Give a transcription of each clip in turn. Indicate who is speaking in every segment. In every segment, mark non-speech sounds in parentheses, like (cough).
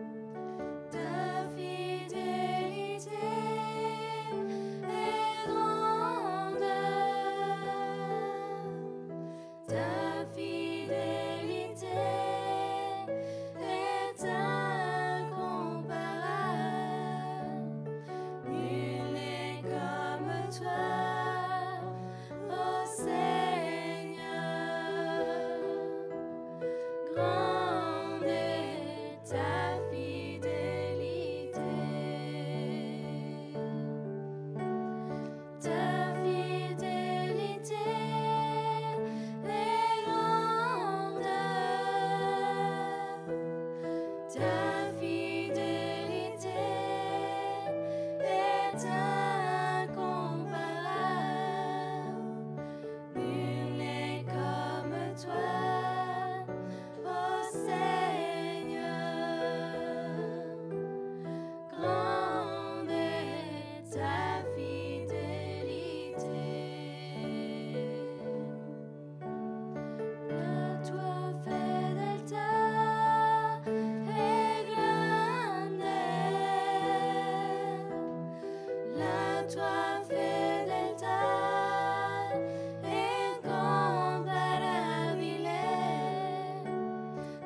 Speaker 1: e demander ta fidélité. Ta fidélité est grande. Ta fidélité est incomparable. Nul n'est comme toi, ô Seigneur. Grande est ta fidélité. La tua fedeltà è grande, la tua fedeltà è incomparabile,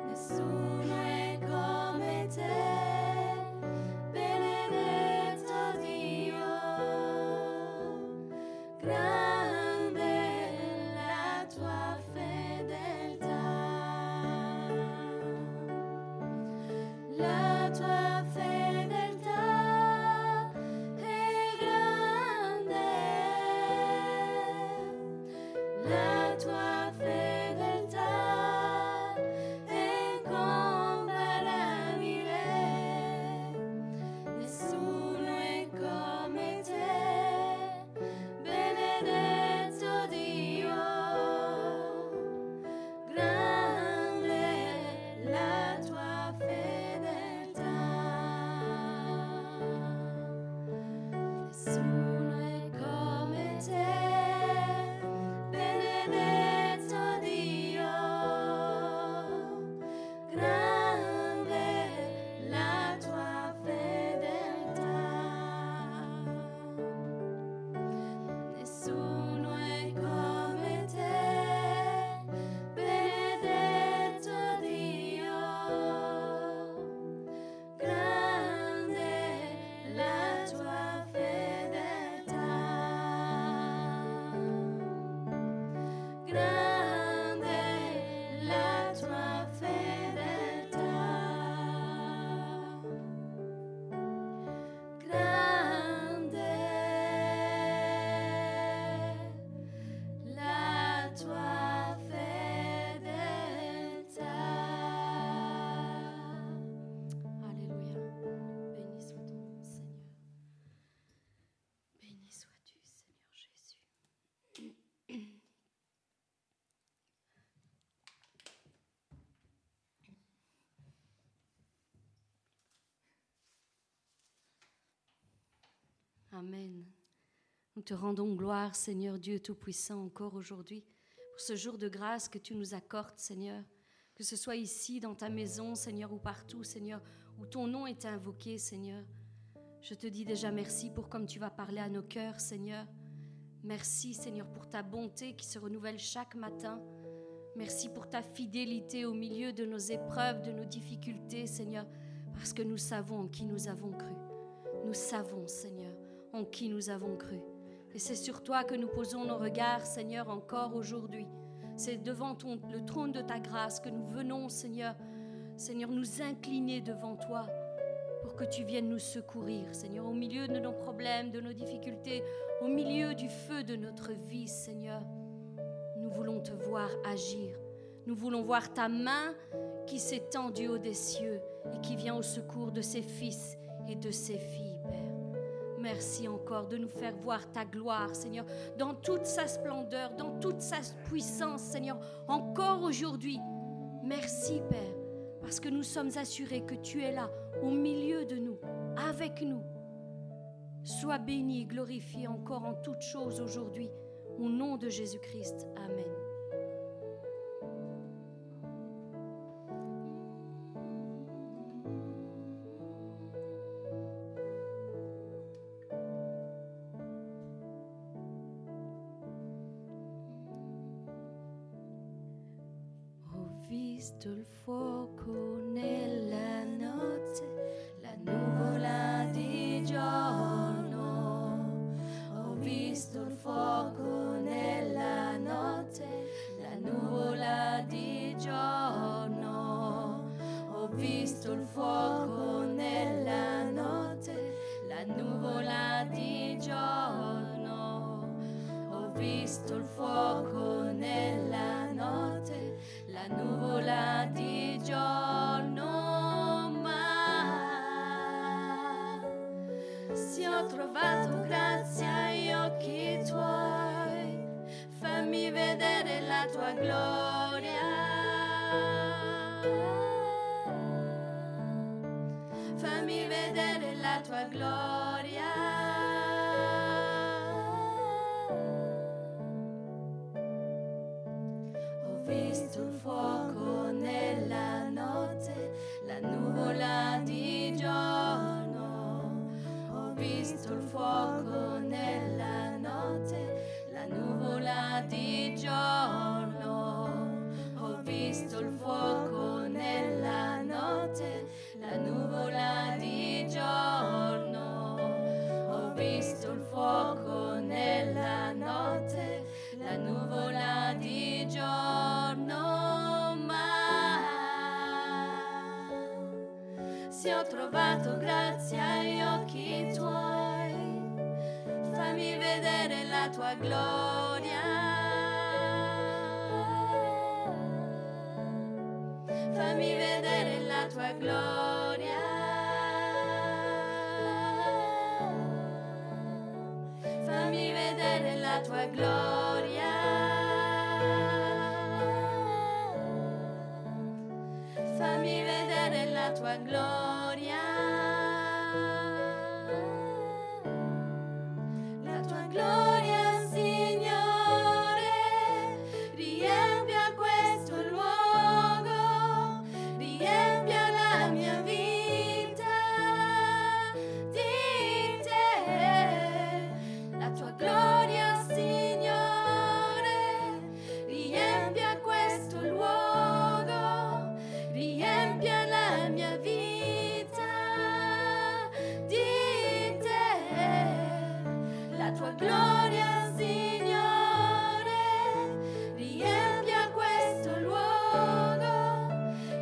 Speaker 1: nessuno è come te, benedetto Dio. Grande è la tua fedeltà, la tua fedeltà è grande, la tua fedeltà è incomparabile. Nessuno è come te, benedetto Dio, grande è la tua fedeltà. Nessuno è come te, benedetto Dio, grande è la tua fedeltà. Nessuno è come te, benedetto Dio. Grande la tua fedeltà, grande la tua fedeltà, grande la tua fedeltà. Alléluia. Béni soit ton nom, Seigneur. Béni sois-tu, Seigneur Jésus. Amen. Nous te rendons gloire, Seigneur Dieu Tout-Puissant, encore aujourd'hui, pour ce jour de grâce que tu nous accordes, Seigneur. Que ce soit ici, dans ta maison, Seigneur, ou partout, Seigneur, où ton nom est invoqué, Seigneur. Je te dis déjà merci pour comme tu vas parler à nos cœurs, Seigneur. Merci, Seigneur, pour ta bonté qui se renouvelle chaque matin. Merci pour ta fidélité au milieu de nos épreuves, de nos difficultés, Seigneur, parce que nous savons en qui nous avons cru. Nous savons, Seigneur, en qui nous avons cru. Et c'est sur toi que nous posons nos regards, Seigneur, encore aujourd'hui. C'est devant ton- le trône de ta grâce que nous venons, Seigneur, Seigneur, nous incliner devant toi pour que tu viennes nous secourir, Seigneur, au milieu de nos problèmes, de nos difficultés, au milieu du feu de notre vie, Seigneur. Nous voulons te voir agir. Nous voulons voir ta main qui s'est tendue au des cieux et qui vient au secours de ses fils et de ses filles, Père. Merci encore de nous faire voir ta gloire, Seigneur, dans toute sa splendeur, dans toute sa puissance, Seigneur, encore aujourd'hui. Merci, Père, parce que nous sommes assurés que tu es là, au milieu de nous, avec nous. Sois béni et glorifié encore en toutes choses aujourd'hui, au nom de Jésus-Christ. Amen. Ho visto il fuoco nella notte, la nuvola di giorno. Ho visto il fuoco nella notte, la nuvola di giorno.
Speaker 2: sola di giorno, ma se ho trovato grazia agli occhi tuoi, fammi vedere la tua gloria. Fammi vedere la tua gloria. Ho visto un fuoco nella notte, la nuvola di giorno. Ho visto il fuoco nella notte, la nuvola di giorno. Ho visto il fuoco nella notte, la nuvola di giorno. Ho visto il fuoco nella notte, la nuvola di giorno. Ma se ho trovato grazia agli occhi tuoi, fammi vedere la tua gloria. Fammi vedere la tua gloria. Fammi vedere la tua gloria. Fammi vedere la tua gloria. La tua gloria, Signore, riempia questo luogo, riempia la mia vita di te. La tua gloria, Signore, riempia questo luogo, riempia la mia vita di te. La tua gloria, Signore, riempia questo luogo,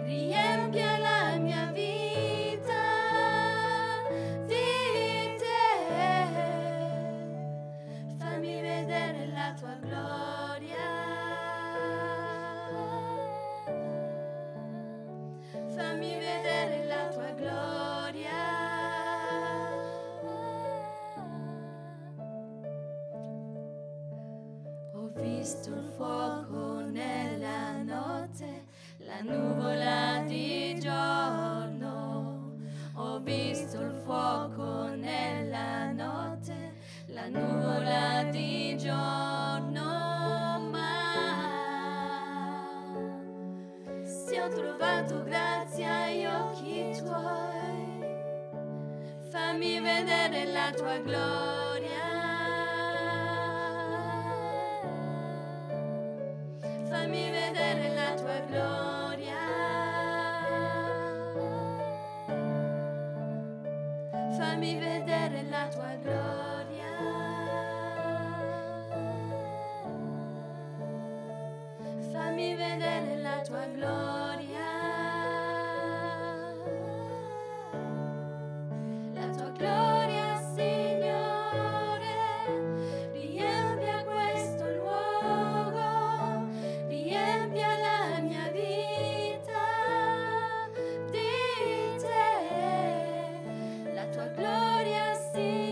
Speaker 2: riempia la mia vita di te. Fammi vedere la tua gloria. Fammi vedere la tua gloria. Ho visto il fuoco nella notte, la nuvola di giorno. Ho visto il fuoco nella notte, la nuvola di giorno. Ma se ho trovato grazia agli occhi tuoi, fammi vedere la tua gloria. Fammi vedere la tua gloria. Fammi vedere la tua gloria. Fammi vedere la tua gloria. La tua gloria, Signore, riempia questo luogo, riempia la mia vita di te. La tua gloria, Signore.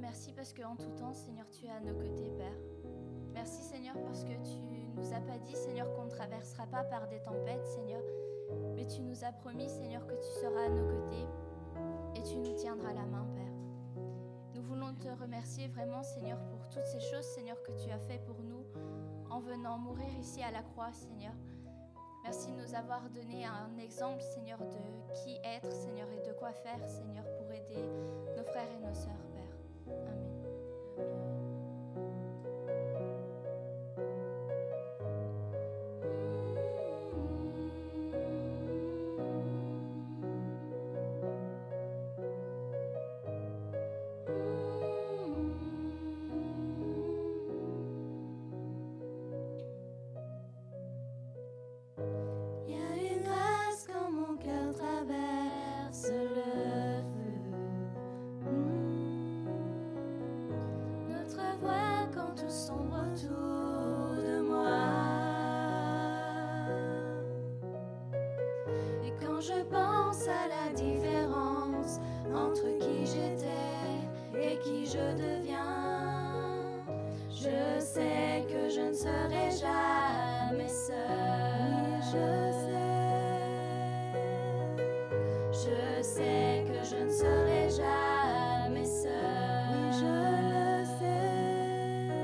Speaker 3: Merci parce que en tout temps, Seigneur, tu es à nos côtés, Père. Merci, Seigneur, parce que tu nous as pas dit, Seigneur, qu'on ne traversera pas par des tempêtes, Seigneur, mais tu nous as promis, Seigneur, que tu seras à nos côtés et tu nous tiendras la main, Père. Nous voulons te remercier vraiment, Seigneur, pour toutes ces choses, Seigneur, que tu as fait pour nous en venant mourir ici à la croix, Seigneur. Merci de nous avoir donné un exemple, Seigneur, de qui être, Seigneur, et de quoi faire, Seigneur, pour aider nos frères et nos sœurs, Père. Amen.
Speaker 2: Il y a une grâce quand mon cœur traverse le feu. Mm. Notre voix quand tout sombre autour de moi. Et quand je pense à la différence entre qui j'étais et qui je deviens, je sais que je ne serai jamais seule. Je sais, je sais que je ne serai jamais seule. Je le sais,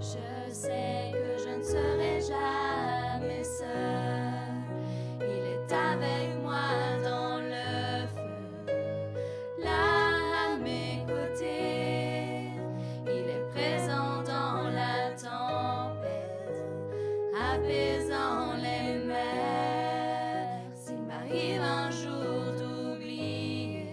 Speaker 2: je sais que je ne serai jamais seule. Il est avec moi dans le feu, là à mes côtés. Il est présent dans la tempête, apaisant les mers. S'il m'arrive un jour d'oublier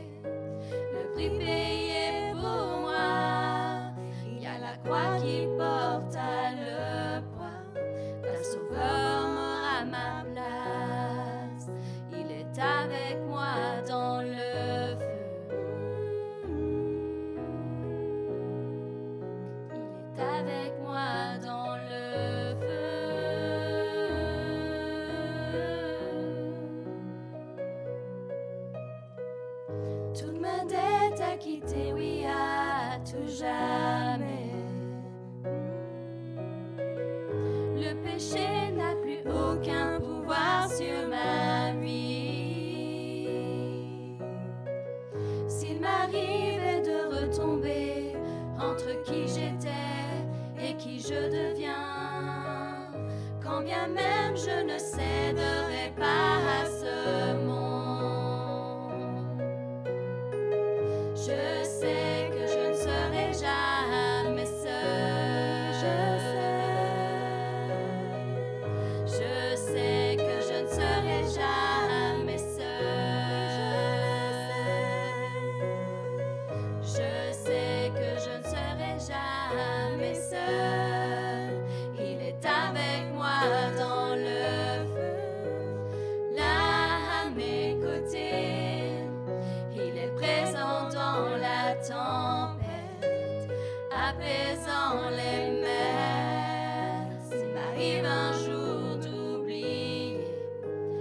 Speaker 2: le prix payé pour moi, il y a la croix qui porte à le poids. Ta sauveur m'aura ma place. Il est avec moi dans le feu. Il est avec moi dans le feu. Toute ma dette à quitter, oui, à tout jamais. Le péché n'a plus aucun pouvoir sur ma vie. S'il m'arrivait de retomber entre qui j'étais et qui je deviens, quand bien même je ne céderai pas à ce monde. Je sais que je ne serai jamais seule. Je sais, je sais que je ne serai jamais seule. Je sais que je ne serai jamais seule. Il est avec moi dans le feu, là à mes côtés. Il est présent dans la tempête, apaisant les mers. S'il m'arrive un jour d'oublier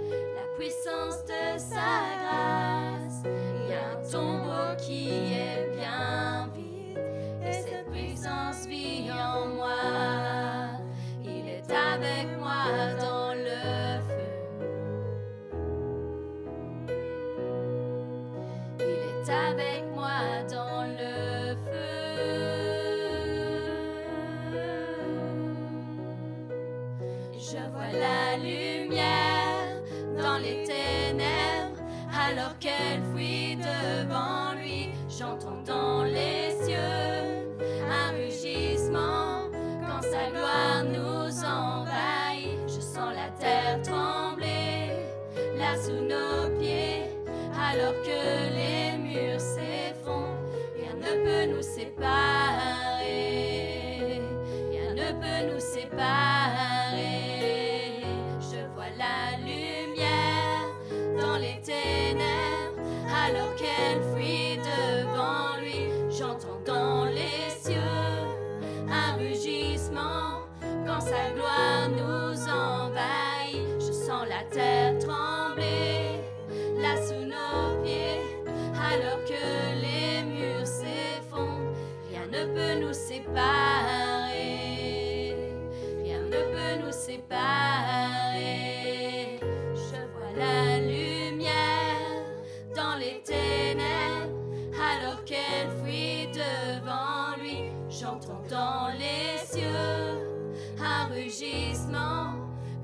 Speaker 2: la puissance de sa grâce, il y a un tombeau qui est bien vide, et cette puissance vit en moi. Il est avec moi dans le feu. Il est avec moi dans le feu. Je vois la lumière dans les ténèbres, alors qu'elle fuit devant lui. J'entends dans les cieux un rugissement quand sa gloire nous envahit. Je sens la terre trembler, là sous nos pieds alors que les murs s'effondrent, rien ne peut nous séparer, rien ne peut nous séparer. Je vois la lumière dans les ténèbres, alors qu'elle fuit devant lui, j'entends dans les cieux un rugissement quand sa gloire nous envahit. Je sens la terre trembler, là sous nos pieds, alors que les murs s'effondrent. séparer. Rien ne peut nous séparer. Je vois la lumière dans les ténèbres, alors qu'elle fuit devant lui. J'entends dans les cieux un rugissement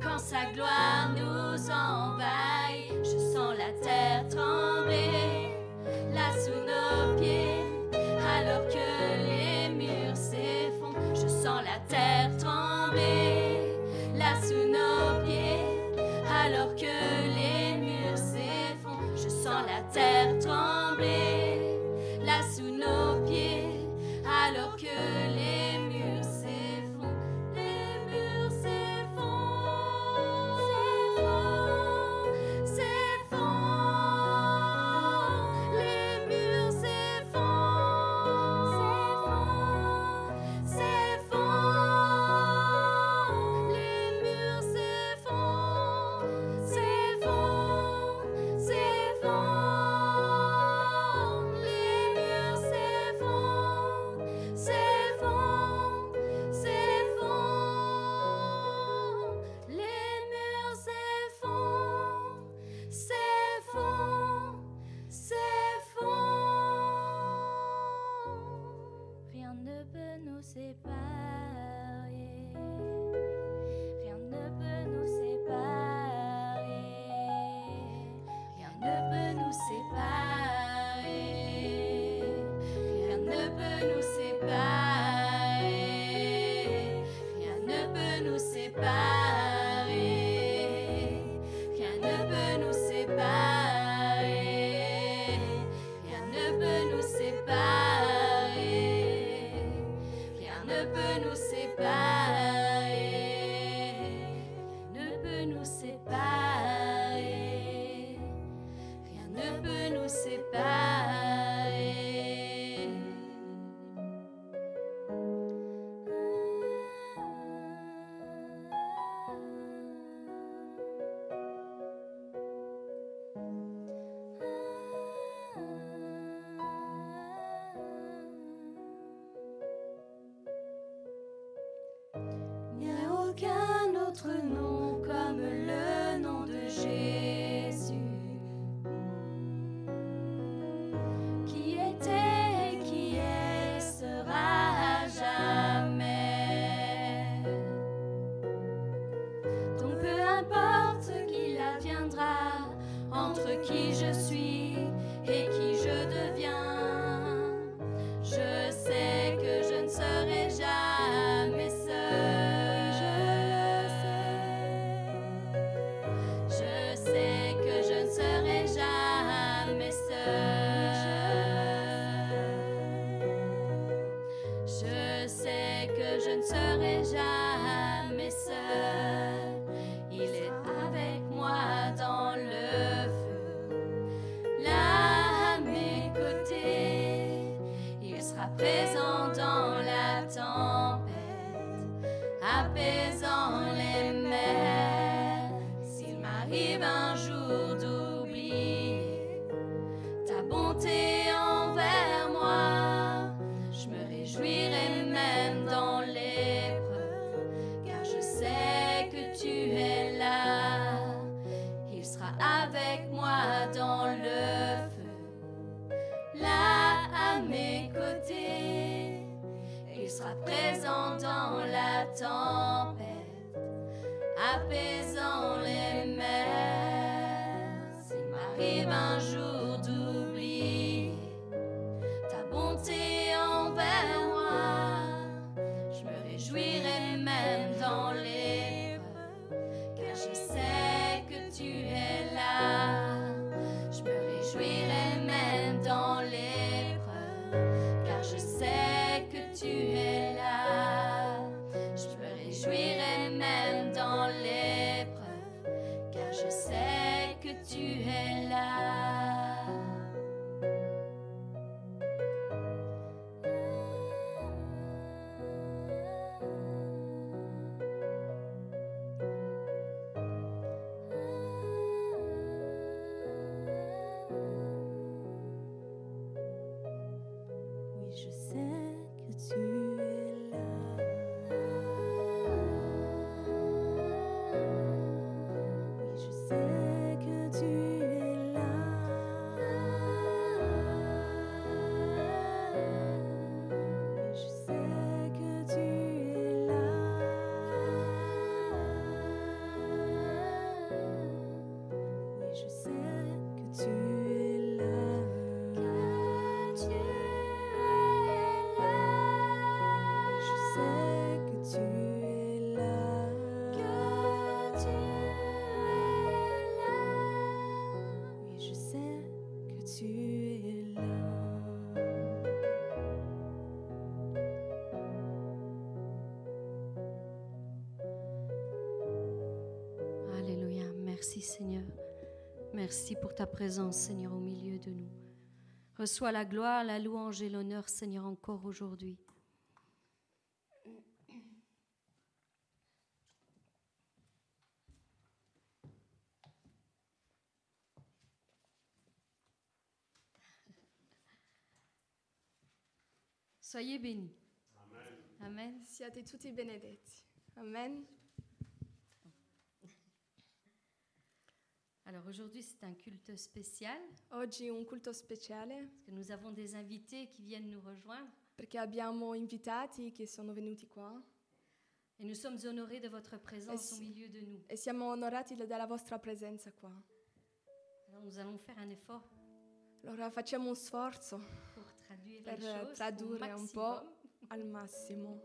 Speaker 2: quand sa gloire nous envahit. Je sens la terre trembler, là sous nos pieds, alors que les murs s'effondrent. Je sens la terre trembler, là sous nos pieds, alors que les murs s'effondrent. Je sens la terre trembler, là sous nos pieds, alors que les murs s'effondrent. Les murs s'effondrent, s'effondrent, s'effondrent. Les murs s'effondrent, s'effondrent, s'effondrent. Les murs s'effondrent, s'effondrent, s'effondrent. Les murs s'effondrent, s'effondrent, s'effondrent. Les murs s'effondrent, s'effondrent, s'effondrent.
Speaker 3: Rien ne peut nous séparer. Rien ne peut nous séparer.
Speaker 2: Rien ne peut nous séparer. Rien ne peut nous séparer. Rien ne peut nous séparer. Rien ne peut nous séparer. Rien ne peut nous séparer. Rien ne peut nous séparer ne peut nous séparer. Rien ne peut nous séparer. Il n'y a aucun autre nom comme le nom de Jésus, qui était et qui est, sera à jamais. Donc peu importe qu'il adviendra entre qui je suis et qui je deviens. Je sais que je ne serai jamais seule. Je sais que je ne serai jamais seule. Je sais que je ne serai jamais seule. Il est avec moi dans le feu. Là à mes côtés, il sera présent dans la tempête, apaisant les mers. S'il m'arrive un jour d'oublier ta bonté envers moi, je me réjouirai même dans l'épreuve, car je sais que tu es là. Il sera avec moi dans le feu, là à mes côtés. Il sera présent dans la tempête, apaisant les mers. S'il m'arrive un jour d'oublier ta bonté envers moi. Je me réjouirai même dans l'épreuve, car je sais que tu es là. Je me réjouirai même dans l'épreuve, car je sais que tu es là. Je me réjouirai même dans l'épreuve, car je sais que tu es là.
Speaker 4: Merci Seigneur. Merci pour ta présence Seigneur au milieu de nous. Reçois la gloire, la louange et l'honneur Seigneur encore aujourd'hui. Soyez bénis. Amen.
Speaker 5: Siate tutti benedetti. Amen.
Speaker 4: Alors aujourd'hui c'est un culte spécial
Speaker 5: Oggi un culto speciale
Speaker 4: parce que nous avons des invités qui viennent nous rejoindre
Speaker 5: perché abbiamo invitati che sono venuti qua
Speaker 4: et nous sommes honorés de votre présence
Speaker 5: Est-ce-
Speaker 4: au milieu de nous.
Speaker 5: Eh e siamo onorati da- dalla vostra presenza qua.
Speaker 4: Alors nous allons faire un effort
Speaker 5: Allora facciamo un sforzo
Speaker 4: pour traduire
Speaker 5: per
Speaker 4: les
Speaker 5: eh,
Speaker 4: choses au
Speaker 5: tradurre un
Speaker 4: maximum.
Speaker 5: po' al massimo,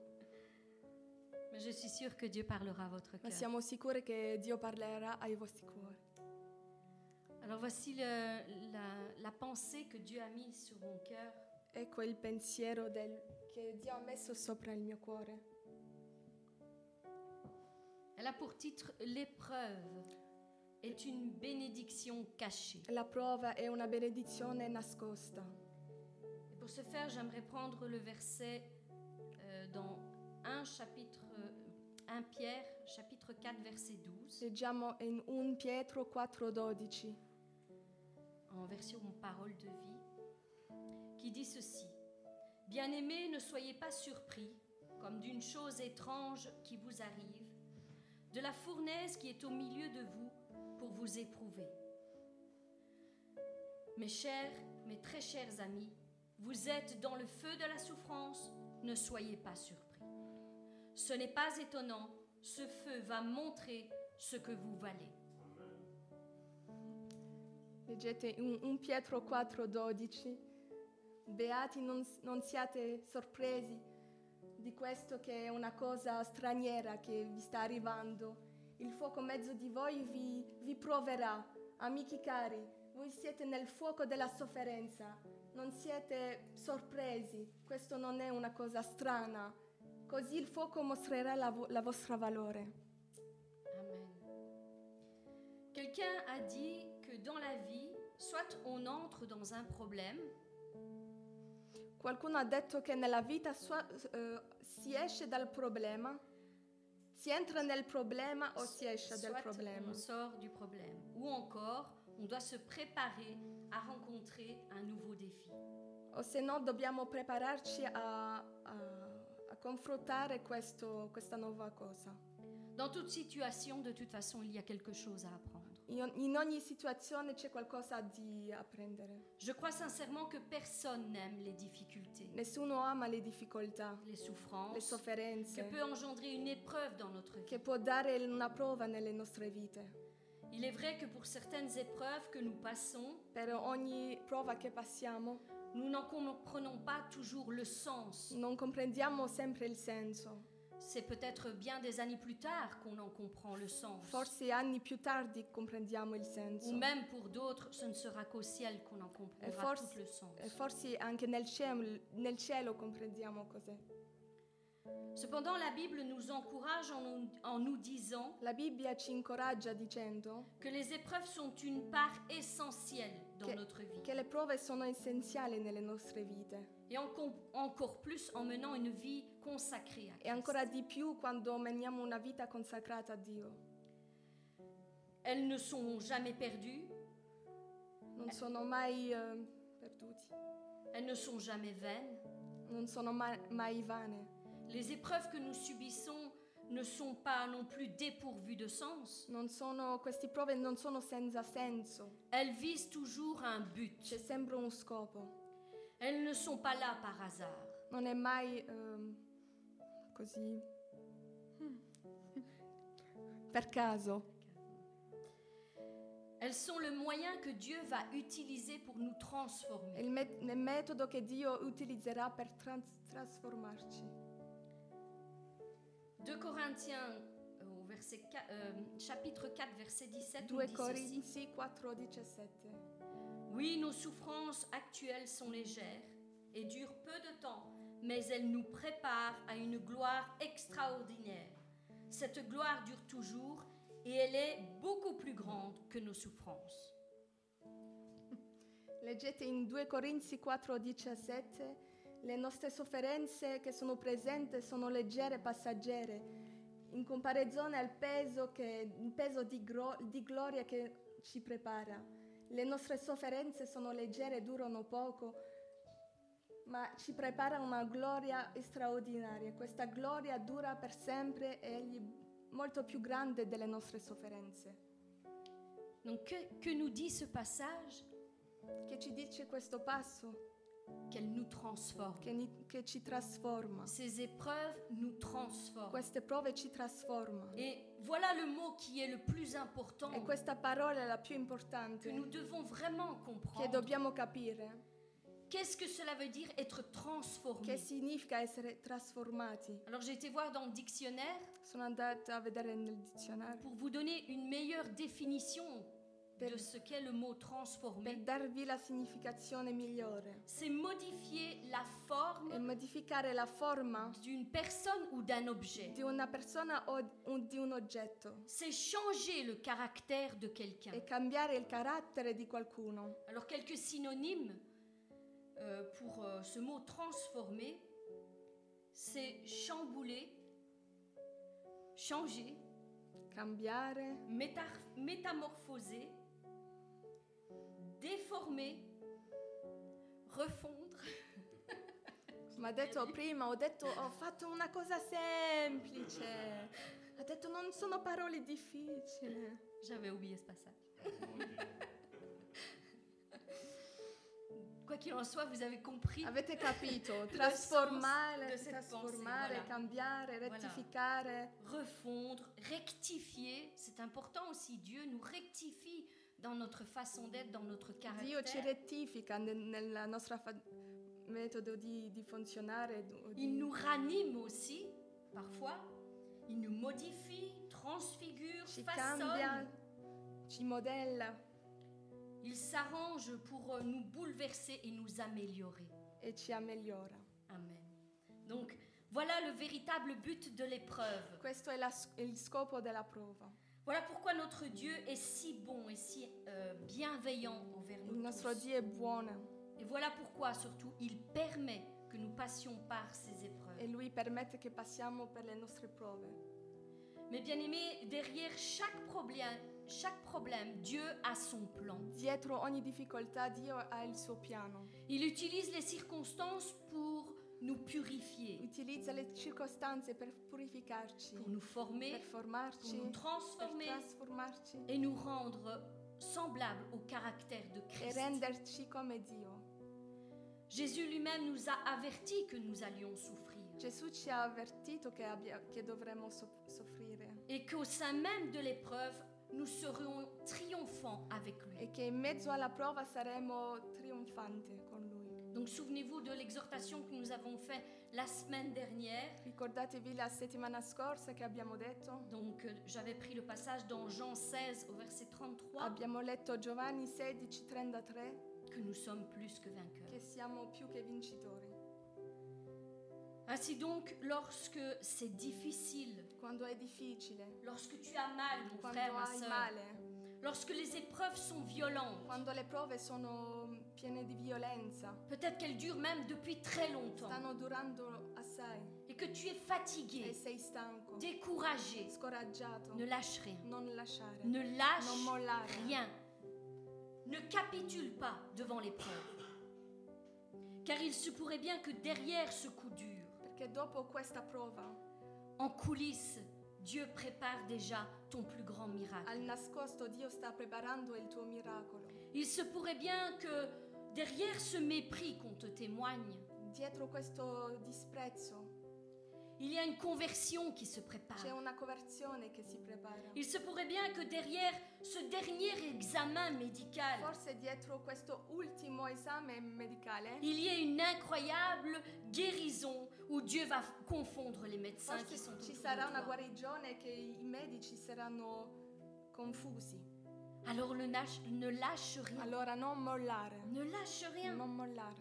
Speaker 4: Mais je suis sûre que Dieu parlera à votre
Speaker 5: ma
Speaker 4: cœur.
Speaker 5: siamo sicuri che Dio parlerà ai vostri cuori.
Speaker 4: Alors voici le- la, la pensée que Dieu a mise sur mon cœur.
Speaker 5: Ecco il pensiero del- che Dio ha messo sopra il mio cuore.
Speaker 4: Elle a pour titre L'épreuve est une bénédiction cachée.
Speaker 5: La prova è una benedizione nascosta.
Speaker 4: Et pour ce faire, j'aimerais prendre le verset euh, dans 1 chapitre euh, 1 Pierre chapitre 4 verset 12
Speaker 5: Leggiamo in 1 Pietro 4:12.
Speaker 4: en version parole de vie qui dit ceci Bien-aimés, ne soyez pas surpris comme d'une chose étrange qui vous arrive, de la fournaise qui est au milieu de vous pour vous éprouver. Mes chers, mes très chers amis, vous êtes dans le feu de la souffrance, ne soyez pas surpris. Ce n'est pas étonnant, ce feu va montrer ce que vous valez.
Speaker 5: Leggete in 1 Pietro 4:12. Beati non, non siate sorpresi di questo che è una cosa straniera che vi sta arrivando. Il fuoco in mezzo di voi vi, vi proverà. Amici cari, voi siete nel fuoco della sofferenza. Non siete sorpresi, questo non è una cosa strana. Così il fuoco mostrerà la, vo- la vostra valore.
Speaker 4: Amen. Quelqu'un a dit que dans la vie, soit on entre dans un problème,
Speaker 5: Qualcuno ha detto che nella vita sua- eh, si esce dal problema, si entra nel problema o si esce
Speaker 4: soit
Speaker 5: dal problema.
Speaker 4: on sort du problème, ou encore on doit se préparer à rencontrer un nouveau défi.
Speaker 5: O se no dobbiamo prepararci a, a- a confrontare questo- questa nuova cosa.
Speaker 4: Dans toute situation, de toute façon, il y a quelque chose à apprendre.
Speaker 5: In, o- in ogni situazione c'è qualcosa di apprendere.
Speaker 4: Je crois sincèrement que personne n'aime les difficultés,
Speaker 5: Nessuno ama le difficoltà,
Speaker 4: les souffrances
Speaker 5: le
Speaker 4: que
Speaker 5: sofferenze,
Speaker 4: peut engendrer une épreuve dans notre vie.
Speaker 5: che può dare una prova nelle nostre vite.
Speaker 4: Il est vrai que pour certaines épreuves que nous passons,
Speaker 5: Per ogni prova che passiamo
Speaker 4: nous n'en comprenons pas toujours le sens.
Speaker 5: non comprendiamo sempre il senso.
Speaker 4: C'est peut-être bien des années plus tard qu'on en comprend le sens.
Speaker 5: Forse anni più tardi comprendiamo il senso.
Speaker 4: Ou même pour d'autres, ce ne sera qu'au ciel qu'on en
Speaker 5: Et
Speaker 4: comprendra
Speaker 5: force-
Speaker 4: tout le sens.
Speaker 5: E forse anche nel cielo, nel cielo comprendiamo cos'è.
Speaker 4: Cependant, la Bible nous encourage en nous, en nous disant
Speaker 5: La Bibbia ci incoraggia dicendo
Speaker 4: que les épreuves sont une part essentielle dans
Speaker 5: Que-
Speaker 4: notre vie.
Speaker 5: che le prove sono essenziali nelle nostre vite
Speaker 4: Et encom- encore plus en menant une vie consacrée à
Speaker 5: e
Speaker 4: Christ.
Speaker 5: ancora di più quando meniamo una vita consacrata a Dio.
Speaker 4: Elles ne sont jamais perdues,
Speaker 5: Non sono mai eh, perduti,
Speaker 4: elles ne sont jamais vaines.
Speaker 5: non sono ma- mai vane,
Speaker 4: Les épreuves que nous subissons ne sont pas non plus dépourvues de sens.
Speaker 5: non sono- queste prove non sono senza senso,
Speaker 4: Elles visent toujours un but.
Speaker 5: c'è sempre un scopo,
Speaker 4: Elles ne sont pas là par hasard.
Speaker 5: non è mai ehm, così per caso.
Speaker 4: Elles sont le moyen que Dieu va utiliser pour nous
Speaker 5: È
Speaker 4: transformer.
Speaker 5: il met- nel metodo che Dio utilizzerà per trans- trasformarci.
Speaker 4: 2 Corinthiens, euh, au verset qua- euh, chapitre 4, verset 17, nous
Speaker 5: 2
Speaker 4: dit ceci.
Speaker 5: Corinzi 4:17.
Speaker 4: Oui, nos souffrances actuelles sont légères et durent peu de temps, mais elles nous préparent à une gloire extraordinaire. Cette gloire dure toujours et elle est beaucoup plus grande que nos souffrances.
Speaker 5: Leggete in 2 Corinzi 4:17, le nostre sofferenze che sono presenti sono leggere e passeggere, in comparazione al peso, che, il peso di, gro- di gloria che ci prepara. Le nostre sofferenze sono leggere, durano poco, ma ci prepara una gloria straordinaria. Questa gloria dura per sempre e è molto più grande delle nostre sofferenze.
Speaker 4: Donc que, que nous dit ce passage
Speaker 5: Che ci dice questo passo?
Speaker 4: Qu'elle nous transforme.
Speaker 5: Che, ni- che ci trasforma.
Speaker 4: Ces épreuves nous transforment.
Speaker 5: Queste prove ci trasformano.
Speaker 4: Et voilà le mot qui est le plus important
Speaker 5: E questa parola è la più
Speaker 4: que nous
Speaker 5: importante
Speaker 4: devons vraiment
Speaker 5: che
Speaker 4: comprendre.
Speaker 5: dobbiamo capire.
Speaker 4: Qu'est-ce que cela veut dire être
Speaker 5: Che
Speaker 4: transformé
Speaker 5: significa essere trasformati?
Speaker 4: Alors j'ai été voir dans le dictionnaire
Speaker 5: Sono andata a vedere nel dizionario
Speaker 4: pour vous donner une meilleure définition
Speaker 5: per,
Speaker 4: de ce qu'est le mot
Speaker 5: per
Speaker 4: transformer.
Speaker 5: darvi la significazione migliore
Speaker 4: C'est modifier la
Speaker 5: e
Speaker 4: forme
Speaker 5: modificare la forma
Speaker 4: d'une personne ou d'un objet.
Speaker 5: di una persona o d- o di un oggetto
Speaker 4: C'est changer le caractère de quelqu'un.
Speaker 5: e cambiare il carattere di qualcuno.
Speaker 4: Alors quelques synonymes euh, pour euh, ce mot transformer, c'est chambouler, changer,
Speaker 5: Cambiare,
Speaker 4: métar- métamorphoser, déformer,
Speaker 5: (laughs)
Speaker 4: refondre,
Speaker 5: come ho detto prima, ho detto ho fatto una cosa semplice. Ho detto non sono parole difficili.
Speaker 4: J'avais oublié ce passage. Quoi qu'il en soit, vous avez compris.
Speaker 5: Avete
Speaker 4: (laughs)
Speaker 5: capito?
Speaker 4: sens
Speaker 5: Trasformare,
Speaker 4: de cette
Speaker 5: trasformare,
Speaker 4: pensée, voilà.
Speaker 5: cambiare,
Speaker 4: Voilà.
Speaker 5: rettificare.
Speaker 4: Refondre, rectifier, c'est important aussi. Dieu nous rectifie dans notre façon d'être, dans notre
Speaker 5: Dio ci
Speaker 4: caractère.
Speaker 5: rettifica nel- nella nostra fa- metodo di, di funzionare. du- o di-
Speaker 4: Il nous ranime aussi, parfois. Il nous modifie, transfigure,
Speaker 5: ci cambia,
Speaker 4: façonne.
Speaker 5: ci modella
Speaker 4: Il s'arrange pour euh, nous bouleverser et nous améliorer.
Speaker 5: e ci ammigliora.
Speaker 4: Amen. Donc, voilà le véritable but de l'épreuve.
Speaker 5: Questo è la s- il scopo della prova.
Speaker 4: Voilà pourquoi notre Dieu est si bon et si euh, bienveillant envers
Speaker 5: Il
Speaker 4: nous.
Speaker 5: nostro
Speaker 4: tous.
Speaker 5: Dio è buono
Speaker 4: Et voilà pourquoi surtout il permet que nous passions par ces
Speaker 5: e
Speaker 4: épreuves.
Speaker 5: Lui permette che passiamo per le nostre prove.
Speaker 4: Mais bien aimé, derrière chaque problème, chaque problème, Dieu a son plan.
Speaker 5: Dietro ogni difficoltà Dio ha il suo piano.
Speaker 4: Il utilise les circonstances pour nous purifier,
Speaker 5: Utilizza le circostanze per purificarci,
Speaker 4: pour nous former,
Speaker 5: per
Speaker 4: pour
Speaker 5: formarci.
Speaker 4: nous
Speaker 5: per
Speaker 4: transformer
Speaker 5: trasformarci
Speaker 4: et nous rendre semblables au caractère de
Speaker 5: e
Speaker 4: Christ.
Speaker 5: renderci come Dio.
Speaker 4: Jésus lui-même nous a avertis que nous allions souffrir.
Speaker 5: Gesù ci ha avvertito che, abbia- che dovremmo so- soffrire
Speaker 4: et qu'au sein même de l'épreuve, nous serons triomphants avec lui.
Speaker 5: e che in mezzo alla prova saremo trionfanti con Lui.
Speaker 4: Donc souvenez-vous de l'exhortation que nous avons faite la semaine dernière.
Speaker 5: Ricordatevi la settimana scorsa che abbiamo detto,
Speaker 4: Donc euh, j'avais pris le passage dans Jean 16 au verset 33
Speaker 5: abbiamo letto Giovanni 16, 33,
Speaker 4: que nous sommes plus que vainqueurs.
Speaker 5: che siamo più che vincitori.
Speaker 4: Ainsi donc, lorsque c'est difficile,
Speaker 5: Quando è difficile,
Speaker 4: lorsque tu as mal, mon
Speaker 5: quando
Speaker 4: frère, ma
Speaker 5: hai
Speaker 4: soeur,
Speaker 5: male,
Speaker 4: lorsque les épreuves sont violentes,
Speaker 5: quando le prove sono piene di violenza,
Speaker 4: peut-être qu'elles durent même depuis très longtemps,
Speaker 5: stanno durando assai
Speaker 4: et que tu es
Speaker 5: e
Speaker 4: fatigué,
Speaker 5: sei stanco,
Speaker 4: découragé,
Speaker 5: scoraggiato,
Speaker 4: ne lâche rien.
Speaker 5: non lasciare.
Speaker 4: Ne lâche
Speaker 5: Non mollare.
Speaker 4: rien. Ne capitule pas devant l'épreuve. Car il se pourrait bien que derrière ce coup dur,
Speaker 5: Perché dopo questa prova,
Speaker 4: en coulisses, Dieu prépare déjà ton plus grand miracle.
Speaker 5: al nascosto Dio sta preparando il tuo miracolo.
Speaker 4: Il se pourrait bien que derrière ce mépris qu'on te témoigne,
Speaker 5: Dietro questo disprezzo
Speaker 4: il y a une conversion qui se prépare.
Speaker 5: c'è una conversione che si prepara.
Speaker 4: Il se pourrait bien que derrière ce dernier examen médical,
Speaker 5: Forse dietro questo ultimo esame medicale,
Speaker 4: il y ait une incroyable guérison où Dieu va confondre les médecins qui sont
Speaker 5: forse ci
Speaker 4: autour
Speaker 5: sarà
Speaker 4: de
Speaker 5: una
Speaker 4: toi.
Speaker 5: guarigione che i medici saranno confusi.
Speaker 4: Alors le lâche, ne lâche rien.
Speaker 5: Allora non mollare,
Speaker 4: Ne lâche rien.
Speaker 5: non mollare.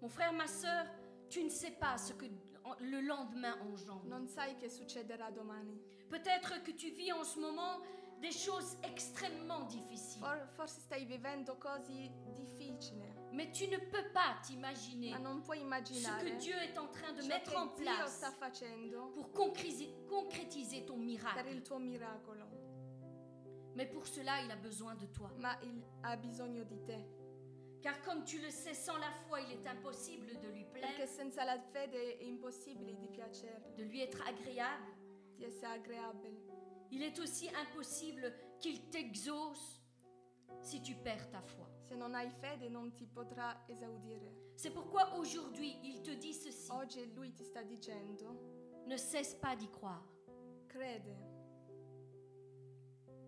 Speaker 4: Mon frère, ma soeur, tu ne sais pas ce que en- le lendemain engendre.
Speaker 5: Non sai che succederà domani.
Speaker 4: Peut-être que tu vis en ce moment des choses extrêmement difficiles.
Speaker 5: For- forse stai vivendo cose difficili,
Speaker 4: Mais tu ne peux pas t'imaginer
Speaker 5: ma non puoi
Speaker 4: ce
Speaker 5: immaginare
Speaker 4: que Dieu est en train de
Speaker 5: ciò
Speaker 4: mettre en
Speaker 5: che Dio
Speaker 4: place
Speaker 5: sta facendo
Speaker 4: pour concrétiser, concrétiser ton
Speaker 5: per il
Speaker 4: miracle.
Speaker 5: tuo miracolo,
Speaker 4: Mais pour cela, il a besoin de toi.
Speaker 5: ma il ha bisogno di te,
Speaker 4: Car comme tu le sais, sans la foi, il est impossible de lui
Speaker 5: perché
Speaker 4: plaire,
Speaker 5: senza la fede è impossibile di piacergli,
Speaker 4: de lui être agréable.
Speaker 5: di essere agreabile.
Speaker 4: Il est aussi impossible qu'il t'exauce si tu perds ta foi.
Speaker 5: Se non hai fede non ti potrà esaudire.
Speaker 4: C'est pourquoi aujourd'hui, il te dit ceci.
Speaker 5: Oggi lui ti sta dicendo,
Speaker 4: Ne cesse pas d'y croire.
Speaker 5: crede,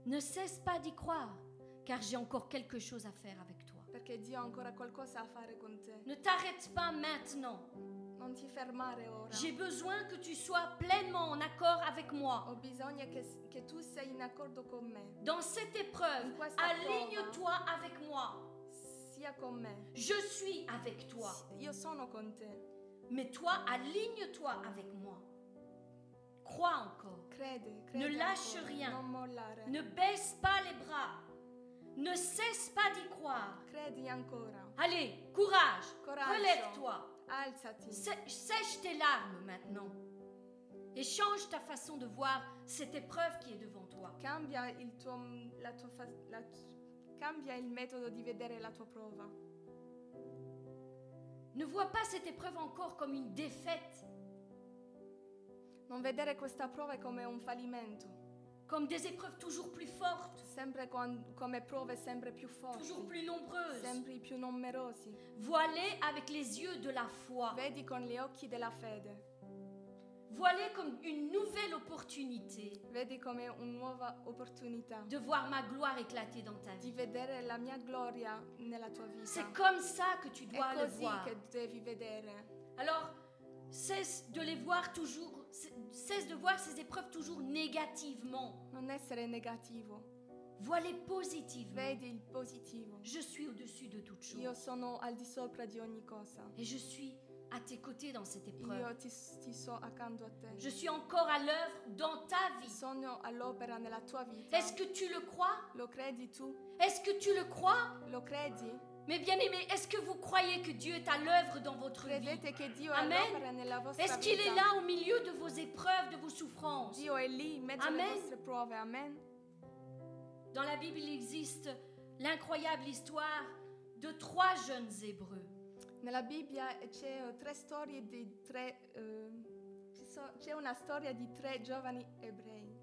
Speaker 4: Ne cesse pas d'y croire, car j'ai encore quelque chose à faire avec toi.
Speaker 5: perché Dio ha ancora qualcosa a fare con te.
Speaker 4: Ne t'arrête pas maintenant.
Speaker 5: Non ti fermare ora.
Speaker 4: J'ai besoin que tu sois pleinement en accord avec moi.
Speaker 5: Ho bisogno che, che tu sei in accordo con me,
Speaker 4: Dans cette épreuve,
Speaker 5: Pourquoi ça
Speaker 4: aligne-toi avec moi.
Speaker 5: sia con me.
Speaker 4: Je suis avec toi.
Speaker 5: Io sono con te.
Speaker 4: Mais toi, aligne-toi avec moi. Crois encore.
Speaker 5: Crede, crede.
Speaker 4: Ne lâche
Speaker 5: ancora,
Speaker 4: rien.
Speaker 5: Non mollare.
Speaker 4: Ne baisse pas les bras. Ne cesse pas d'y croire.
Speaker 5: Credi ancora.
Speaker 4: Allez, courage.
Speaker 5: Coraggio.
Speaker 4: Relève-toi.
Speaker 5: Alzati.
Speaker 4: Sè- Sèche tes larmes maintenant. Et change ta façon de voir cette épreuve qui est devant toi.
Speaker 5: Cambia il tuo, la tua fa- la tu- cambia il metodo di vedere la tua prova.
Speaker 4: Ne vois pas cette épreuve encore comme une défaite,
Speaker 5: Non vedere questa prova come un fallimento,
Speaker 4: comme des épreuves toujours plus fortes,
Speaker 5: sempre con- come prove sempre più
Speaker 4: toujours
Speaker 5: forti,
Speaker 4: plus nombreuses.
Speaker 5: sempre più numerosi.
Speaker 4: Voilées avec les yeux de la foi.
Speaker 5: Vedi con gli occhi della fede,
Speaker 4: Voilées comme une nouvelle opportunité
Speaker 5: vedi come una nuova opportunità.
Speaker 4: de voir ma gloire éclater dans ta
Speaker 5: di
Speaker 4: vie.
Speaker 5: vedere la mia gloria nella tua vita.
Speaker 4: C'est comme ça que tu dois
Speaker 5: È
Speaker 4: le
Speaker 5: così
Speaker 4: voir.
Speaker 5: che devi vedere.
Speaker 4: Alors, cesse de les voir toujours, cesse de voir ces épreuves toujours négativement.
Speaker 5: Non essere negativo,
Speaker 4: Vois-les positivement.
Speaker 5: vedi il positivo.
Speaker 4: Je suis au-dessus de toute chose.
Speaker 5: Io sono al di sopra di ogni cosa.
Speaker 4: Et je suis à tes côtés dans cette épreuve.
Speaker 5: Io ti, ti so accanto a te.
Speaker 4: Je suis encore à l'œuvre dans ta vie.
Speaker 5: Sono all'opera nella tua vita.
Speaker 4: Est-ce que tu le crois
Speaker 5: Lo credi tu?
Speaker 4: Est-ce que tu le crois
Speaker 5: Lo credi?
Speaker 4: Mes bien-aimés, est-ce que vous croyez que Dieu est à l'œuvre dans votre vie
Speaker 5: Credete che Dio
Speaker 4: Amen.
Speaker 5: è all'opera nella vostra
Speaker 4: Est-ce qu'il
Speaker 5: vita?
Speaker 4: est là au milieu de vos épreuves, de vos souffrances
Speaker 5: Dio è lì in mezzo alle
Speaker 4: Amen.
Speaker 5: vostre prove. Amen.
Speaker 4: Dans la Bible, il existe l'incroyable histoire de trois jeunes Hébreux.
Speaker 5: Nella Bibbia c'è eh, tre storie di tre... eh, ci so- c'è una storia di tre giovani ebrei.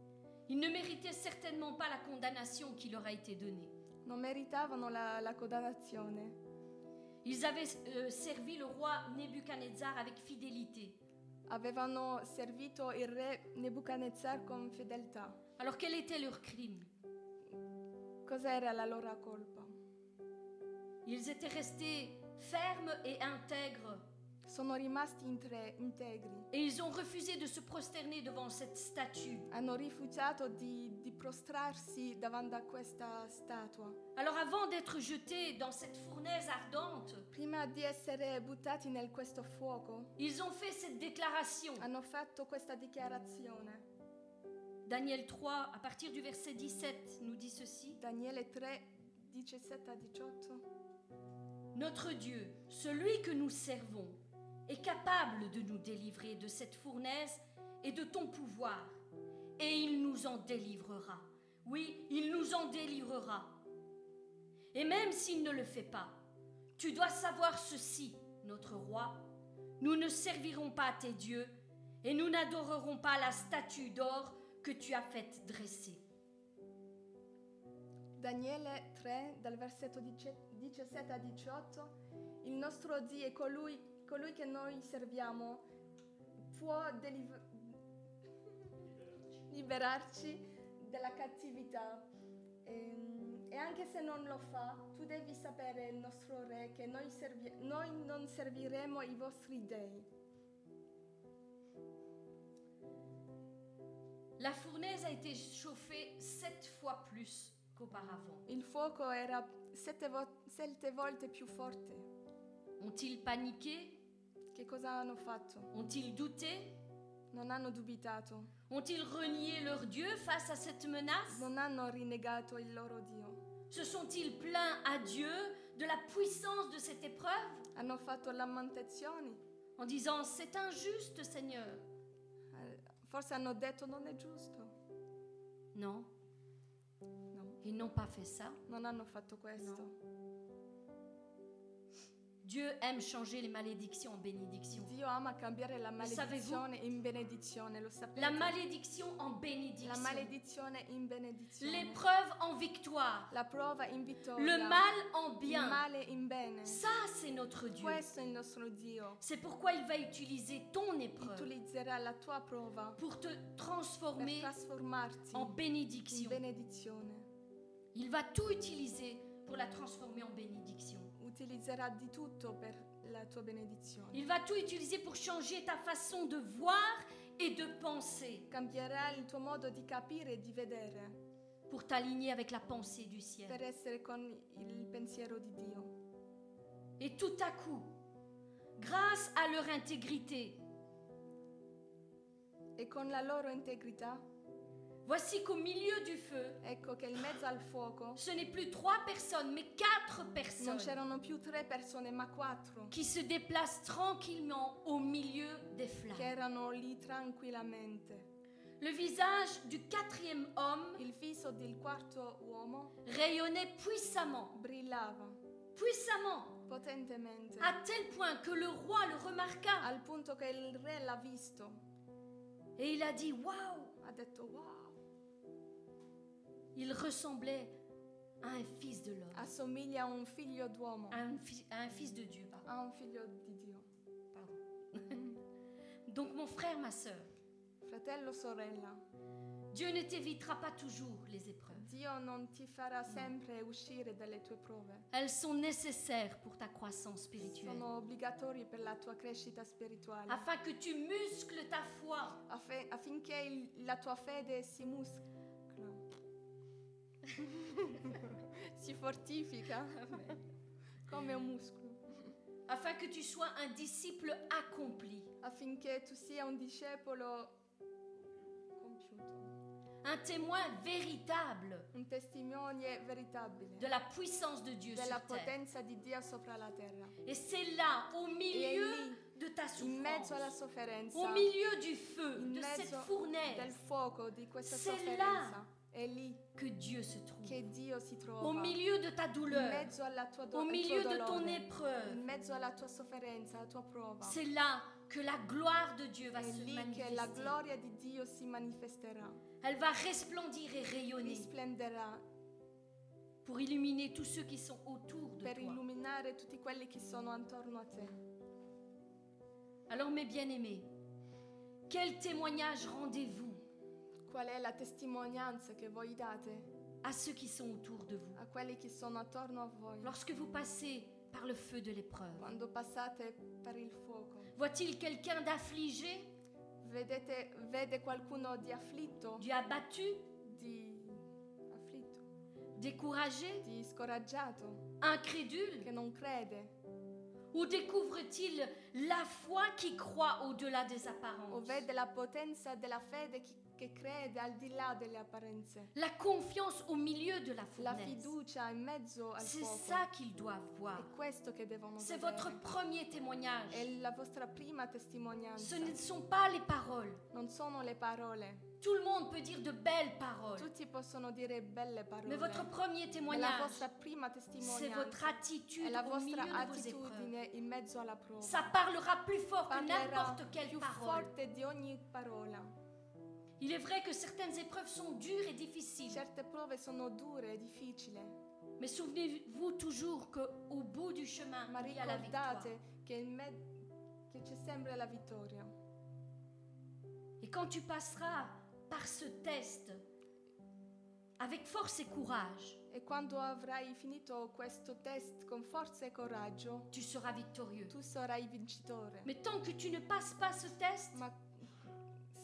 Speaker 4: Ils ne méritaient certainement pas la condamnation qui leur a été donnée.
Speaker 5: Non meritavano la, la condannazione.
Speaker 4: Ils avaient euh, servi le roi Nebuchadnezzar avec fidélité.
Speaker 5: Avevano servito il re Nebuchadnezzar con fedeltà.
Speaker 4: Alors quel était leur crime
Speaker 5: Cos'era la loro colpa?
Speaker 4: Ils étaient restés fermes et intègres
Speaker 5: Sono rimasti in tre- integri.
Speaker 4: et ils ont refusé de se prosterner devant cette statue.
Speaker 5: Hanno rifiutato di, di prostrarsi davanti a questa statua.
Speaker 4: Alors avant d'être jetés dans cette fournaise ardente,
Speaker 5: Prima di essere buttati nel questo fuoco,
Speaker 4: ils ont fait cette déclaration.
Speaker 5: hanno fatto questa dichiarazione.
Speaker 4: Daniel 3, à partir du verset 17, nous dit ceci.
Speaker 5: Daniele 3, 17 a 18.
Speaker 4: Notre Dieu, celui que nous servons, est capable de nous délivrer de cette fournaise et de ton pouvoir. Et il nous en délivrera. Oui, il nous en délivrera. Et même s'il ne le fait pas, tu dois savoir ceci, notre roi. Nous ne servirons pas tes dieux et nous n'adorerons pas la statue d'or que tu as faite dresser.
Speaker 5: Daniele 3, dal versetto 17 a 18, il nostro Dio è colui, colui che noi serviamo, può deliv- liberarci dalla cattività. Ehm, E anche se non lo fa, tu devi sapere, il nostro Re, che noi, servi- noi non serviremo i vostri dei.
Speaker 4: La fournaise a été chauffée sept fois plus qu'auparavant.
Speaker 5: Il fuoco era sette, vo- sette volte più forte.
Speaker 4: Ont-ils paniqué
Speaker 5: Che cosa hanno fatto?
Speaker 4: Ont-ils douté
Speaker 5: non hanno dubitato,
Speaker 4: Ont-ils renié leur Dieu face à cette menace
Speaker 5: non hanno rinnegato il loro Dio,
Speaker 4: Se sont-ils plaints à Dieu de la puissance de cette épreuve
Speaker 5: hanno fatto lamentazioni,
Speaker 4: en disant C'est injuste Seigneur
Speaker 5: eh, forse hanno detto non è giusto,
Speaker 4: Non,
Speaker 5: no,
Speaker 4: ils n'ont pas fait ça.
Speaker 5: non hanno fatto questo.
Speaker 4: Dieu aime changer les malédictions en bénédictions.
Speaker 5: Dio ama cambiare la
Speaker 4: Lo sapevo.
Speaker 5: maledizione in benedizione, lo sapete?
Speaker 4: La malédiction en
Speaker 5: La
Speaker 4: bénédiction.
Speaker 5: maledizione in benedizione,
Speaker 4: L'épreuve en victoire.
Speaker 5: la prova in vittoria,
Speaker 4: Le mal en
Speaker 5: il
Speaker 4: bien.
Speaker 5: male in bene.
Speaker 4: Ça, c'est notre Dieu.
Speaker 5: Questo è il nostro Dio.
Speaker 4: C'est pourquoi il va utiliser ton épreuve
Speaker 5: Utilizzerà la tua prova
Speaker 4: pour te
Speaker 5: per
Speaker 4: transformer
Speaker 5: trasformarti
Speaker 4: en
Speaker 5: in
Speaker 4: bénédiction.
Speaker 5: benedizione.
Speaker 4: Il va tout utiliser pour la transformer en bénédiction.
Speaker 5: Utilizzerà di tutto per la tua benedizione.
Speaker 4: Il va tout utiliser pour changer ta façon de voir et de penser,
Speaker 5: Cambierà il tuo modo di capire e di vedere
Speaker 4: pour t'aligner avec la pensée du ciel.
Speaker 5: per essere con il pensiero di Dio.
Speaker 4: Et tout à coup, grâce à leur intégrité,
Speaker 5: E con la loro integrità,
Speaker 4: voici qu'au milieu du feu,
Speaker 5: ecco che in mezzo al fuoco
Speaker 4: ce n'est plus trois personnes, mais quatre
Speaker 5: non
Speaker 4: personnes
Speaker 5: c'erano più tre persone ma quattro
Speaker 4: qui se déplacent tranquillement au milieu des
Speaker 5: che
Speaker 4: flammes.
Speaker 5: erano lì tranquillamente.
Speaker 4: Le visage du quatrième homme
Speaker 5: Il viso del quarto uomo
Speaker 4: rayonnait puissamment,
Speaker 5: brillava
Speaker 4: puissamment,
Speaker 5: potentemente
Speaker 4: à tel point que le roi le remarqua
Speaker 5: al punto che il re l'ha visto.
Speaker 4: et il a dit Waouh
Speaker 5: Ha detto wow,
Speaker 4: Il ressemblait à un fils de l'homme,
Speaker 5: assomiglia a un figlio d'uomo,
Speaker 4: à un, fi- à un fils de Dieu. pardon.
Speaker 5: a un figlio di Dio.
Speaker 4: Pardon. (laughs) Donc mon frère, ma sœur,
Speaker 5: Fratello, sorella,
Speaker 4: Dieu ne t'évitera pas toujours les épreuves.
Speaker 5: Dio non ti farà sempre uscire dalle tue prove.
Speaker 4: Elles sont nécessaires pour ta croissance spirituelle,
Speaker 5: Sono obbligatori per la tua crescita spirituale
Speaker 4: afin que tu muscles ta foi.
Speaker 5: affe- affinché il- la tua fede si muscola, (laughs) si fortifica (laughs) come un muscolo,
Speaker 4: afin que tu sois un disciple accompli,
Speaker 5: affinché tu sia un discepolo compiuto.
Speaker 4: un témoin véritable
Speaker 5: un testimone veritabile
Speaker 4: de la puissance de Dieu
Speaker 5: della
Speaker 4: sur terre.
Speaker 5: potenza di Dio sopra la terra.
Speaker 4: Et c'est là, au
Speaker 5: E è
Speaker 4: milieu
Speaker 5: lì,
Speaker 4: de ta
Speaker 5: in mezzo alla
Speaker 4: souffrance,
Speaker 5: sofferenza,
Speaker 4: au milieu du feu,
Speaker 5: in
Speaker 4: de cette
Speaker 5: mezzo del
Speaker 4: fournaise,
Speaker 5: fuoco di questa
Speaker 4: Se là-
Speaker 5: sofferenza, è lì
Speaker 4: que Dieu se trouve.
Speaker 5: che Dio si trova.
Speaker 4: Au milieu de ta
Speaker 5: in
Speaker 4: douleur,
Speaker 5: mezzo alla tua do-
Speaker 4: au
Speaker 5: al tuo
Speaker 4: milieu de ton
Speaker 5: dolore,
Speaker 4: épreuve,
Speaker 5: in mezzo alla tua sofferenza, alla tua prova,
Speaker 4: c'est là que la gloire de Dieu va
Speaker 5: è
Speaker 4: se
Speaker 5: lì che la
Speaker 4: manifester.
Speaker 5: gloria di Dio si manifesterà,
Speaker 4: Elle va resplendir et rayonner
Speaker 5: risplenderà
Speaker 4: pour illuminer tous ceux qui sont autour de
Speaker 5: per
Speaker 4: toi.
Speaker 5: illuminare tutti quelli che sono attorno a te.
Speaker 4: Alors mes bien-aimés, quel témoignage rendez-vous
Speaker 5: Qual è la testimonianza che voi date
Speaker 4: à ceux qui sont autour de vous.
Speaker 5: a quelli che sono attorno a voi?
Speaker 4: Lorsque vous passez par le feu de l'épreuve,
Speaker 5: Quando passate per il fuoco,
Speaker 4: voit-il quelqu'un d'affligé,
Speaker 5: vedete, vede qualcuno di afflitto,
Speaker 4: du abattu,
Speaker 5: di afflitto,
Speaker 4: découragé,
Speaker 5: di scoraggiato,
Speaker 4: incrédule
Speaker 5: che non crede,
Speaker 4: Ou découvre-t-il la foi qui croit au-delà des
Speaker 5: o
Speaker 4: apparences
Speaker 5: vede la potenza della fede chi- che crede al di là delle apparenze,
Speaker 4: La confiance au milieu de la
Speaker 5: la
Speaker 4: fournaise
Speaker 5: fiducia in mezzo al
Speaker 4: C'est
Speaker 5: fuoco.
Speaker 4: ça qu'ils doivent voir.
Speaker 5: È questo che devono
Speaker 4: C'est
Speaker 5: vedere.
Speaker 4: votre premier témoignage.
Speaker 5: È la vostra prima testimonianza.
Speaker 4: Ce ne sont pas les paroles.
Speaker 5: Non sono le parole.
Speaker 4: Tout le monde peut dire de belles paroles.
Speaker 5: Tutti possono dire belle
Speaker 4: Mais
Speaker 5: parole.
Speaker 4: votre premier
Speaker 5: Ma la
Speaker 4: témoignage,
Speaker 5: vostra prima
Speaker 4: c'est votre
Speaker 5: testimonianza
Speaker 4: attitude
Speaker 5: è la
Speaker 4: au milieu
Speaker 5: vostra
Speaker 4: de vos épreuves.
Speaker 5: attitudine in mezzo alla prova.
Speaker 4: Ça parlera plus fort que
Speaker 5: Parlerà
Speaker 4: n'importe quelle
Speaker 5: più
Speaker 4: parole.
Speaker 5: forte di ogni parola.
Speaker 4: Il est vrai que certaines épreuves sont dures et difficiles.
Speaker 5: Certe prove sono dure e difficili,
Speaker 4: Mais souvenez-vous toujours qu'au bout du chemin,
Speaker 5: ma
Speaker 4: il y a la victoire.
Speaker 5: ricordate che, in me- che c'è sempre la vittoria.
Speaker 4: Et quand tu passeras par ce test avec force et courage,
Speaker 5: E quando avrai finito questo test con forza e coraggio,
Speaker 4: tu seras victorieux.
Speaker 5: tu sarai vincitore.
Speaker 4: Mais tant que tu ne passes pas ce test,
Speaker 5: Ma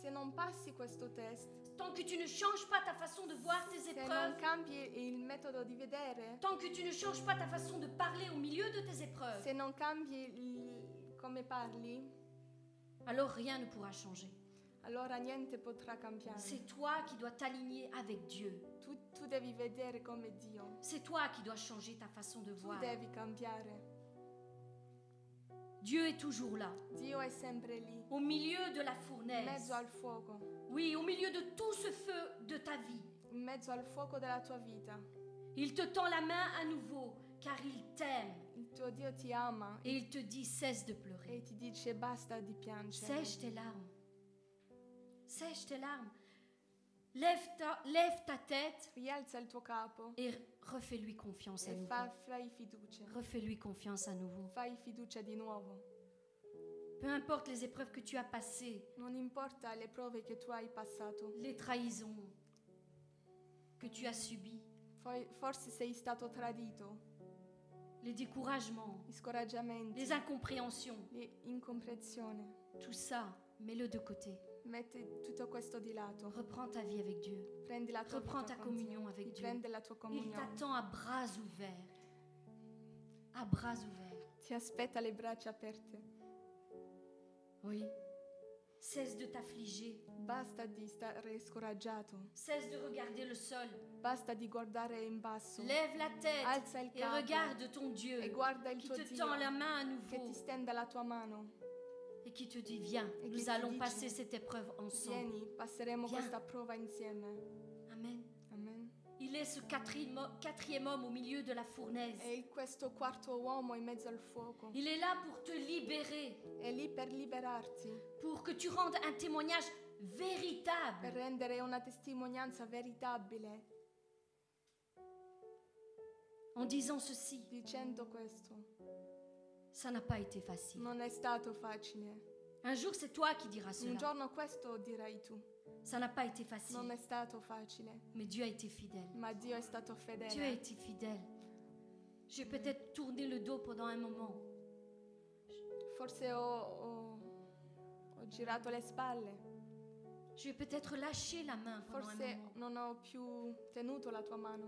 Speaker 5: se non passi questo test,
Speaker 4: tant que tu ne changes pas ta façon de voir tes
Speaker 5: se non
Speaker 4: épreuves,
Speaker 5: cambi il metodo di vedere,
Speaker 4: tant que tu ne changes pas ta façon de parler au milieu de tes épreuves,
Speaker 5: se non cambi il- come parli,
Speaker 4: alors rien ne pourra changer.
Speaker 5: allora niente potrà cambiare.
Speaker 4: C'est toi qui dois t'aligner avec Dieu.
Speaker 5: Tu, tu devi vedere come Dio,
Speaker 4: C'est toi qui dois changer ta façon de
Speaker 5: tu
Speaker 4: voir.
Speaker 5: devi cambiare.
Speaker 4: Dieu est toujours là,
Speaker 5: Dio è sempre lì,
Speaker 4: au milieu de la
Speaker 5: in
Speaker 4: fournaise.
Speaker 5: mezzo al fuoco,
Speaker 4: Oui, au milieu de tout ce feu de ta vie.
Speaker 5: in mezzo al fuoco della tua vita.
Speaker 4: Il te tend la main à nouveau, car il t'aime.
Speaker 5: Il tuo Dio ti ama
Speaker 4: Et il te dit, cesse de pleurer.
Speaker 5: e ti dice basta di piangere.
Speaker 4: Sèche tes larmes. Sèche tes larmes. Lève ta, lève ta tête
Speaker 5: Rialza il tuo capo
Speaker 4: et refais-lui confiance à
Speaker 5: e
Speaker 4: nouveau.
Speaker 5: fa- fai fiducia.
Speaker 4: Refais-lui confiance à nouveau.
Speaker 5: Fai fiducia di nuovo.
Speaker 4: Peu importe les épreuves que tu as passées,
Speaker 5: Non importa le prove che tu hai passato,
Speaker 4: les trahisons que tu as subies,
Speaker 5: Fo- forse sei stato tradito,
Speaker 4: les découragements,
Speaker 5: gli scoraggiamenti,
Speaker 4: les incompréhensions,
Speaker 5: l'incomprensione.
Speaker 4: tout ça, mets-le de côté.
Speaker 5: Metti tutto questo di lato.
Speaker 4: Reprends ta vie avec Dieu.
Speaker 5: Prendi la tua
Speaker 4: Reprends
Speaker 5: vita
Speaker 4: ta
Speaker 5: con Dio.
Speaker 4: communion avec Dieu.
Speaker 5: Riprendi la tua
Speaker 4: Il
Speaker 5: comunione.
Speaker 4: t'attend à bras ouverts. À bras ouverts.
Speaker 5: Ti aspetta le braccia aperte.
Speaker 4: Oui. Cesse de t'affliger.
Speaker 5: Basta di stare scoraggiato.
Speaker 4: Cesse de regarder le sol.
Speaker 5: Basta di guardare in basso.
Speaker 4: Lève la tête
Speaker 5: Alza il
Speaker 4: et
Speaker 5: capo
Speaker 4: regarde ton Dieu
Speaker 5: e guarda il
Speaker 4: qui
Speaker 5: tuo
Speaker 4: te
Speaker 5: Dio
Speaker 4: tend la main à
Speaker 5: che ti
Speaker 4: nouveau
Speaker 5: stenda la tua mano.
Speaker 4: et qui te dit Viens,
Speaker 5: Et qui
Speaker 4: nous
Speaker 5: te
Speaker 4: allons
Speaker 5: dit,
Speaker 4: passer
Speaker 5: Viens.
Speaker 4: cette épreuve ensemble.
Speaker 5: Vieni, passeremo
Speaker 4: Viens.
Speaker 5: questa prova insieme.
Speaker 4: Amen.
Speaker 5: Amen.
Speaker 4: Il est ce quatrième, ho- quatrième homme au milieu de la fournaise.
Speaker 5: E questo quarto uomo in mezzo al fuoco
Speaker 4: Il est là pour te libérer,
Speaker 5: è lì per liberarti,
Speaker 4: pour que tu rendes un témoignage véritable.
Speaker 5: per rendere una testimonianza veritabile,
Speaker 4: En disant ceci,
Speaker 5: dicendo questo.
Speaker 4: ça n'a pas été facile.
Speaker 5: Non è stato facile.
Speaker 4: Un jour, c'est toi qui diras
Speaker 5: Un
Speaker 4: cela.
Speaker 5: giorno questo dirai tu.
Speaker 4: Ça n'a pas été facile.
Speaker 5: Non è stato facile,
Speaker 4: Mais Dieu a été fidèle.
Speaker 5: ma Dio è stato
Speaker 4: Dieu a
Speaker 5: fedele.
Speaker 4: été fidèle. J'ai peut-être tourné le dos pendant un moment.
Speaker 5: Forse ho, ho- ho girato le spalle,
Speaker 4: J'ai peut-être lâché la main pendant un
Speaker 5: forse
Speaker 4: moment.
Speaker 5: non ho più tenuto la tua mano,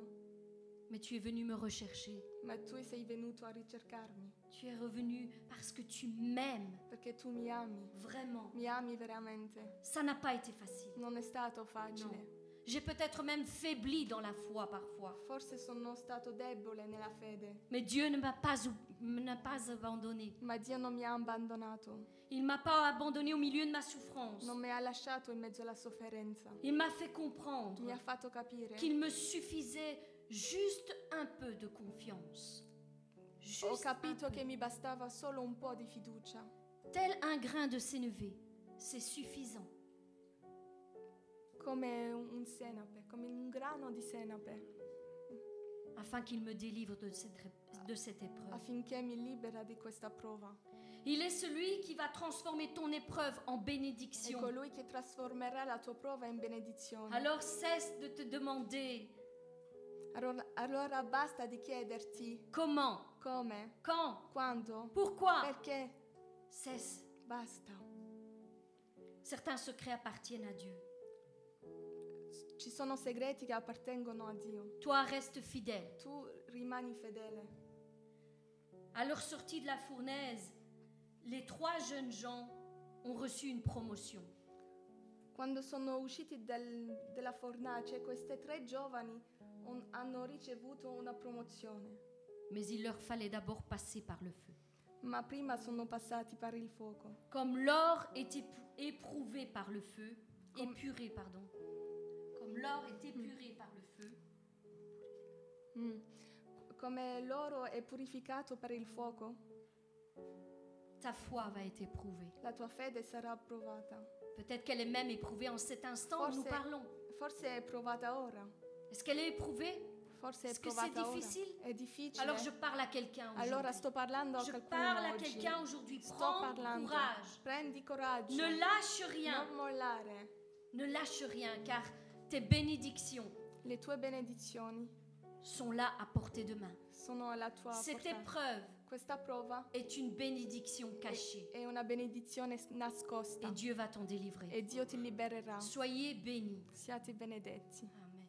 Speaker 4: Mais tu es venu me rechercher.
Speaker 5: ma tu sei venuto a ricercarmi,
Speaker 4: Tu es revenu parce que tu m'aimes
Speaker 5: perché tu mi ami,
Speaker 4: vraiment.
Speaker 5: mi ami veramente.
Speaker 4: Ça n'a pas été facile.
Speaker 5: Non è stato facile,
Speaker 4: J'ai peut-être même faibli dans la foi parfois.
Speaker 5: forse sono stato debole nella fede,
Speaker 4: Mais Dieu ne m'a pas, ou- n'a pas abandonné.
Speaker 5: ma Dio non mi ha abbandonato,
Speaker 4: Il m'a pas abandonné au milieu de ma souffrance.
Speaker 5: non mi ha lasciato in mezzo alla sofferenza,
Speaker 4: Il m'a fait comprendre
Speaker 5: mi ha fatto capire
Speaker 4: qu'il me suffisait juste un peu de confiance. Juste
Speaker 5: Ho
Speaker 4: un
Speaker 5: capito
Speaker 4: peu.
Speaker 5: che mi bastava solo un po' di fiducia.
Speaker 4: Tel un grain de sénévé, c'est suffisant.
Speaker 5: Come un un senape, come un grano di senape,
Speaker 4: afin qu'il me délivre de cette, ré- de cette épreuve.
Speaker 5: affinché mi libera di questa prova.
Speaker 4: Il est celui qui va transformer ton épreuve en
Speaker 5: È
Speaker 4: bénédiction.
Speaker 5: colui che trasformerà la tua prova in benedizione.
Speaker 4: Alors cesse de te demander
Speaker 5: Allora, allora basta di chiederti
Speaker 4: comment,
Speaker 5: come,
Speaker 4: quand,
Speaker 5: quando,
Speaker 4: pourquoi.
Speaker 5: perché.
Speaker 4: Cesse.
Speaker 5: Basta.
Speaker 4: Certains secrets appartiennent à Dieu.
Speaker 5: Ci sono segreti che appartengono a Dio.
Speaker 4: Toi, reste fidèle.
Speaker 5: Tu rimani fedele.
Speaker 4: À leur sortie de la fournaise, les trois jeunes gens ont reçu une promotion.
Speaker 5: Quando sono usciti dal- dalla fornace, questi tre giovani on- hanno ricevuto una promozione.
Speaker 4: Mais il leur fallait d'abord passer par le feu.
Speaker 5: ma prima sono passati per il fuoco.
Speaker 4: Comme l'or est épou- éprouvé par le feu,
Speaker 5: Comme-
Speaker 4: épuré, pardon. Comme l'or est épuré par le feu,
Speaker 5: Mm. Come l'oro è purificato per il fuoco,
Speaker 4: ta foi va être éprouvée.
Speaker 5: la tua fede sarà provata.
Speaker 4: Peut-être qu'elle est même éprouvée en cet instant où nous
Speaker 5: Forse-
Speaker 4: parlons.
Speaker 5: Forse è provata ora,
Speaker 4: Est-ce qu'elle est éprouvée
Speaker 5: forse è
Speaker 4: Est-ce que c'est
Speaker 5: provata ora.
Speaker 4: difficile?
Speaker 5: È difficile.
Speaker 4: Alors je parle à quelqu'un
Speaker 5: Allora
Speaker 4: aujourd'hui.
Speaker 5: sto parlando a
Speaker 4: Je parle
Speaker 5: qualcuno
Speaker 4: à
Speaker 5: oggi.
Speaker 4: quelqu'un aujourd'hui.
Speaker 5: Sto
Speaker 4: Prends
Speaker 5: parlando.
Speaker 4: courage.
Speaker 5: Prendi coraggio.
Speaker 4: Ne lâche rien.
Speaker 5: non mollare.
Speaker 4: Ne lâche rien car tes bénédictions
Speaker 5: Le tue benedizioni
Speaker 4: sont là à portée de main.
Speaker 5: sono alla tua
Speaker 4: Cette
Speaker 5: portata.
Speaker 4: épreuve
Speaker 5: Questa prova
Speaker 4: est une bénédiction cachée
Speaker 5: è una benedizione s- nascosta
Speaker 4: et Dieu va t'en délivrer.
Speaker 5: e Dio ti libererà.
Speaker 4: Soyez bénis.
Speaker 5: Siate benedetti.
Speaker 4: Amen.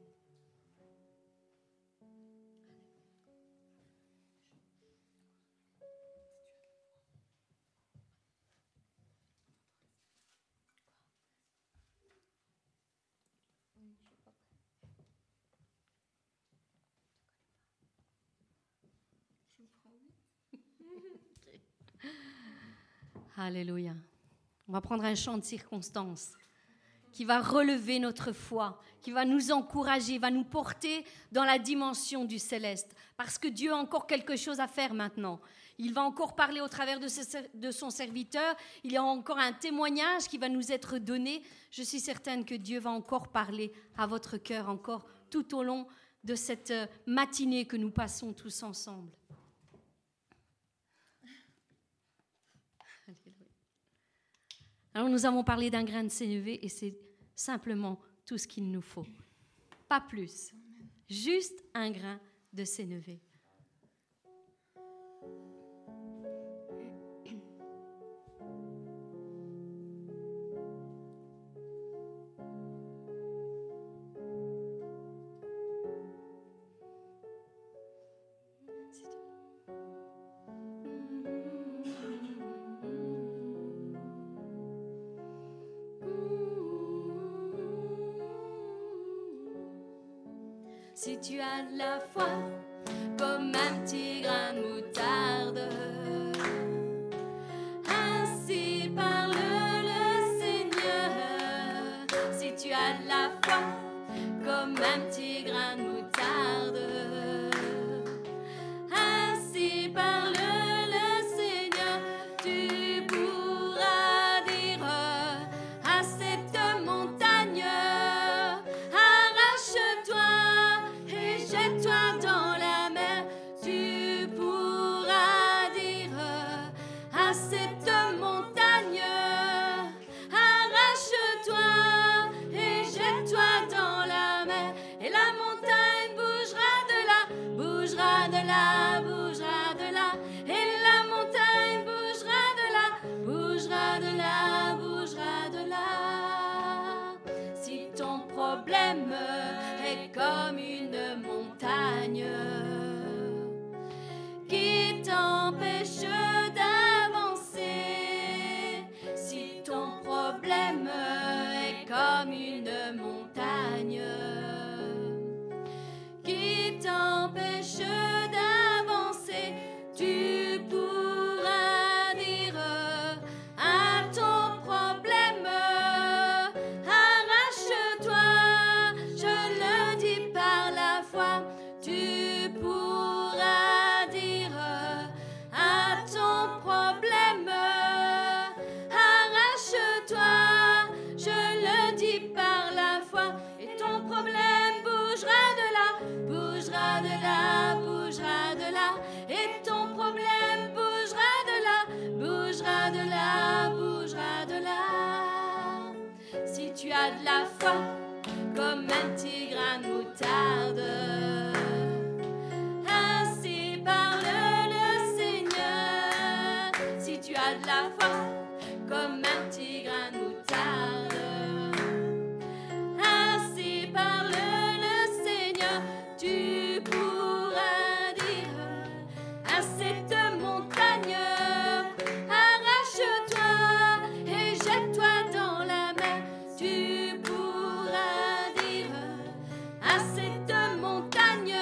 Speaker 6: Alléluia. On va prendre un chant de circonstance qui va relever notre foi, qui va nous encourager, va nous porter dans la dimension du céleste. Parce que Dieu a encore quelque chose à faire maintenant. Il va encore parler au travers de, ses- de son serviteur. Il y a encore un témoignage qui va nous être donné. Je suis certaine que Dieu va encore parler à votre cœur, encore tout au long de cette euh, matinée que nous passons tous ensemble. Alléluia. Alors Hein, nous avons parlé d'un grain de sénévé et c'est simplement tout ce qu'il nous faut. Pas plus. Juste un grain de sénévé.
Speaker 2: Si tu as de la foi, comme un petit grain de moutarde. Ainsi parle le Seigneur. Si tu as de la foi, comme un petit grain de moutarde. Ainsi parle le Seigneur, tu pourras dire à cette montagne, arrache-toi et jette-toi dans la mer. Tu pourras dire à cette montagne, arrache-toi et jette-toi dans la mer. Et la montagne bougera de là, bougera de là, bougera de là. Et la montagne bougera de là, bougera de là, bougera de là. Si ton problème est comme une montagne qui t'empêche d'avancer, si ton problème est comme une montagne qui t'empêche d'avancer, tu pourras dire à ton problème, arrache-toi, je le dis par la foi, tu pourras dire à ton problème, arrache-toi, je le dis par la foi, et ton problème bougera de là, bougera de là, bougera de là, et ton problème bougera de là, bougera de là, bougera de là. Si tu as de la foi, comme un petit grain de moutarde. Ainsi parle le Seigneur. Si tu as de la foi, comme un petit grain de moutarde. Ainsi parle le Seigneur. Tu pourras dire à cette montagne. Arrache-toi et jette-toi dans la mer. Tu pourras dire à cette montagne.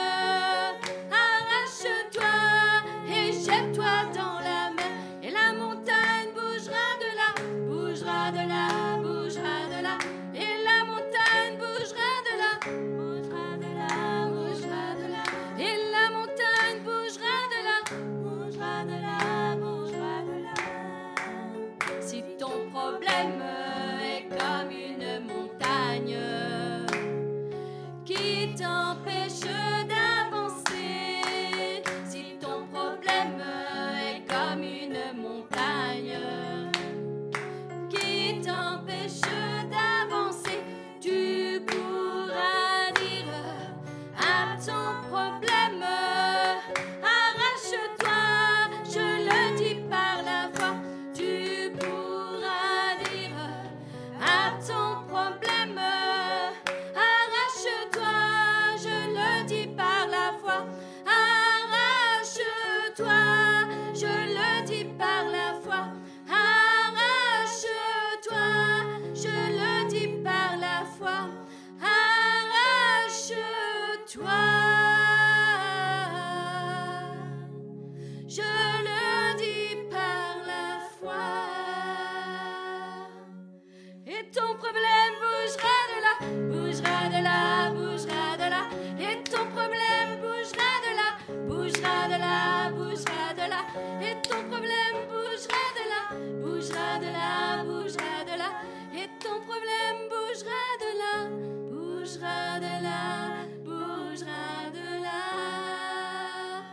Speaker 2: et ton problème bougera de là, bougera de là, bougera de là, et ton problème bougera de là, bougera de là, bougera de là.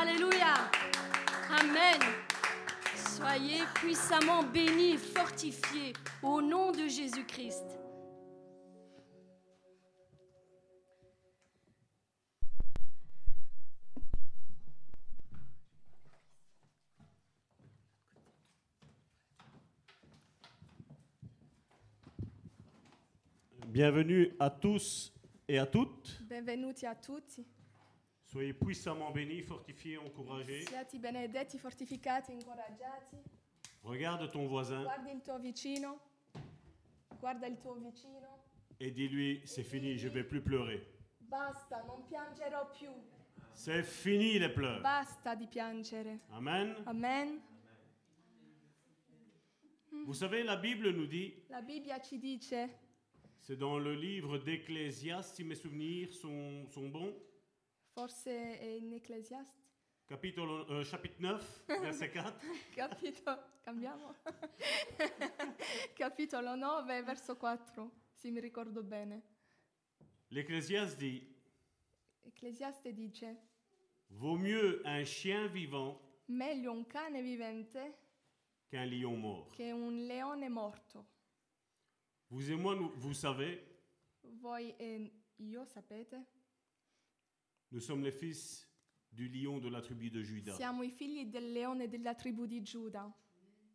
Speaker 4: Alléluia. Amen. Soyez puissamment bénis, fortifiés au nom de Jésus-Christ.
Speaker 7: Bienvenue à tous et à toutes.
Speaker 5: Benvenuti a tutti.
Speaker 7: Soyez puissamment bénis, fortifiés, encouragés.
Speaker 5: Siate benedetti, fortificati, incoraggiati.
Speaker 7: Regarde ton voisin
Speaker 5: Guardi il tuo vicino. Guarda il tuo vicino.
Speaker 7: et dis-lui, c'est fini, je vais plus pleurer.
Speaker 5: Basta, non piangerò più.
Speaker 7: C'est fini les pleurs.
Speaker 5: Basta di piangere.
Speaker 7: Amen.
Speaker 5: Amen.
Speaker 7: Vous savez, la Bible nous dit,
Speaker 5: La Bibbia ci dice,
Speaker 7: c'est dans le livre d'Ecclésiaste, si mes souvenirs sont, sont bons,
Speaker 5: forse è in Ecclesiastes,
Speaker 7: capitolo- euh, chapitre 9, verset 4.
Speaker 5: (laughs) capito? Cambiamo. (laughs) Capitolo 9, verso 4. Se mi ricordo bene.
Speaker 7: L'Ecclésiaste dit,
Speaker 5: Ecclesiaste dice,
Speaker 7: vaut mieux un chien vivant
Speaker 5: meglio un cane vivente
Speaker 7: qu'un lion mort.
Speaker 5: che un leone morto.
Speaker 7: Vous et moi, nous, vous savez,
Speaker 5: Voi e io sapete?
Speaker 7: nous sommes les fils du lion de la tribu de Judas.
Speaker 5: Siamo i figli del leone della tribù di Giuda.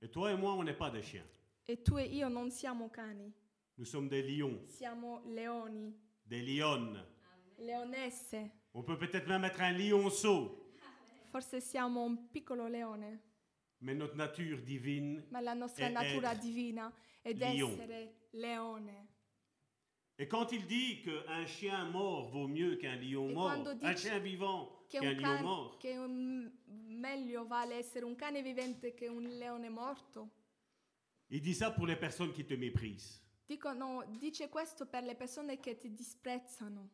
Speaker 7: Et toi et moi, on n'est pas des chiens.
Speaker 5: E tu e io non siamo cani,
Speaker 7: Nous sommes des lions,
Speaker 5: siamo leoni,
Speaker 7: des lionnes.
Speaker 5: leonesse.
Speaker 7: On peut peut-être même être un lionceau,
Speaker 5: Forse siamo un piccolo leone,
Speaker 7: mais notre nature divine
Speaker 5: ma la nostra
Speaker 7: E
Speaker 5: natura
Speaker 7: être
Speaker 5: divina è
Speaker 7: lion.
Speaker 5: essere leone.
Speaker 7: Et quand il dit qu'un chien mort vaut mieux qu'un lion
Speaker 5: Et
Speaker 7: mort,
Speaker 5: quando dice
Speaker 7: un chien vivant
Speaker 5: Che,
Speaker 7: qu'un
Speaker 5: un
Speaker 7: lion
Speaker 5: cane-
Speaker 7: mort,
Speaker 5: che un- meglio vale essere un cane vivente che un leone morto.
Speaker 7: il dit ça pour les personnes qui te méprisent.
Speaker 5: Dicono, dice questo per le persone che ti disprezzano.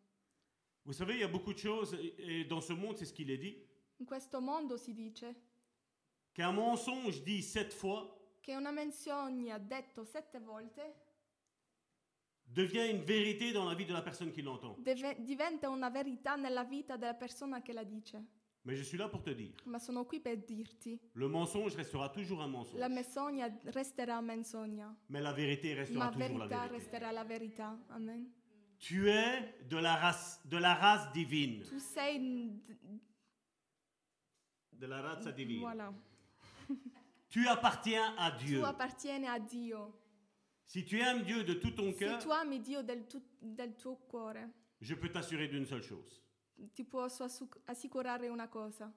Speaker 7: Vous savez, il y a beaucoup de choses, et et dans ce monde, c'est ce qu'il est dit,
Speaker 5: In questo mondo si dice
Speaker 7: qu'un mensonge dit sept fois
Speaker 5: che una menzogna detto sette volte
Speaker 7: devient une vérité dans la vie de la personne qui l'entend.
Speaker 5: deve- diventa una verità nella vita della persona che la dice.
Speaker 7: Mais je suis là pour te dire,
Speaker 5: Ma sono qui per dirti,
Speaker 7: le mensonge restera toujours un mensonge,
Speaker 5: la menzogna resterà menzogna,
Speaker 7: mais la vérité restera
Speaker 5: ma
Speaker 7: toujours la
Speaker 5: verità
Speaker 7: vérité.
Speaker 5: resterà la verità. Amen.
Speaker 7: Tu es de la race, de la race divine,
Speaker 5: Tu sei... d-
Speaker 7: de la race divine.
Speaker 5: Voilà.
Speaker 7: Tu appartiens à
Speaker 5: Tu
Speaker 7: Dieu.
Speaker 5: appartieni a Dio.
Speaker 7: Si tu aimes Dieu de tout ton
Speaker 5: Se
Speaker 7: cœur,
Speaker 5: tu ami Dio del, tu- del tuo cuore,
Speaker 7: je peux t'assurer d'une seule chose.
Speaker 5: ti posso assu- assicurare una cosa.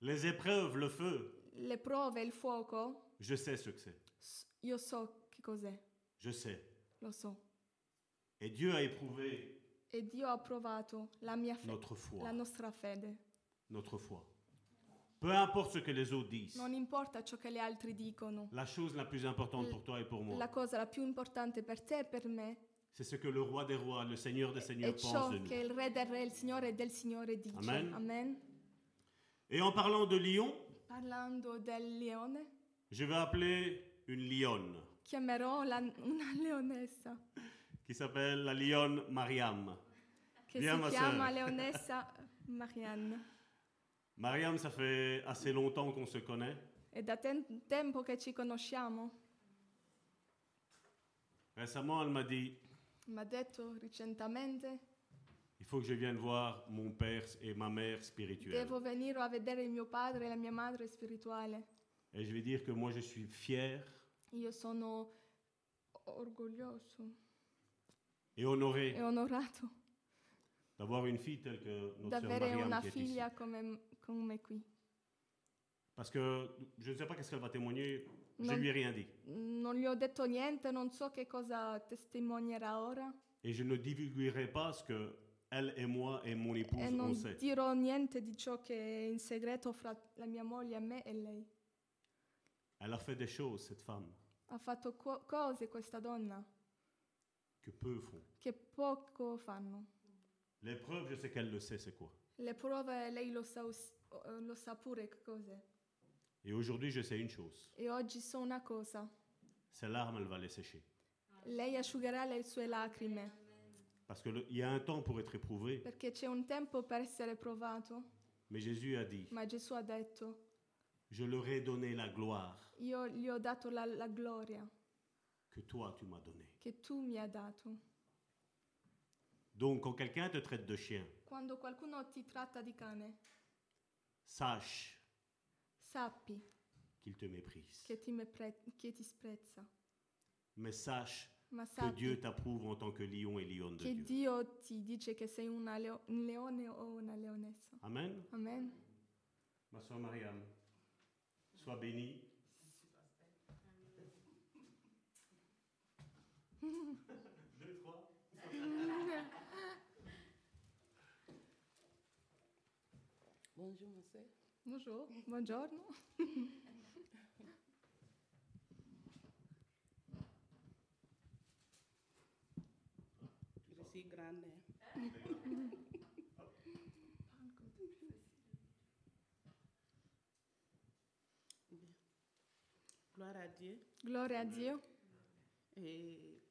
Speaker 7: Les épreuves, le feu,
Speaker 5: Le prove, il fuoco,
Speaker 7: je sais ce que c'est.
Speaker 5: s- io so che cos'è,
Speaker 7: Je sais.
Speaker 5: lo so.
Speaker 7: Et Dieu a éprouvé
Speaker 5: E Dio ha provato la mia fede,
Speaker 7: notre foi.
Speaker 5: la nostra fede.
Speaker 7: Notre foi. Peu importe ce que les autres disent,
Speaker 5: Non importa ciò che gli altri dicono.
Speaker 7: la chose la plus importante pour toi et pour moi,
Speaker 5: La cosa la più importante per te e per me
Speaker 7: c'est ce que le roi des rois, le Seigneur des
Speaker 5: è
Speaker 7: seigneurs
Speaker 5: ciò
Speaker 7: pense de
Speaker 5: che
Speaker 7: nous.
Speaker 5: il Re del Re, il Signore del Signore dice.
Speaker 7: Amen.
Speaker 5: Amen.
Speaker 7: Et en parlant de lion,
Speaker 5: Parlando del leone,
Speaker 7: je vais appeler une lionne
Speaker 5: chiamerò la- una leonessa
Speaker 7: qui s'appelle la lionne Mariam.
Speaker 5: che
Speaker 7: Bien, ma
Speaker 5: si
Speaker 7: sœur.
Speaker 5: chiama leonessa
Speaker 7: (laughs)
Speaker 5: Marianne.
Speaker 7: Mariam, ça fait assez longtemps qu'on se connaît.
Speaker 5: È da ten- tempo che ci conosciamo.
Speaker 7: Récemment, elle m'a dit,
Speaker 5: Mi ha detto recentemente,
Speaker 7: il faut que je vienne voir mon père et ma mère spirituelle.
Speaker 5: devo venire a vedere mio padre e la mia madre spirituale.
Speaker 7: Et je vais dire que moi, je suis fier
Speaker 5: Io sono orgoglioso
Speaker 7: et honoré
Speaker 5: e onorato
Speaker 7: d'avoir une fille telle que notre sœur
Speaker 5: d'avere
Speaker 7: Mariam
Speaker 5: una
Speaker 7: qui est ici.
Speaker 5: figlia come, come qui.
Speaker 7: Parce que je ne sais pas qu'est-ce qu'elle va témoigner, je
Speaker 5: Non.
Speaker 7: lui ai rien dit.
Speaker 5: Non gli ho detto niente, non so che cosa testimonierà ora
Speaker 7: Et je ne divulguerai pas ce que elle et moi et mon
Speaker 5: e
Speaker 7: épouse, on
Speaker 5: non
Speaker 7: sait.
Speaker 5: dirò niente di ciò che è in segreto fra la mia moglie, me e lei.
Speaker 7: Elle a fait des choses, cette femme,
Speaker 5: Ha fatto co- cose questa donna
Speaker 7: que peu font.
Speaker 5: che poco fanno.
Speaker 7: L'épreuve, je sais qu'elle le sait, c'est quoi.
Speaker 5: Le prove lei lo sa, us- eh, lo sa pure che cos'è.
Speaker 7: Et aujourd'hui, je sais une chose,
Speaker 5: E oggi so una cosa,
Speaker 7: ces larmes, elles vont les sécher.
Speaker 5: lei asciugherà le sue lacrime,
Speaker 7: Parce qu'il y a un temps pour être éprouvé,
Speaker 5: perché c'è un tempo per essere provato,
Speaker 7: mais Jésus a dit,
Speaker 5: ma Gesù ha detto,
Speaker 7: je leur ai donné la gloire
Speaker 5: io gli ho dato la, la gloria
Speaker 7: que toi, tu m'as donnée.
Speaker 5: che tu mi hai dato.
Speaker 7: Donc, quand quelqu'un te traite de chien,
Speaker 5: Quando qualcuno ti tratta di cane,
Speaker 7: sache
Speaker 5: sappi
Speaker 7: qu'il te méprise,
Speaker 5: che ti, me pre- che ti sprezza,
Speaker 7: mais sache
Speaker 5: ma
Speaker 7: que Dieu
Speaker 5: sappi
Speaker 7: t'approuve en tant que lion et lionne de
Speaker 5: che
Speaker 7: Dieu.
Speaker 5: Dio ti dice che sei una leo- un leone o una leonessa.
Speaker 7: Amen.
Speaker 5: Amen.
Speaker 7: Ma soeur Marianne, sois bénie. Deux, trois.
Speaker 8: Bonjour, monsieur.
Speaker 5: Bonjour, buongiorno. (laughs)
Speaker 8: Je suis grande. Bien. Gloire à Dieu.
Speaker 5: Gloria a Dio.
Speaker 8: Et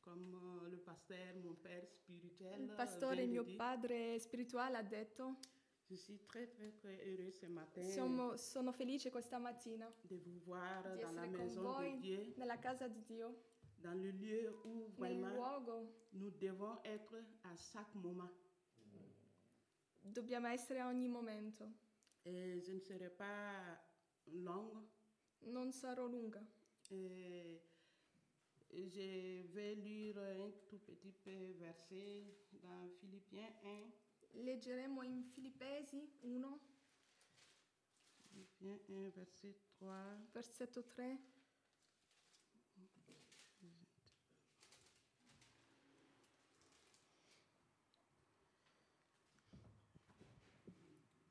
Speaker 8: comme euh, le pasteur, mon père spirituel,
Speaker 5: Il
Speaker 8: euh,
Speaker 5: pastore,
Speaker 8: vient de
Speaker 5: mio
Speaker 8: dire,
Speaker 5: padre spirituale, ha detto,
Speaker 8: je suis très, très, très heureux ce matin
Speaker 5: Siamo- sono felice questa mattina
Speaker 8: de vous voir
Speaker 5: di
Speaker 8: dans la
Speaker 5: essere con
Speaker 8: maison de
Speaker 5: voi
Speaker 8: Dieu,
Speaker 5: nella casa di Dio,
Speaker 8: dans le lieu où
Speaker 5: nel
Speaker 8: vraiment
Speaker 5: luogo.
Speaker 8: nous devons être à chaque moment.
Speaker 5: Dobbiamo essere a ogni momento.
Speaker 8: Et je ne serai pas longue.
Speaker 5: Non sarò lunga.
Speaker 8: Et je vais lire un tout petit peu verset dans Philippiens 1.
Speaker 5: Leggeremo in Filippesi 1,
Speaker 8: Philippiens 1, verset 3.
Speaker 5: versetto 3.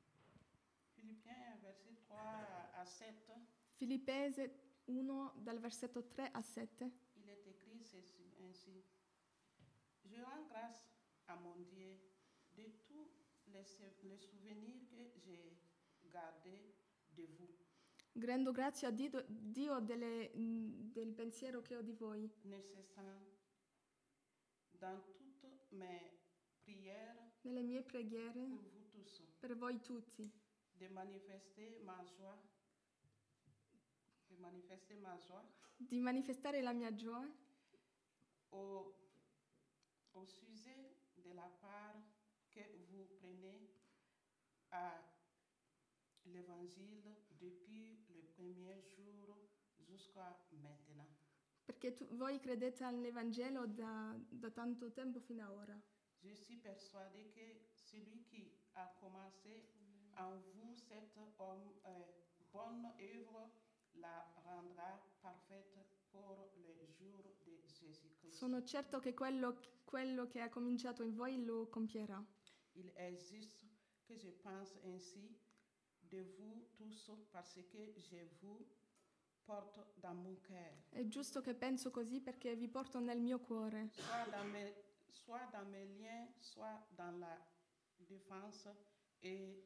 Speaker 8: Philippiens 1, verset 3 à 7.
Speaker 5: Filippese 1, dal versetto 3 a 7.
Speaker 8: Il est écrit ceci, ainsi. Je rends grâce à mon Dieu de tous les, sou- les souvenirs que j'ai gardés de vous,
Speaker 5: Grendo grazie a Dio, Dio delle- del pensiero che ho di voi.
Speaker 8: ne cessant dans toutes mes prières
Speaker 5: nelle mie preghiere
Speaker 8: pour vous tous,
Speaker 5: per voi tutti,
Speaker 8: de manifester ma joie, de manifester ma joie
Speaker 5: di manifestare la mia gioia
Speaker 8: au, au sujet de la part que vous prenez à l'évangile depuis le premier jour jusqu'à maintenant.
Speaker 5: perché tu- voi credete all'Evangelo da, da tanto tempo fino ad ora.
Speaker 8: Je suis persuadée que celui qui a commencé en vous cette homme- euh, bonne œuvre la rendra parfaite pour le jour de Jésus-Christ.
Speaker 5: Sono certo che quello, quello che ha cominciato in voi lo compierà.
Speaker 8: Il est juste que je pense ainsi de vous tous parce que je vous porte dans mon cœur,
Speaker 5: È giusto che penso così perché vi porto nel mio cuore,
Speaker 8: soit dans mes, soit dans mes liens, soit dans la défense et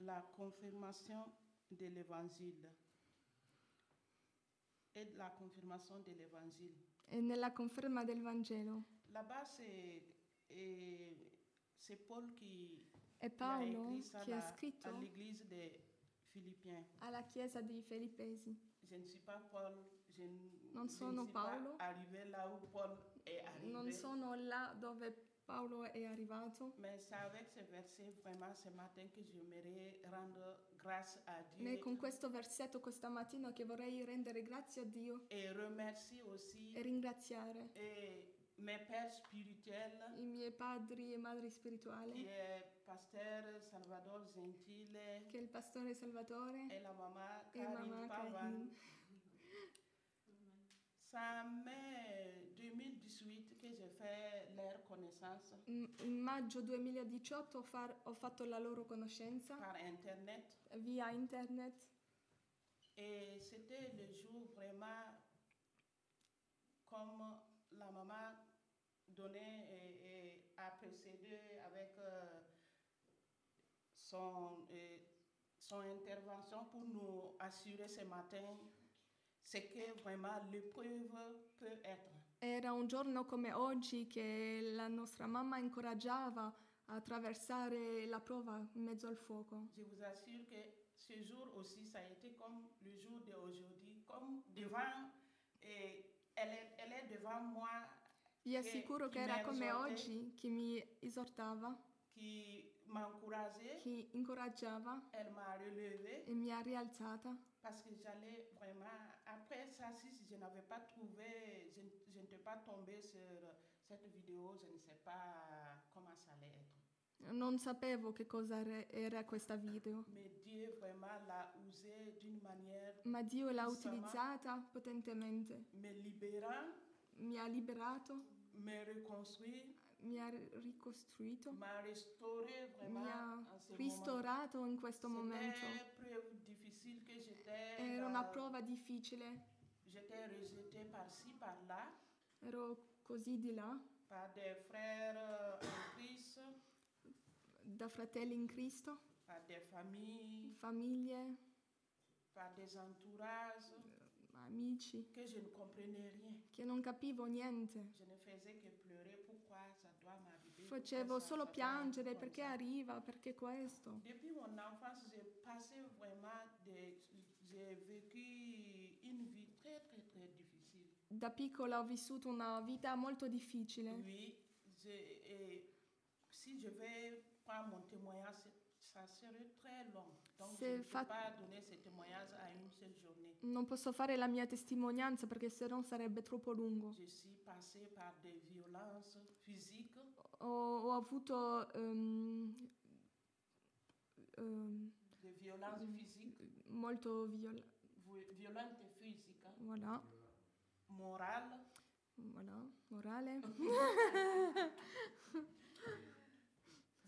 Speaker 8: la confirmation de l'évangile. Et de la confirmation de l'évangile.
Speaker 5: e nella conferma del Vangelo.
Speaker 8: Là-bas, c'est et c'est Paul qui
Speaker 5: È
Speaker 8: qui a
Speaker 5: Paolo
Speaker 8: écrit hein. ça
Speaker 5: che ha
Speaker 8: là- à
Speaker 5: scritto
Speaker 8: l'église des Philippiens.
Speaker 5: alla chiesa dei Filippesi.
Speaker 8: Je ne suis pas Paul. Je, n-
Speaker 5: Non
Speaker 8: je
Speaker 5: sono
Speaker 8: ne suis pas
Speaker 5: Paolo.
Speaker 8: arrivé là où Paul est arrivé.
Speaker 5: Non sono là dove Paolo è arrivato,
Speaker 8: Mais c'est avec ce verset vraiment ce matin que j'aimerais rendre grâce à
Speaker 5: né
Speaker 8: Dieu
Speaker 5: con questo versetto questa mattina che vorrei rendere grazie a Dio
Speaker 8: et remercier aussi
Speaker 5: e ringraziare
Speaker 8: et mes pères spirituels
Speaker 5: i miei padri e madri
Speaker 8: qui
Speaker 5: spirituali,
Speaker 8: est pasteur Salvador Gentile
Speaker 5: che è il pastore Salvatore
Speaker 8: et la maman
Speaker 5: e mamma
Speaker 8: Karine Pavan.
Speaker 5: Karin.
Speaker 8: Ça mai 2018 que j'ai fait leur connaissance
Speaker 5: Mm, In maggio 2018 ho, far- ho fatto la loro conoscenza
Speaker 8: par Internet.
Speaker 5: via internet
Speaker 8: Et c'était le jour vraiment comme la maman donnait et, et a précédé avec euh, son, euh, son intervention pour nous assurer ce matin, c'est que vraiment l'épreuve peut être.
Speaker 5: Era un giorno come oggi che la nostra mamma incoraggiava a attraversare la prova in mezzo al fuoco.
Speaker 8: Je vous assure que ce jour aussi, ça a été comme le jour d'aujourd'hui, comme devant, et elle est, elle est devant moi
Speaker 5: Vi assicuro che era come oggi che mi esortava,
Speaker 8: qui m'a encouragée,
Speaker 5: che incoraggiava
Speaker 8: elle m'a relevée
Speaker 5: e mi ha rialzata.
Speaker 8: parce que j'allais vraiment. Après ça, si je n'avais pas trouvé, je, n- je n'étais pas tombée sur cette vidéo, je ne sais pas comment ça allait être.
Speaker 5: Non sapevo che cosa re- era questa video,
Speaker 8: Mais Dieu vraiment l'a usé d'une manière
Speaker 5: ma Dio l'ha
Speaker 8: Insomma.
Speaker 5: utilizzata potentemente.
Speaker 8: me libérant,
Speaker 5: Mi ha liberato,
Speaker 8: me reconstruit,
Speaker 5: mi ha ri- ricostruito,
Speaker 8: m'a restauré
Speaker 5: mi
Speaker 8: vraiment
Speaker 5: ha
Speaker 8: en ce moment.
Speaker 5: ristorato in questo momento.
Speaker 8: C'était une preuve difficile que j'étais.
Speaker 5: Era una
Speaker 8: dans-
Speaker 5: prova difficile,
Speaker 8: J'étais rejetée par-ci, par-là,
Speaker 5: ero così di là,
Speaker 8: par des frères euh, en Christ,
Speaker 5: da fratelli in Cristo,
Speaker 8: par des familles,
Speaker 5: famiglie,
Speaker 8: par des entourages,
Speaker 5: amici,
Speaker 8: que je ne comprenais rien.
Speaker 5: che non capivo niente.
Speaker 8: Je ne faisais que pleurer. Pourquoi ça doit m'arriver Pourquoi
Speaker 5: Facevo
Speaker 8: ça-
Speaker 5: solo
Speaker 8: ça doit arriver
Speaker 5: piangere
Speaker 8: comme
Speaker 5: perché
Speaker 8: ça
Speaker 5: arriva, perché questo.
Speaker 8: Depuis mon enfance, j'ai passé vraiment des... J'ai vécu une vie très, très, très difficile.
Speaker 5: Da piccola ho vissuto una vita molto difficile.
Speaker 8: Oui, je- et si je vais prendre mon témoignage, ça serait très long. Donc, je
Speaker 5: C'est
Speaker 8: ne peux
Speaker 5: fat-
Speaker 8: pas donner ce témoignage à une seule journée.
Speaker 5: Non posso fare la mia testimonianza perché se no sarebbe troppo lungo.
Speaker 8: Je suis passée par des violences physiques,
Speaker 5: Ho, ho avuto ehm, ehm,
Speaker 8: des violences physiques,
Speaker 5: molto viol-
Speaker 8: vi- violentes physiques, hein,
Speaker 5: voilà,
Speaker 8: morales,
Speaker 5: voilà,
Speaker 8: (laughs)
Speaker 5: morale.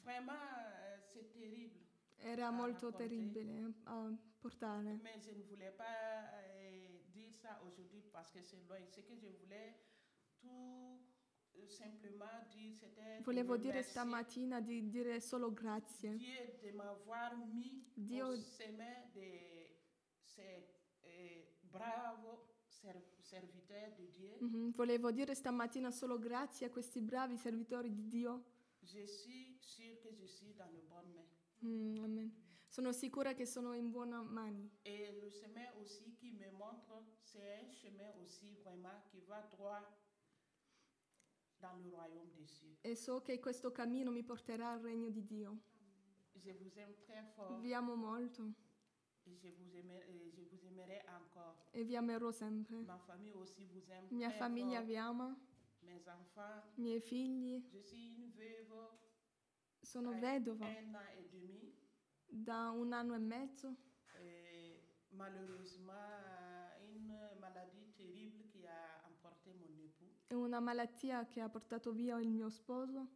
Speaker 8: Vraiment, euh, c'est terrible.
Speaker 5: Era
Speaker 8: Ah,
Speaker 5: molto
Speaker 8: racconti.
Speaker 5: terribile ah, a portare.
Speaker 8: Mais je ne voulais pas euh, dire ça aujourd'hui parce que c'est loin. Ce que je voulais tout euh, simplement dire, c'était. de
Speaker 5: Volevo dire
Speaker 8: remercier
Speaker 5: stamattina di dire solo grazie.
Speaker 8: Dieu de m'avoir mis
Speaker 5: Dio-
Speaker 8: au chemin de ces euh, braves serv- serviteurs de Dieu.
Speaker 5: Mhm, Volevo dire stamattina solo grazie a questi bravi servitori di Dio.
Speaker 8: Je suis sûre que je suis dans le bon mains.
Speaker 5: Mm, amen. Sono sicura che sono in buone mani.
Speaker 8: Et le chemin aussi qui me montre, c'est un chemin aussi vraiment qui va droit dans le royaume des cieux.
Speaker 5: E so che questo cammino mi porterà al regno di Dio.
Speaker 8: Je vous aime très fort
Speaker 5: Vi amo molto
Speaker 8: et je vous aimerai, et je vous aimerai encore.
Speaker 5: e vi amerò sempre.
Speaker 8: Ma famille aussi vous aime.
Speaker 5: Mia
Speaker 8: très
Speaker 5: famiglia
Speaker 8: fort.
Speaker 5: vi ama,
Speaker 8: Mes enfants,
Speaker 5: i miei figli.
Speaker 8: je suis une veuve
Speaker 5: Sono
Speaker 8: Eh,
Speaker 5: vedova
Speaker 8: un an et demi.
Speaker 5: da un anno e mezzo.
Speaker 8: Et malheureusement, une maladie terrible qui a emporté mon époux.
Speaker 5: È una malattia che ha portato via il mio sposo.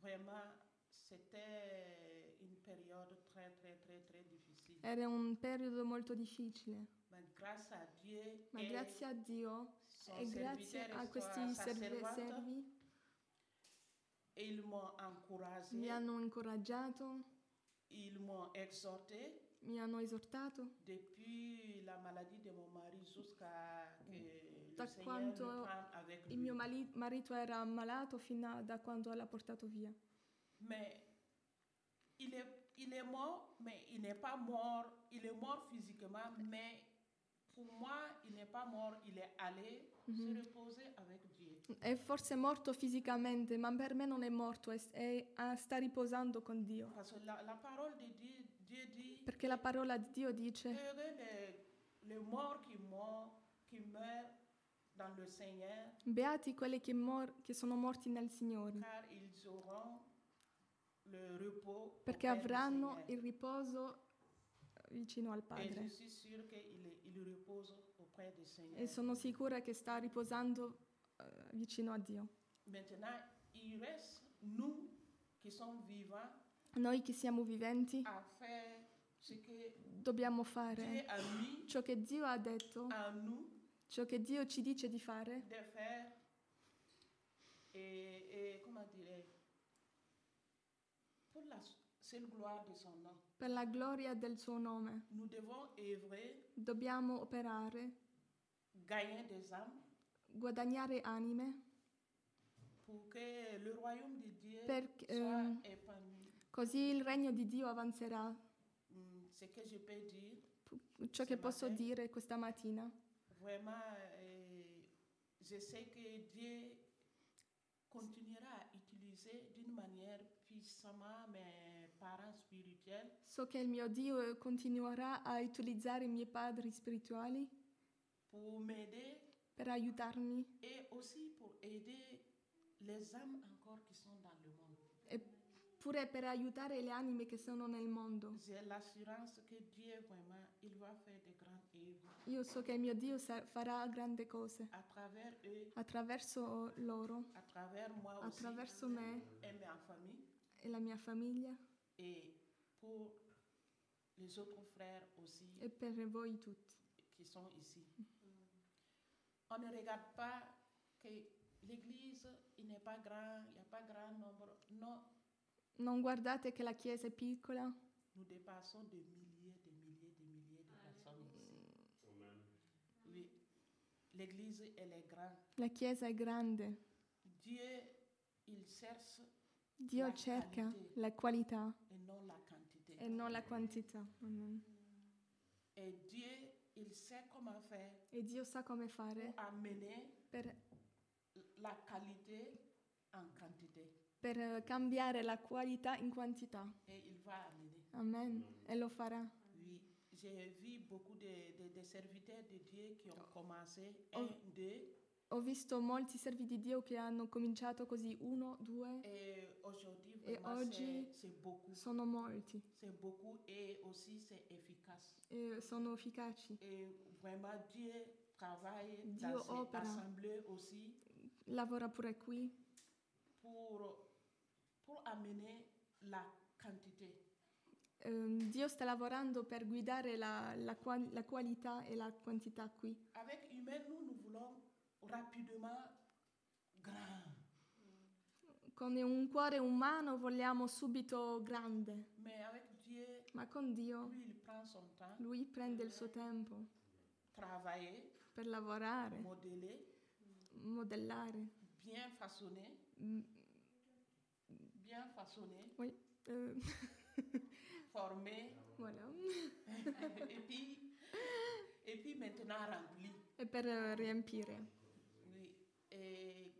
Speaker 8: Vraiment, c'était une période très, très, très, très difficile.
Speaker 5: Era un periodo molto difficile.
Speaker 8: Mais grâce à Dieu
Speaker 5: Ma
Speaker 8: et
Speaker 5: grazie a Dio
Speaker 8: son
Speaker 5: e grazie
Speaker 8: serviteur
Speaker 5: a
Speaker 8: et
Speaker 5: questi
Speaker 8: sa- sa
Speaker 5: serve-
Speaker 8: servante,
Speaker 5: servi
Speaker 8: ils m'ont encouragé,
Speaker 5: mi hanno incoraggiato,
Speaker 8: ils m'ont exhorté
Speaker 5: mi hanno esortato
Speaker 8: depuis la maladie de mon mari jusqu'à que
Speaker 5: Da
Speaker 8: le Seigneur me
Speaker 5: quanto
Speaker 8: prenne avec
Speaker 5: Il
Speaker 8: lui.
Speaker 5: mio mali- marito era ammalato fino a da quando l'ha portato via.
Speaker 8: Mais il est, il est mort, mais il n'est pas mort. Il est mort physiquement, mais pour moi, il n'est pas mort. Il est allé se reposer avec Dieu.
Speaker 5: È forse morto fisicamente, ma per me non è morto, è, è- ah, sta riposando con Dio.
Speaker 8: Parce que la, la parole de Dieu, Dieu dit
Speaker 5: Perché la parola di Dio dice,
Speaker 8: Heureux les, les morts qui meurent, qui meurent dans le Seigneur,
Speaker 5: beati quelli che, mor- che sono morti nel Signore,
Speaker 8: car ils auront le repos.
Speaker 5: perché
Speaker 8: auprès du
Speaker 5: avranno
Speaker 8: Seigneur.
Speaker 5: il riposo eh, vicino al
Speaker 8: Et je
Speaker 5: Padre.
Speaker 8: suis sûre qu'il est- il repose auprès du Seigneur.
Speaker 5: E sono sicura che sta riposando eh, vicino a Dio.
Speaker 8: Maintenant, il reste nous qui sommes vivants
Speaker 5: Noi che siamo viventi
Speaker 8: à faire ce que
Speaker 5: dobbiamo fare
Speaker 8: Dieu Ah, a mis
Speaker 5: ciò che Dio ha detto,
Speaker 8: en nous
Speaker 5: ciò che Dio ci dice di fare
Speaker 8: de faire et, et comment dirais pour la s- seule gloire de son nom.
Speaker 5: per la gloria del suo nome.
Speaker 8: Nous devons œuvrer,
Speaker 5: Dobbiamo operare,
Speaker 8: gagner des âmes
Speaker 5: guadagnare anime,
Speaker 8: pour que le royaume de Dieu
Speaker 5: Per- euh,
Speaker 8: soit épanoui.
Speaker 5: così il regno di Dio avanzerà.
Speaker 8: Hmm, Ce que je peux dire,
Speaker 5: P- Ciò che posso dire questa mattina
Speaker 8: vraiment, euh, je sais que Dieu continuera à utiliser d'une manière puissamment mes parents spirituels
Speaker 5: so che il mio Dio eh, continuerà a utilizzare i miei padri spirituali
Speaker 8: pour m'aider
Speaker 5: per aiutarmi
Speaker 8: et aussi pour aider les âmes encore qui sont dans le monde.
Speaker 5: e pure per aiutare le anime che sono nel mondo.
Speaker 8: J'ai l'assurance que Dieu, vraiment, il va faire de grandes œuvres
Speaker 5: Io so che il mio Dio sa- farà grandi cose
Speaker 8: à travers eux,
Speaker 5: attraverso loro,
Speaker 8: à travers moi aussi
Speaker 5: attraverso me
Speaker 8: et ma famille
Speaker 5: e la mia famiglia
Speaker 8: et pour les autres frères aussi
Speaker 5: e per voi tutti.
Speaker 8: qui sont ici. On ne regarde pas que l'Église, il n'est pas grand, il n'y a pas grand nombre. Non,
Speaker 5: Non guardate che la Chiesa è piccola,
Speaker 8: nous dépassons des milliers, des milliers, des milliers de personnes ici. Oui, l'Église, elle est grande.
Speaker 5: la Chiesa è grande.
Speaker 8: Dieu, il cherche
Speaker 5: Dio
Speaker 8: La
Speaker 5: cerca
Speaker 8: qualità.
Speaker 5: la qualità
Speaker 8: et non la quantité.
Speaker 5: e non la quantità. Amen.
Speaker 8: Et Dieu, il sait comment faire
Speaker 5: E Dio sa come
Speaker 8: pour
Speaker 5: fare
Speaker 8: amener
Speaker 5: per,
Speaker 8: la qualité en quantité.
Speaker 5: per eh, cambiare la qualità in quantità.
Speaker 8: Et il va amener.
Speaker 5: Amen. E lo farà.
Speaker 8: Oui, j'ai vu beaucoup de, de- de serviteurs de Dieu qui ont commencé,
Speaker 5: Oh.
Speaker 8: un, deux,
Speaker 5: Ho visto molti servi di Dio che hanno cominciato così, uno, due,
Speaker 8: et aujourd'hui,
Speaker 5: Et oh,
Speaker 8: vraiment,
Speaker 5: oggi
Speaker 8: c'est- c'est beaucoup.
Speaker 5: sono molti
Speaker 8: C'est beaucoup et aussi c'est efficace.
Speaker 5: e sono efficaci.
Speaker 8: Et vraiment, Dieu travaille
Speaker 5: Dio
Speaker 8: dans cette
Speaker 5: opera.
Speaker 8: assemblée aussi
Speaker 5: Lavora pure qui
Speaker 8: pour, pour amener la quantité.
Speaker 5: Ehm, Dio sta lavorando per guidare la, la qua- la qualità e la quantità qui.
Speaker 8: Avec humain, nous, nous voulons rapidement grand.
Speaker 5: Con un cuore umano vogliamo subito grande,
Speaker 8: Mais avec Dieu,
Speaker 5: ma con Dio
Speaker 8: lui, il prend son temps,
Speaker 5: lui prende il suo tempo
Speaker 8: travailler,
Speaker 5: per lavorare,
Speaker 8: modeler,
Speaker 5: modellare,
Speaker 8: bien façonner,
Speaker 5: mm,
Speaker 8: bien façonner,
Speaker 5: eh, (laughs)
Speaker 8: former,
Speaker 5: voilà.
Speaker 8: (laughs) et puis, et puis maintenant rempli.
Speaker 5: e per eh, riempire.
Speaker 8: Oui. Et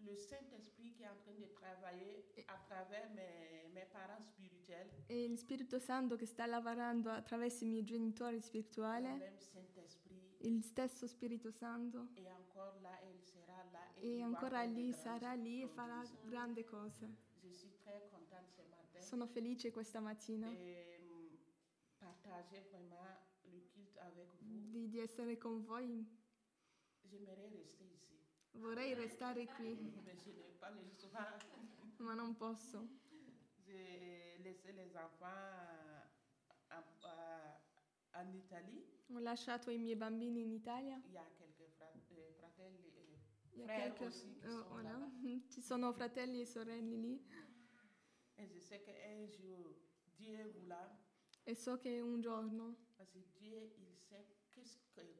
Speaker 8: le Saint-Esprit qui est en train de travailler à travers mes, mes parents spirituels,
Speaker 5: E il Spirito Santo che sta lavorando attraverso i miei genitori
Speaker 8: le
Speaker 5: spirituali,
Speaker 8: même Saint-Esprit
Speaker 5: il stesso Spirito Santo
Speaker 8: est encore là et il sera là. il
Speaker 5: e
Speaker 8: va
Speaker 5: ancora
Speaker 8: faire des
Speaker 5: lì
Speaker 8: grandes
Speaker 5: sarà lì e farà
Speaker 8: conduites.
Speaker 5: grandi cose.
Speaker 8: Je suis très contente ce matin
Speaker 5: Sono felice questa mattina
Speaker 8: de mm, partager vraiment le culte avec vous.
Speaker 5: di, di essere con voi.
Speaker 8: J'aimerais rester ici,
Speaker 5: Vorrei restare qui,
Speaker 8: (laughs) mais je n'ai pas le soin.
Speaker 5: ma non posso.
Speaker 8: J'ai laissé les enfants en- à- en Italie.
Speaker 5: Ho lasciato i miei bambini in Italia. (laughs)
Speaker 8: Il y a quelques fra- euh, fratelli. euh,
Speaker 5: Il y a (laughs)
Speaker 8: Frère
Speaker 5: quelques-
Speaker 8: aussi qui
Speaker 5: eh,
Speaker 8: sono
Speaker 5: voilà.
Speaker 8: là-bas.
Speaker 5: Ci sono fratelli e sorelle lì
Speaker 8: et je sais qu'un jour, Dieu voulant,
Speaker 5: e so che un giorno
Speaker 8: parce que Dieu, il sait qu'est-ce que-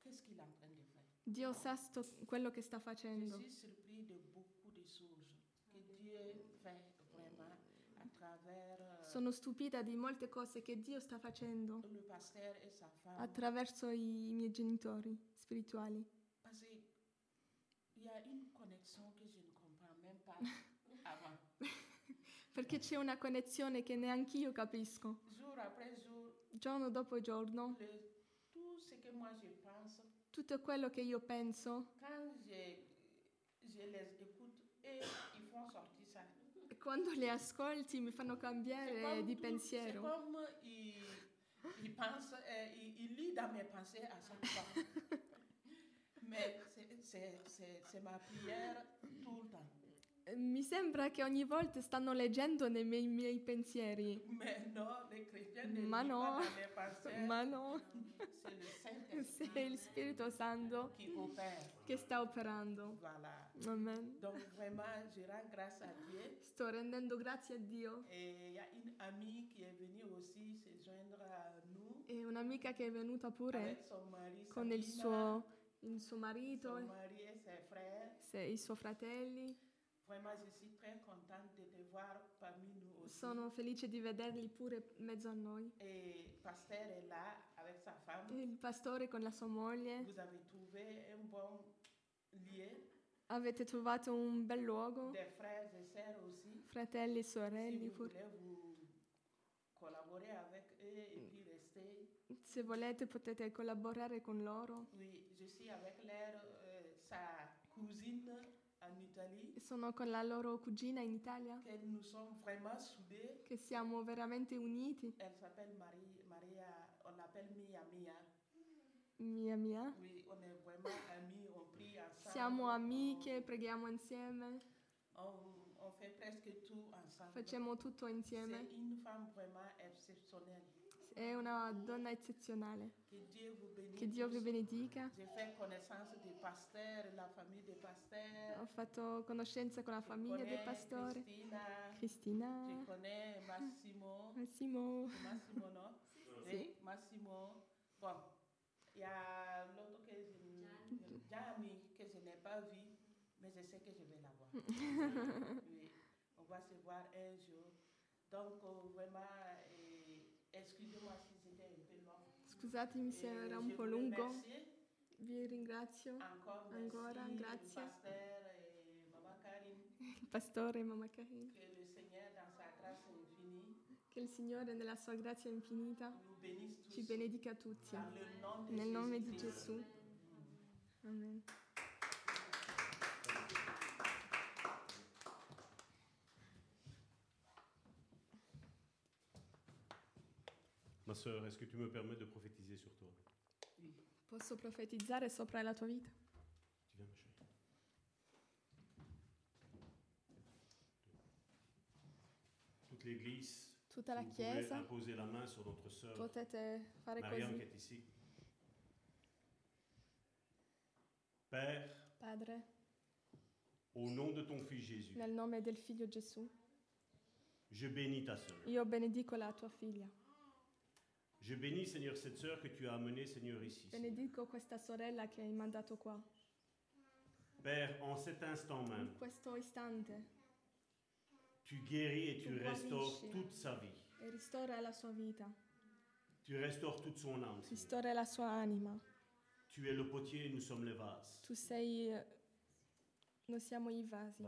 Speaker 8: qu'est-ce qu'il est en train de faire.
Speaker 5: Dio sa sto- quello che sta
Speaker 8: Je
Speaker 5: facendo.
Speaker 8: suis surpris de beaucoup de choses que Dieu fait vraiment à travers euh,
Speaker 5: Sono stupita di molte cose che Dio sta facendo.
Speaker 8: le pasteur et sa femme.
Speaker 5: attraverso i miei genitori spirituali. (laughs)
Speaker 8: Parce qu'il y a une connexion que je ne comprends même pas avant.
Speaker 5: Perché c'è una connessione che neanche io capisco.
Speaker 8: Jour après jour,
Speaker 5: Giorno dopo giorno,
Speaker 8: le- tout ce que moi je pense,
Speaker 5: tutto quello che io penso,
Speaker 8: quand je, je les écoute et ils font sortir ça.
Speaker 5: quando le ascolti mi fanno
Speaker 8: C'est
Speaker 5: cambiare
Speaker 8: comme
Speaker 5: di
Speaker 8: tout- C'est
Speaker 5: pensiero.
Speaker 8: comme ils, ils pensent, euh, ils, ils lisent dans mes pensées à chaque fois. Mais c'est- c'est c'est- c'est ma prière tout le temps.
Speaker 5: Eh, Mi sembra che ogni volta stanno leggendo nei miei, miei pensieri.
Speaker 8: Mais non, les chrétiens ne lisent
Speaker 5: Ma
Speaker 8: pas
Speaker 5: non.
Speaker 8: dans les pensées.
Speaker 5: (laughs) Ma no,
Speaker 8: C'est le
Speaker 5: (laughs)
Speaker 8: Saint-Esprit
Speaker 5: è il Spirito Santo
Speaker 8: qui opère.
Speaker 5: che sta operando.
Speaker 8: Voilà.
Speaker 5: Amen.
Speaker 8: Donc vraiment, je rends grâce à Dieu.
Speaker 5: Sto rendendo grazie a Dio.
Speaker 8: Et il y a une amie qui est venue aussi se joindre à nous
Speaker 5: E un'amica che è venuta
Speaker 8: avec
Speaker 5: pure
Speaker 8: son mari,
Speaker 5: con il
Speaker 8: Sabina,
Speaker 5: suo, il suo
Speaker 8: son
Speaker 5: marito,
Speaker 8: mari et ses frères.
Speaker 5: se- i suoi fratelli.
Speaker 8: Vraiment, je suis très contente de te voir parmi nous aussi.
Speaker 5: Sono felice di vederli pure in mezzo a noi.
Speaker 8: Et Pasteur est là avec sa femme.
Speaker 5: Il pastore con la sua moglie.
Speaker 8: Vous avez trouvé un bon lien,
Speaker 5: Avete trovato un bel luogo,
Speaker 8: des frères et sœurs aussi.
Speaker 5: fratelli e
Speaker 8: Si
Speaker 5: sorelle.
Speaker 8: vous
Speaker 5: pure.
Speaker 8: voulez vous collaborer avec eux et puis rester.
Speaker 5: Se volete potete collaborare con loro.
Speaker 8: Oui, je suis avec leur, euh, sa cousine en Italie,
Speaker 5: Sono con la loro cugina in Italia,
Speaker 8: que nous sommes vraiment soudés.
Speaker 5: che siamo veramente uniti.
Speaker 8: Elle s'appelle Marie, Maria, on l'appelle Mia Mia.
Speaker 5: Mia mia.
Speaker 8: Oui, on est vraiment amis, on prie ensemble.
Speaker 5: Siamo amiche, preghiamo insieme,
Speaker 8: On, on fait presque tout ensemble.
Speaker 5: facciamo tutto insieme.
Speaker 8: C'est une femme vraiment exceptionnelle.
Speaker 5: È una donna eccezionale.
Speaker 8: Que Dieu vous bénisse.
Speaker 5: Che Dio vi benedica.
Speaker 8: J'ai fait connaissance des pasteurs, la famille des pasteurs.
Speaker 5: Ho fatto conoscenza con la
Speaker 8: Je
Speaker 5: famiglia del
Speaker 8: connais
Speaker 5: pastore.
Speaker 8: Christina. Je
Speaker 5: Cristina,
Speaker 8: connais Massimo.
Speaker 5: Massimo.
Speaker 8: Massimo, non Oui, Massimo. Bon, il y a l'autre que je, Gianni, que je n'ai pas vu, mais je sais que je vais la voir. oui, on va se voir un jour. Donc, euh, vraiment, euh, excusez-moi si c'était un peu long.
Speaker 5: Scusatemi se
Speaker 8: Euh,
Speaker 5: era
Speaker 8: je
Speaker 5: un po'
Speaker 8: vous
Speaker 5: lungo.
Speaker 8: remercie.
Speaker 5: Vi ringrazio,
Speaker 8: Encore merci,
Speaker 5: Ancora, grazie.
Speaker 8: pasteur et maman Karim,
Speaker 5: il pastore, mamma Karina.
Speaker 8: que le Seigneur, dans sa grâce infinie,
Speaker 5: Che il Signore, nella sua grazia infinita,
Speaker 8: nous bénisse tous.
Speaker 5: ci benedica tutti.
Speaker 8: Dans le nom de
Speaker 5: Nel nome di
Speaker 8: Jésus-Christ.
Speaker 5: Gesù. Amen.
Speaker 7: Ma sœur, est-ce que tu me permets de prophétiser sur toi
Speaker 5: Posso profetizzare sopra la tua vita?
Speaker 7: Tu viens me chercher. Toute l'église,
Speaker 5: Tutta la
Speaker 7: vous pouvez
Speaker 5: Chiesa,
Speaker 7: imposer la main sur notre sœur
Speaker 5: potete fare
Speaker 7: Marianne qui
Speaker 5: così.
Speaker 7: est ici. Père,
Speaker 5: Padre,
Speaker 7: au nom de ton Fils Jésus,
Speaker 5: nel nome del Figlio Gesù,
Speaker 7: je bénis ta sœur.
Speaker 5: io benedico la tua figlia.
Speaker 7: Je bénis, Seigneur, cette sœur que tu as amenée, Seigneur, ici.
Speaker 5: Benedico questa sorella che hai mandato qua.
Speaker 7: Père, en cet instant même,
Speaker 5: In questo istante
Speaker 7: tu guéris et tu
Speaker 5: Tu
Speaker 7: restaures
Speaker 5: guarisci.
Speaker 7: toute sa vie.
Speaker 5: e ristora la sua vita,
Speaker 7: Tu restaures toute son âme. Seigneur.
Speaker 5: ristora la sua anima.
Speaker 7: Tu es le potier et nous sommes les vases.
Speaker 5: Tu sei. eh, Noi siamo i vasi.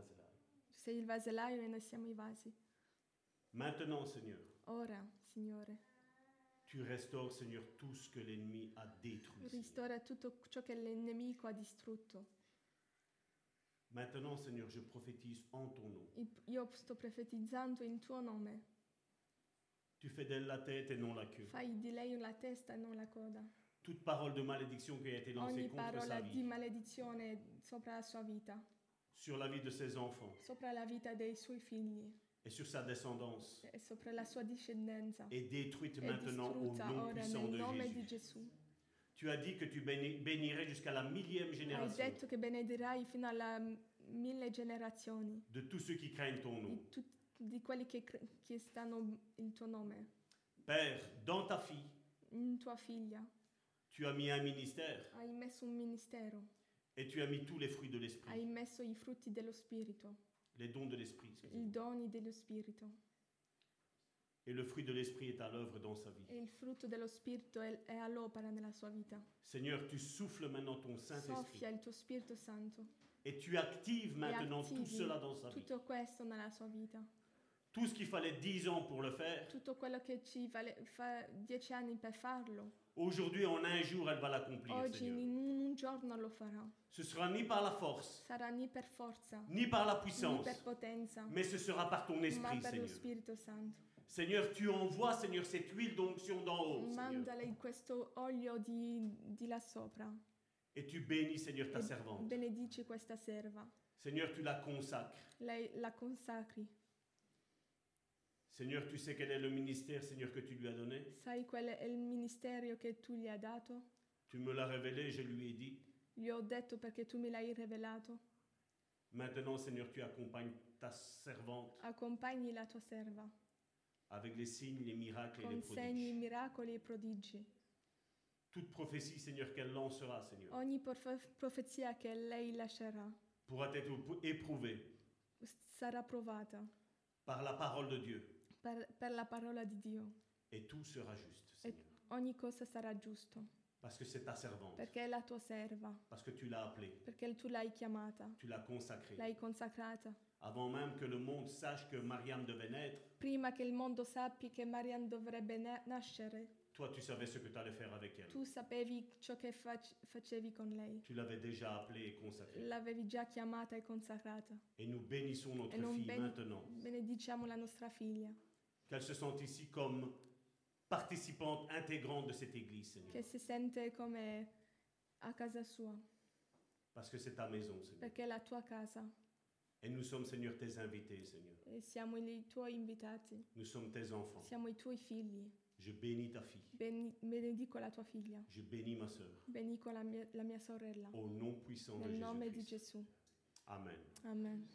Speaker 5: Tu sei il vasellaio e noi siamo i vasi.
Speaker 7: Maintenant, Seigneur,
Speaker 5: Ora, Signore,
Speaker 7: tu restaures, Seigneur, tout ce que l'ennemi a détruit. Seigneur.
Speaker 5: ristora tutto ciò che il nemico ha distrutto.
Speaker 7: Maintenant, Seigneur, je prophétise en ton nom.
Speaker 5: I- Io sto profetizzando in tuo nome.
Speaker 7: Tu fais d'elle la tête et non la queue.
Speaker 5: Fai di lei la testa e non la coda.
Speaker 7: Toute parole de malédiction qui a été lancée
Speaker 5: Ogni
Speaker 7: contre sa
Speaker 5: parola
Speaker 7: vie,
Speaker 5: di maledizione sopra la sua vita,
Speaker 7: sur la vie de ses enfants
Speaker 5: sopra la vita dei suoi figli
Speaker 7: et sur sa descendance,
Speaker 5: e sopra la sua discendenza
Speaker 7: est détruite
Speaker 5: è
Speaker 7: maintenant au
Speaker 5: distrutta
Speaker 7: nom
Speaker 5: ora
Speaker 7: puissant
Speaker 5: nel
Speaker 7: de
Speaker 5: nome
Speaker 7: Jésus.
Speaker 5: di Gesù.
Speaker 7: Tu as dit que tu béni- bénirais jusqu'à la millième
Speaker 5: Hai
Speaker 7: génération
Speaker 5: detto che benedirai fino alla m- mille generazioni
Speaker 7: de tous ceux qui craignent ton nom.
Speaker 5: di, tut- di quelli che, cre- che stanno il tuo nome,
Speaker 7: Père, dans ta fille,
Speaker 5: in tua figlia.
Speaker 7: tu as mis un ministère
Speaker 5: Hai messo un ministero,
Speaker 7: et tu as mis tous les fruits de l'esprit,
Speaker 5: hai messo i frutti dello Spirito,
Speaker 7: les dons de l'esprit. excusez-moi.
Speaker 5: i doni dello Spirito.
Speaker 7: Et le fruit de l'esprit est à l'œuvre dans sa vie.
Speaker 5: E il frutto dello Spirito è, è all'opera nella sua vita.
Speaker 7: Seigneur, tu souffles maintenant ton Saint-Esprit
Speaker 5: Soffia il tuo Spirito Santo.
Speaker 7: et tu actives maintenant tout
Speaker 5: attivi
Speaker 7: cela dans sa vie.
Speaker 5: tutto questo nella sua vita,
Speaker 7: Tout ce qu'il fallait dix ans pour le faire,
Speaker 5: tutto quello che ci vale fa dieci anni per farlo,
Speaker 7: aujourd'hui en un jour, elle va l'accomplir,
Speaker 5: oggi
Speaker 7: Seigneur.
Speaker 5: in un, un giorno lo farà.
Speaker 7: Ce sera ni par la force,
Speaker 5: Sarà né per forza,
Speaker 7: ni par la
Speaker 5: né
Speaker 7: puissance,
Speaker 5: per potenza,
Speaker 7: mais ce sera par ton
Speaker 5: ma
Speaker 7: esprit,
Speaker 5: per lo
Speaker 7: Seigneur.
Speaker 5: Spirito Santo.
Speaker 7: Seigneur, tu envoies, Seigneur, cette huile d'onction d'en haut, Oh, Seigneur.
Speaker 5: Mandale questo olio di, di là sopra
Speaker 7: Et tu bénis, Seigneur, ta
Speaker 5: e
Speaker 7: servante.
Speaker 5: benedici questa serva.
Speaker 7: Seigneur, tu la consacres.
Speaker 5: Lei la consacri.
Speaker 7: Seigneur, tu sais quel est le ministère, Seigneur, que tu lui as donné.
Speaker 5: Sai qual è il ministero che tu gli hai dato?
Speaker 7: Tu me l'as révélé, je lui ai dit.
Speaker 5: Gli ho detto perché tu me l'hai rivelato.
Speaker 7: Maintenant, Seigneur, tu accompagnes ta servante
Speaker 5: Accompagni la tua serva.
Speaker 7: avec les signes, les miracles et les
Speaker 5: Con segni,
Speaker 7: prodiges.
Speaker 5: miracoli e prodigi.
Speaker 7: Toute prophétie, Seigneur, qu'elle lancera, Seigneur,
Speaker 5: Ogni porf- profezia che lei lascerà
Speaker 7: pourra être épou- éprouvée
Speaker 5: sarà provata
Speaker 7: par la parole de Dieu.
Speaker 5: per, per la parola di Dio.
Speaker 7: Et tout sera juste,
Speaker 5: E
Speaker 7: Seigneur.
Speaker 5: ogni cosa sarà giusto,
Speaker 7: Parce que c'est ta servante.
Speaker 5: perché è la tua serva,
Speaker 7: Parce que tu l'as appelée.
Speaker 5: perché tu l'hai chiamata,
Speaker 7: Tu l'as consacrée.
Speaker 5: l'hai consacrata.
Speaker 7: Avant même que le monde sache que Mariam devait naître,
Speaker 5: Prima che il mondo sappi che Marian dovrebbe na- nascere,
Speaker 7: toi, tu savais ce que tu allais faire avec elle.
Speaker 5: tu sapevi ciò che fac- facevi con lei.
Speaker 7: Tu l'avais déjà appelée et consacrée.
Speaker 5: L'avevi già chiamata e consacrata.
Speaker 7: Et nous bénissons notre
Speaker 5: E non
Speaker 7: fille
Speaker 5: ben-
Speaker 7: maintenant.
Speaker 5: benediciamo la nostra figlia,
Speaker 7: Qu'elle se sente ici comme participante intégrante de cette église, Seigneur.
Speaker 5: che si sente come a casa sua,
Speaker 7: Parce que c'est ta maison, Seigneur.
Speaker 5: perché è la tua casa
Speaker 7: Et nous sommes, Seigneur, tes invités, Seigneur.
Speaker 5: e siamo i tuoi invitati,
Speaker 7: Nous sommes tes enfants.
Speaker 5: siamo i tuoi figli.
Speaker 7: Je bénis ta fille.
Speaker 5: Beni- benedico la tua figlia,
Speaker 7: Je bénis ma sœur.
Speaker 5: benedico la mia, la mia sorella,
Speaker 7: Au nom puissant de
Speaker 5: nel nome di
Speaker 7: Jésus-Christ.
Speaker 5: Gesù.
Speaker 7: Amen.
Speaker 5: Amen.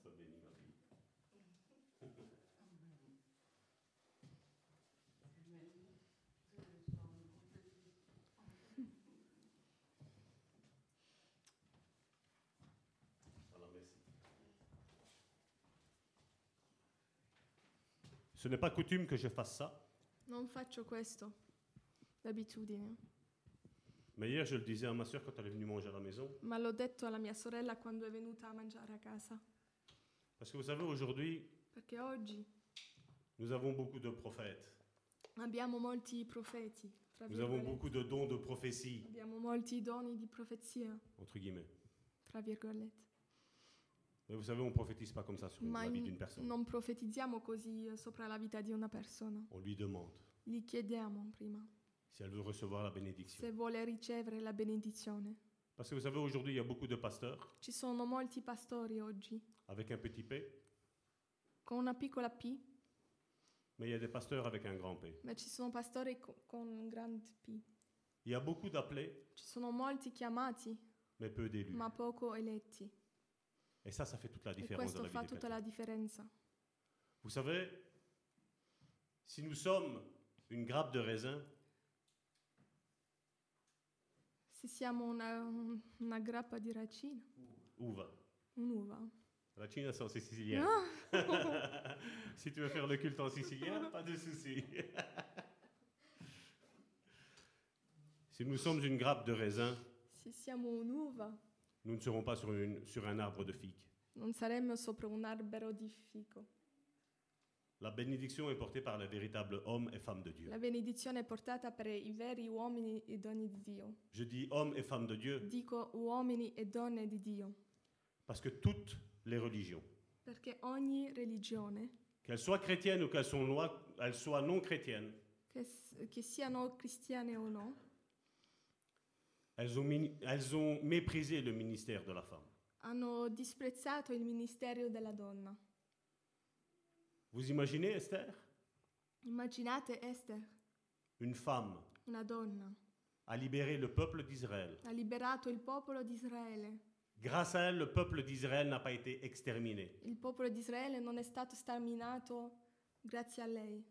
Speaker 7: Sois bénie, ma fille. Voilà, merci. Ce n'est pas coutume que je fasse ça,
Speaker 5: Non faccio questo d'abitudine,
Speaker 7: mais hier je le disais à ma soeur quand elle est venue manger à la maison.
Speaker 5: ma l'ho detto alla mia sorella quando è venuta a mangiare a casa,
Speaker 7: Parce que vous savez, aujourd'hui,
Speaker 5: perché oggi
Speaker 7: nous avons beaucoup de prophètes,
Speaker 5: abbiamo molti profeti, tra
Speaker 7: nous avons
Speaker 5: virgolette.
Speaker 7: beaucoup de dons de prophétie,
Speaker 5: abbiamo molti doni di profezia,
Speaker 7: entre guillemets.
Speaker 5: tra virgolette.
Speaker 7: Mais vous savez, on ne prophétise pas comme ça sur une-
Speaker 5: Ma
Speaker 7: la vie d'une
Speaker 5: in-
Speaker 7: personne.
Speaker 5: non profetizziamo così eh, sopra la vita di una persona.
Speaker 7: On lui demande
Speaker 5: Gli chiediamo prima
Speaker 7: si elle veut recevoir la bénédiction.
Speaker 5: se vuole ricevere la benedizione.
Speaker 7: Parce que vous savez, aujourd'hui, il y a beaucoup de pasteurs
Speaker 5: Ci sono molti pastori oggi,
Speaker 7: avec un petit P,
Speaker 5: con una piccola P,
Speaker 7: mais il y a des pasteurs avec un grand P.
Speaker 5: ma ci sono pastori co- con un grande P.
Speaker 7: Il y a beaucoup d'appelés,
Speaker 5: Ci sono molti chiamati,
Speaker 7: mais peu d'élus.
Speaker 5: ma poco eletti.
Speaker 7: Et ça, ça fait toute la
Speaker 5: E
Speaker 7: différence dans
Speaker 5: questo
Speaker 7: la
Speaker 5: fa
Speaker 7: vie des
Speaker 5: tutta la
Speaker 7: chrétiens.
Speaker 5: differenza.
Speaker 7: Vous savez, si nous sommes une grappe de raisin,
Speaker 5: Se siamo una, un- una grappa di racino,
Speaker 7: uva.
Speaker 5: un'uva.
Speaker 7: La Chine, c'est en sicilien. (laughs) si tu veux faire le culte en sicilien, pas de souci. si nous sommes une grappe de raisin,
Speaker 5: Se siamo un'uva,
Speaker 7: nous ne serons pas sur, une- sur un arbre de figue.
Speaker 5: non saremmo sopra un albero di fico.
Speaker 7: La bénédiction est portée par les véritables hommes et femmes de Dieu.
Speaker 5: La benedizione è portata per i veri uomini e donne di Dio.
Speaker 7: Je dis hommes et femmes de Dieu
Speaker 5: Dico uomini e donne di Dio,
Speaker 7: parce que toutes les religions,
Speaker 5: perché ogni religione,
Speaker 7: qu'elles soient chrétiennes ou qu'elles sont loin- elles soient non chrétiennes,
Speaker 5: che, s- che siano cristiane o no,
Speaker 7: elles ont, mini- elles ont méprisé le ministère de la femme.
Speaker 5: hanno disprezzato il ministero della donna.
Speaker 7: Vous imaginez Esther,
Speaker 5: Immaginate Esther,
Speaker 7: une femme,
Speaker 5: una donna,
Speaker 7: a libéré le peuple d'Israël.
Speaker 5: ha liberato il popolo di Israele.
Speaker 7: Grâce à elle, le peuple d'Israël n'a pas été exterminé.
Speaker 5: Il popolo di Israele non è stato sterminato grazie a lei,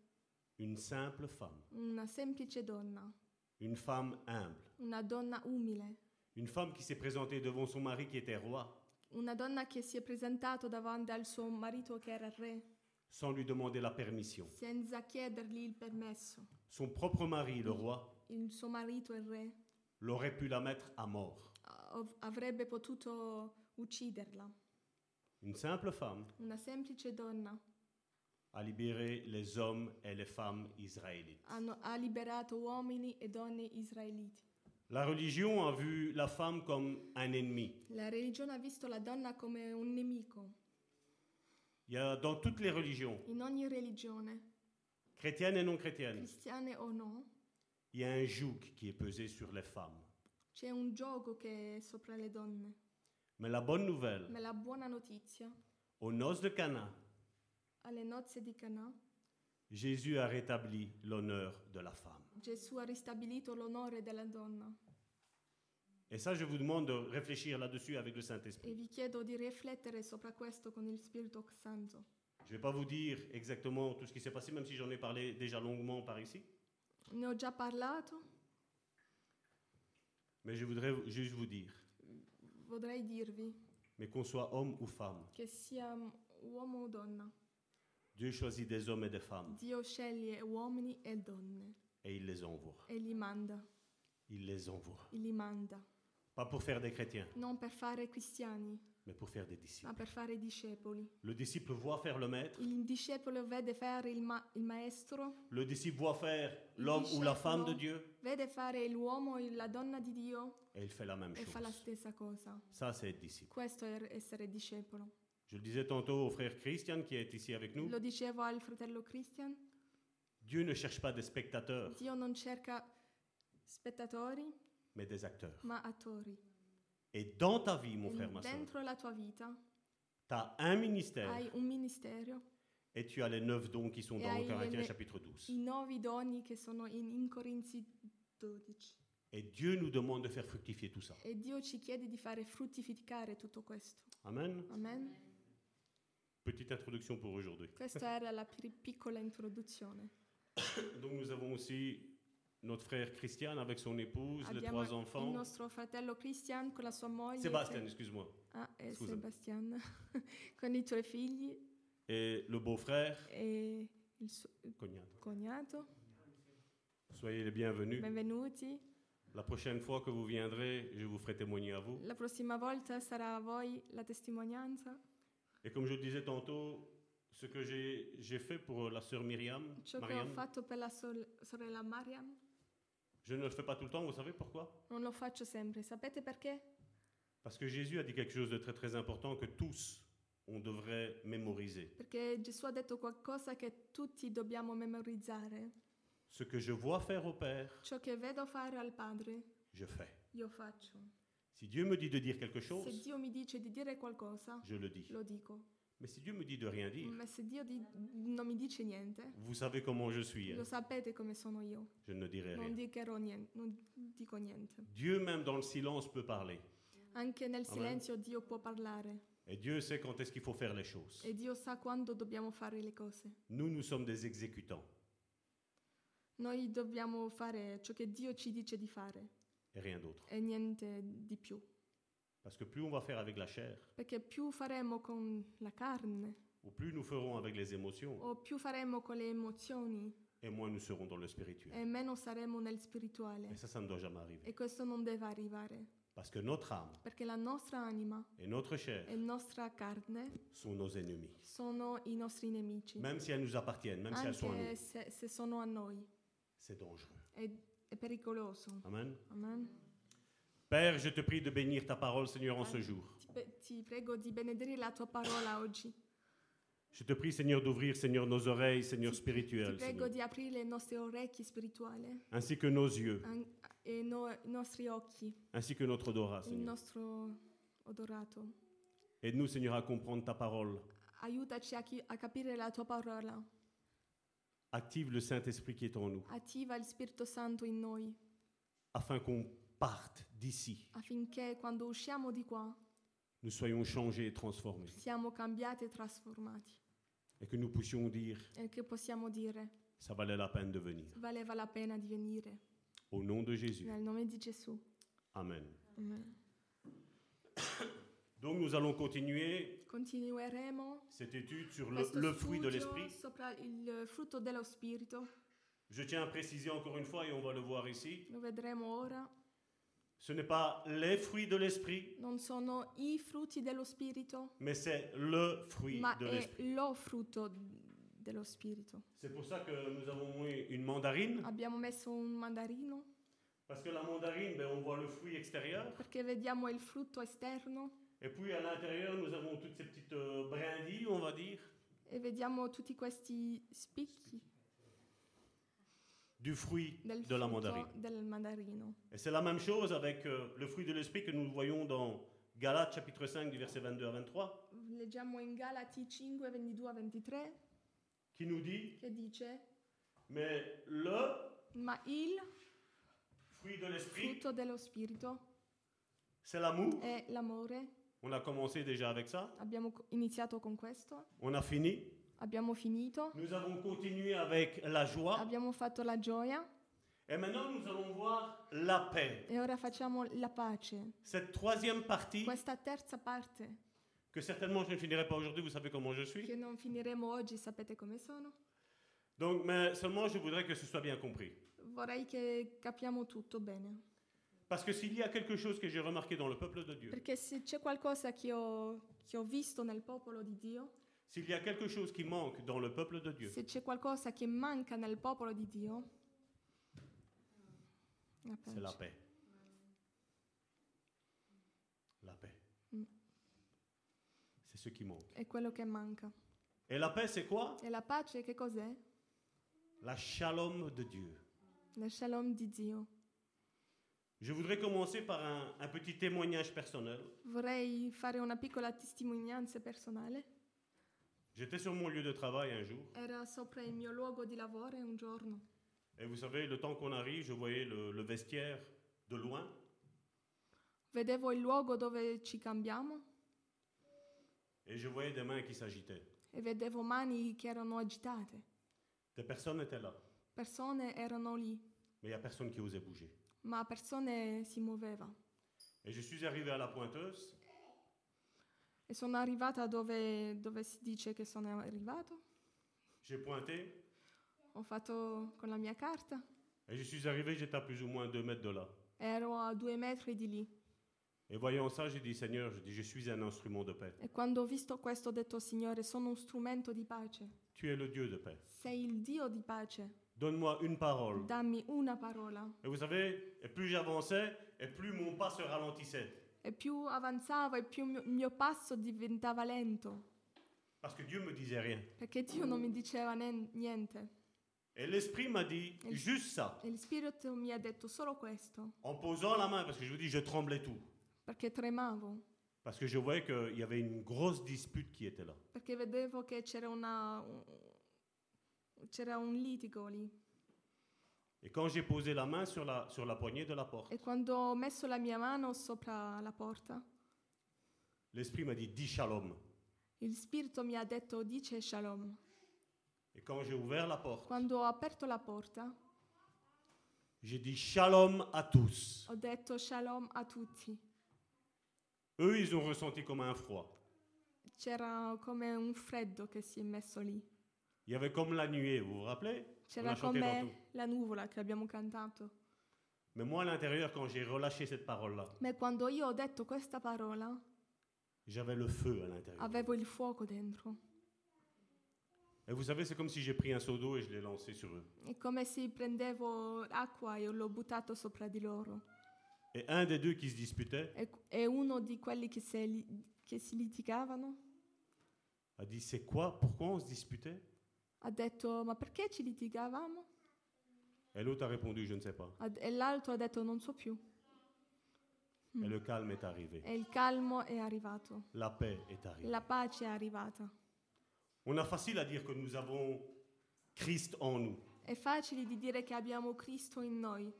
Speaker 7: Une simple femme,
Speaker 5: una semplice donna,
Speaker 7: une femme humble,
Speaker 5: una donna umile,
Speaker 7: une femme qui s'est présentée devant son mari qui était roi,
Speaker 5: una donna che si è presentata davanti al suo marito che era re.
Speaker 7: sans lui demander la permission.
Speaker 5: senza chiedergli il permesso.
Speaker 7: Son propre mari, le roi,
Speaker 5: Il suo marito, il re,
Speaker 7: l'aurait pu la mettre à mort.
Speaker 5: av- avrebbe potuto ucciderla.
Speaker 7: Une simple femme
Speaker 5: Una semplice donna
Speaker 7: a libéré les hommes et les femmes israélites.
Speaker 5: hanno- ha liberato uomini e donne israeliti.
Speaker 7: La religion a vu la femme comme un ennemi.
Speaker 5: La religione ha visto la donna come un nemico.
Speaker 7: Il y a dans toutes les religions
Speaker 5: In ogni religione
Speaker 7: chrétiennes et non chrétiennes,
Speaker 5: cristiane o no,
Speaker 7: il y a un joug qui est pesé sur les femmes.
Speaker 5: c'è un gioco che è sopra le donne.
Speaker 7: Mais la bonne nouvelle,
Speaker 5: Ma la buona notizia,
Speaker 7: aux noces de Cana,
Speaker 5: alle nozze di Canà,
Speaker 7: Jésus a rétabli l'honneur de la femme.
Speaker 5: Gesù ha ristabilito l'onore della donna.
Speaker 7: Et ça, je vous demande de réfléchir là-dessus avec le Saint-Esprit.
Speaker 5: E vi chiedo di riflettere sopra questo con il Spirito Santo.
Speaker 7: Je ne vais pas vous dire exactement tout ce qui s'est passé, même si j'en ai parlé déjà longuement par ici.
Speaker 5: Ne ho già parlato,
Speaker 7: Mais je voudrais juste vous dire,
Speaker 5: vorrei dirvi
Speaker 7: mais qu'on soit homme ou femme,
Speaker 5: che sia uomo o donna,
Speaker 7: Dieu choisit des hommes et des femmes
Speaker 5: Dio sceglie uomini e donne
Speaker 7: et il les envoie.
Speaker 5: e li manda,
Speaker 7: Il les envoie.
Speaker 5: li manda,
Speaker 7: Pas pour faire des chrétiens,
Speaker 5: non per fare cristiani,
Speaker 7: mais pour faire des
Speaker 5: ma
Speaker 7: disciples.
Speaker 5: per fare discepoli.
Speaker 7: Le disciple voit faire le maître,
Speaker 5: Il discepolo vede fare il, ma- il maestro,
Speaker 7: le disciple voit faire l'homme ou la femme de Dieu
Speaker 5: vede fare l'uomo e la donna di Dio
Speaker 7: et il fait la même
Speaker 5: e fa la
Speaker 7: chose.
Speaker 5: stessa cosa.
Speaker 7: Ça, c'est être disciple.
Speaker 5: Questo è essere discepolo.
Speaker 7: Je le disais tantôt au frère Christian qui est ici avec nous,
Speaker 5: Lo dicevo al fratello Christian,
Speaker 7: Dieu ne cherche pas des spectateurs,
Speaker 5: Dio non cerca spettatori,
Speaker 7: mais des acteurs.
Speaker 5: ma attori.
Speaker 7: Et dans Ah, ta vie, mon
Speaker 5: E
Speaker 7: frère, ma soeur,
Speaker 5: Dentro la tua vita
Speaker 7: tu as un ministère
Speaker 5: hai un ministero,
Speaker 7: et tu as les neuf dons qui sont
Speaker 5: Et
Speaker 7: dans
Speaker 5: à-
Speaker 7: 1
Speaker 5: il
Speaker 7: Corinthiens
Speaker 5: est-
Speaker 7: chapitre
Speaker 5: i
Speaker 7: 12.
Speaker 5: nuovi doni che sono in, in Corinzi 12.
Speaker 7: Et Dieu nous demande de faire fructifier tout ça.
Speaker 5: E Dio ci chiede di fare fruttificare tutto questo.
Speaker 7: Amen.
Speaker 5: Amen.
Speaker 7: Petite introduction pour aujourd'hui.
Speaker 5: Questa era la pi- piccola introduzione.
Speaker 7: (coughs) Donc nous avons aussi notre frère Christian avec son épouse, les
Speaker 5: Abbiamo
Speaker 7: trois
Speaker 5: il
Speaker 7: enfants.
Speaker 5: nostro fratello Christian con la sua moglie.
Speaker 7: Sébastien, excuse-moi.
Speaker 5: Ah, e
Speaker 7: Scusa.
Speaker 5: Sebastian. (laughs) con i tre figli
Speaker 7: Et le beau-frère,
Speaker 5: e il suo
Speaker 7: Cognate.
Speaker 5: cognato.
Speaker 7: Soyez les bienvenus.
Speaker 5: Benvenuti.
Speaker 7: La prochaine fois que vous viendrez, je vous ferai témoigner à vous.
Speaker 5: La prossima volta sarà a voi la testimonianza.
Speaker 7: Et comme je le disais tantôt, ce que j'ai j'ai fait pour la sœur Myriam,
Speaker 5: Ciò che
Speaker 7: Mariam,
Speaker 5: ho fatto per la sol- sorella Mariam
Speaker 7: je ne le fais pas tout le temps, vous savez pourquoi
Speaker 5: non lo faccio sempre. Sapete perché?
Speaker 7: Parce que Jésus a dit quelque chose de très très important que tous, on devrait mémoriser.
Speaker 5: Perché Gesù ha detto qualcosa che tutti dobbiamo memorizzare.
Speaker 7: Ce que je vois faire au Père,
Speaker 5: Ciò che vedo fare al Padre,
Speaker 7: je fais.
Speaker 5: io faccio.
Speaker 7: Si Dieu me dit de dire quelque
Speaker 5: Se
Speaker 7: chose,
Speaker 5: Dio mi dice di dire qualcosa,
Speaker 7: je le dis.
Speaker 5: lo dico.
Speaker 7: Mais si Dieu me dit de rien dire,
Speaker 5: Ma se Dio di- non mi dice niente,
Speaker 7: vous savez comment je suis, hein,
Speaker 5: lo sapete come sono io.
Speaker 7: je ne dirai
Speaker 5: Non
Speaker 7: rien.
Speaker 5: dichiarò niente, non dico niente.
Speaker 7: Dieu même dans le silence peut parler.
Speaker 5: Anche nel
Speaker 7: Amen.
Speaker 5: silenzio Dio può parlare
Speaker 7: Et Dieu sait quand est-ce qu'il faut faire les choses.
Speaker 5: e Dio sa quando dobbiamo fare le cose.
Speaker 7: Nous, nous sommes des exécutants
Speaker 5: Noi dobbiamo fare ciò che Dio ci dice di fare
Speaker 7: et rien d'autre.
Speaker 5: e niente di più.
Speaker 7: Parce que plus on va faire avec la chair,
Speaker 5: Perché più faremo con la carne
Speaker 7: ou plus nous ferons avec les émotions,
Speaker 5: o più faremo con le emozioni
Speaker 7: et moins nous serons dans le spirituel.
Speaker 5: e meno saremo nel
Speaker 7: Et
Speaker 5: spirituale.
Speaker 7: ça, ça ne doit jamais arriver.
Speaker 5: E questo non deve arrivare,
Speaker 7: Parce que notre âme
Speaker 5: perché la nostra anima
Speaker 7: et notre chair
Speaker 5: e la nostra carne
Speaker 7: sont nos ennemis.
Speaker 5: sono i nostri nemici,
Speaker 7: Même si elles nous appartiennent, même si elles sont à
Speaker 5: anche
Speaker 7: nous,
Speaker 5: se, se sono a noi.
Speaker 7: c'est dangereux.
Speaker 5: È, è pericoloso.
Speaker 7: Amen.
Speaker 5: Amen.
Speaker 7: Père, je te prie de bénir ta parole, Seigneur, en ce jour.
Speaker 5: Ti, pe- ti prego di benedire la tua parola oggi.
Speaker 7: Je te prie, Seigneur, d'ouvrir, Seigneur, nos oreilles, Seigneur,
Speaker 5: Ti
Speaker 7: spirituelles,
Speaker 5: prego
Speaker 7: Seigneur,
Speaker 5: di aprire le nostre orecchie spirituali
Speaker 7: ainsi que nos yeux,
Speaker 5: an- e no- i nostri occhi,
Speaker 7: ainsi que notre odorat,
Speaker 5: il
Speaker 7: Seigneur.
Speaker 5: nostro odorato.
Speaker 7: Aide-nous, Seigneur, à comprendre ta parole.
Speaker 5: Aiutaci a, chi- a capire la tua parola.
Speaker 7: Active le Saint-Esprit qui est en nous,
Speaker 5: Attiva il Spirito Santo in noi
Speaker 7: afin qu'on parte d'ici.
Speaker 5: affinché quando usciamo di qua
Speaker 7: Nous soyons changés et transformés.
Speaker 5: siamo cambiati e trasformati
Speaker 7: Et que nous puissions dire,
Speaker 5: e che possiamo dire
Speaker 7: ça valait la peine de venir.
Speaker 5: valeva la pena di venire.
Speaker 7: Au nom de Jésus.
Speaker 5: Nel nome di Gesù.
Speaker 7: Amen.
Speaker 5: Amen.
Speaker 7: Donc nous allons continuer
Speaker 5: Continueremo
Speaker 7: cette étude sur le,
Speaker 5: questo
Speaker 7: le fruit de
Speaker 5: studio
Speaker 7: l'esprit.
Speaker 5: sopra il frutto dello Spirito.
Speaker 7: Je tiens à préciser encore une fois, et on va le voir ici,
Speaker 5: Lo vedremo ora.
Speaker 7: ce n'est pas les fruits de l'esprit,
Speaker 5: Non sono i frutti dello Spirito,
Speaker 7: mais c'est le fruit
Speaker 5: ma
Speaker 7: de
Speaker 5: è
Speaker 7: l'esprit.
Speaker 5: lo frutto dello Spirito.
Speaker 7: C'est pour ça que nous avons mis une mandarine,
Speaker 5: Abbiamo messo un mandarino
Speaker 7: parce que la mandarine, ben, on voit le fruit extérieur,
Speaker 5: perché vediamo il frutto esterno
Speaker 7: et puis à l'intérieur, nous avons toutes ces petites euh, brindilles, on va dire,
Speaker 5: e vediamo tutti questi spicchi
Speaker 7: du fruit
Speaker 5: del
Speaker 7: de la
Speaker 5: frutto
Speaker 7: mandarine.
Speaker 5: del mandarino.
Speaker 7: Et c'est la même chose avec euh, le fruit de l'esprit que nous voyons dans Galates chapitre 5 du verset 22 à 23,
Speaker 5: Leggiamo in Galati 5, 22 23
Speaker 7: qui nous dit,
Speaker 5: che dice
Speaker 7: mais le
Speaker 5: ma il
Speaker 7: fruit de l'esprit,
Speaker 5: frutto dello spirito
Speaker 7: c'est l'amour.
Speaker 5: è l'amore.
Speaker 7: On a commencé déjà avec ça,
Speaker 5: Abbiamo co- iniziato con questo,
Speaker 7: on a fini.
Speaker 5: abbiamo finito,
Speaker 7: Nous avons continué avec la joie.
Speaker 5: abbiamo fatto la gioia
Speaker 7: Et maintenant, nous allons voir la paix.
Speaker 5: e ora facciamo la pace.
Speaker 7: Cette troisième partie,
Speaker 5: Questa terza parte
Speaker 7: que certainement je ne finirai pas aujourd'hui, vous savez comment je suis.
Speaker 5: che non finiremo oggi, sapete come sono?
Speaker 7: Donc, mais seulement, je voudrais que ce soit bien compris.
Speaker 5: Vorrei che capiamo tutto bene.
Speaker 7: Parce que s'il y a quelque chose que j'ai remarqué dans le peuple de Dieu,
Speaker 5: Perché se c'è qualcosa che ho, che ho visto nel popolo di Dio,
Speaker 7: s'il y a quelque chose qui manque dans le peuple de Dieu,
Speaker 5: se c'è qualcosa che manca nel popolo di Dio, la
Speaker 7: c'est la
Speaker 5: pace.
Speaker 7: paix. La paix.
Speaker 5: Mm.
Speaker 7: C'est ce qui manque.
Speaker 5: è quello che manca.
Speaker 7: Et la paix, c'est quoi
Speaker 5: E la pace che cos'è?
Speaker 7: La shalom de Dieu.
Speaker 5: La shalom di Dio.
Speaker 7: Je voudrais commencer par un- un petit témoignage personnel.
Speaker 5: Vorrei fare una piccola testimonianza personale.
Speaker 7: J'étais sur mon lieu de travail un jour,
Speaker 5: Era sopra il mio luogo di lavoro un giorno
Speaker 7: et vous savez, le temps qu'on arrive, je voyais le, le vestiaire de loin,
Speaker 5: Vedevo il luogo dove ci cambiamo
Speaker 7: et je voyais des mains qui s'agitaient.
Speaker 5: e vedevo mani che erano agitate.
Speaker 7: Des personnes étaient là,
Speaker 5: Persone erano lì,
Speaker 7: mais il n'y a personne qui osait bouger.
Speaker 5: ma persone si muoveva.
Speaker 7: Et je suis arrivé à la pointeuse,
Speaker 5: E sono arrivata dove, dove si dice che sono arrivato.
Speaker 7: j'ai pointé,
Speaker 5: Ho fatto con la mia carta.
Speaker 7: et je suis arrivé, j'étais à plus ou moins deux mètres de là.
Speaker 5: Ero a due metri di lì.
Speaker 7: Et voyant ça, j'ai dit, Seigneur, je, dis, je suis un instrument de paix.
Speaker 5: E quando ho visto questo ho detto, Signore, sono un strumento di pace.
Speaker 7: Tu es le Dieu de paix.
Speaker 5: Sei il Dio di pace.
Speaker 7: Donne-moi une parole.
Speaker 5: Dammi una parola.
Speaker 7: Et vous savez, et plus j'avançais, et plus mon pas se ralentissait.
Speaker 5: E più avanzavo e più il mio passo diventava lento.
Speaker 7: Parce que Dieu me disait rien.
Speaker 5: Perché Dio non mi diceva nen- niente.
Speaker 7: Et l'Esprit m'a dit,
Speaker 5: Et-
Speaker 7: juste ça.
Speaker 5: E il Spirito mi ha detto solo questo.
Speaker 7: en posant la main, parce que je vous dis, je tremblais tout.
Speaker 5: Perché tremavo.
Speaker 7: Parce que je voyais qu'il y avait une grosse dispute qui était là.
Speaker 5: Perché vedevo che c'era una... C'era un litigo lì.
Speaker 7: Et quand j'ai posé la main sur la, sur la poignée de la porte,
Speaker 5: E quando ho messo la mia mano sopra la porta,
Speaker 7: l'esprit m'a dit, dis shalom.
Speaker 5: il spirito mi ha detto dice shalom.
Speaker 7: Et quand j'ai ouvert la porte,
Speaker 5: Quando ho aperto la porta,
Speaker 7: j'ai dit shalom à tous.
Speaker 5: ho detto shalom a tutti.
Speaker 7: Eux, ils ont ressenti comme un froid.
Speaker 5: C'era come un freddo che si è messo lì.
Speaker 7: Il y avait comme la nuée, vous vous rappelez
Speaker 5: C'era
Speaker 7: chanté dans
Speaker 5: come la nuvola che abbiamo cantato.
Speaker 7: Mais moi, à l'intérieur, quand j'ai relâché cette parole-là,
Speaker 5: Ma quando io ho detto questa parola,
Speaker 7: j'avais le feu à l'intérieur.
Speaker 5: avevo il fuoco dentro.
Speaker 7: Et vous savez, c'est comme si j'ai pris un seau d'eau et je l'ai lancé sur eux.
Speaker 5: È come se prendevo acqua e l'ho buttato sopra di loro.
Speaker 7: Et un des deux qui se disputait
Speaker 5: E, e uno di quelli che, se li- che si litigavano
Speaker 7: a dit, c'est quoi Pourquoi on se disputait
Speaker 5: ha detto ma perché ci litigavamo?
Speaker 7: Et l'autre a répondu, je ne sais pas.
Speaker 5: Ad- e l'altro ha detto non so più.
Speaker 7: Et le calme est arrivé.
Speaker 5: E il calmo è arrivato,
Speaker 7: La paix est arrivée.
Speaker 5: la pace è arrivata.
Speaker 7: On a facile à dire que nous avons Christ en nous.
Speaker 5: È facile di dire che abbiamo Cristo in noi,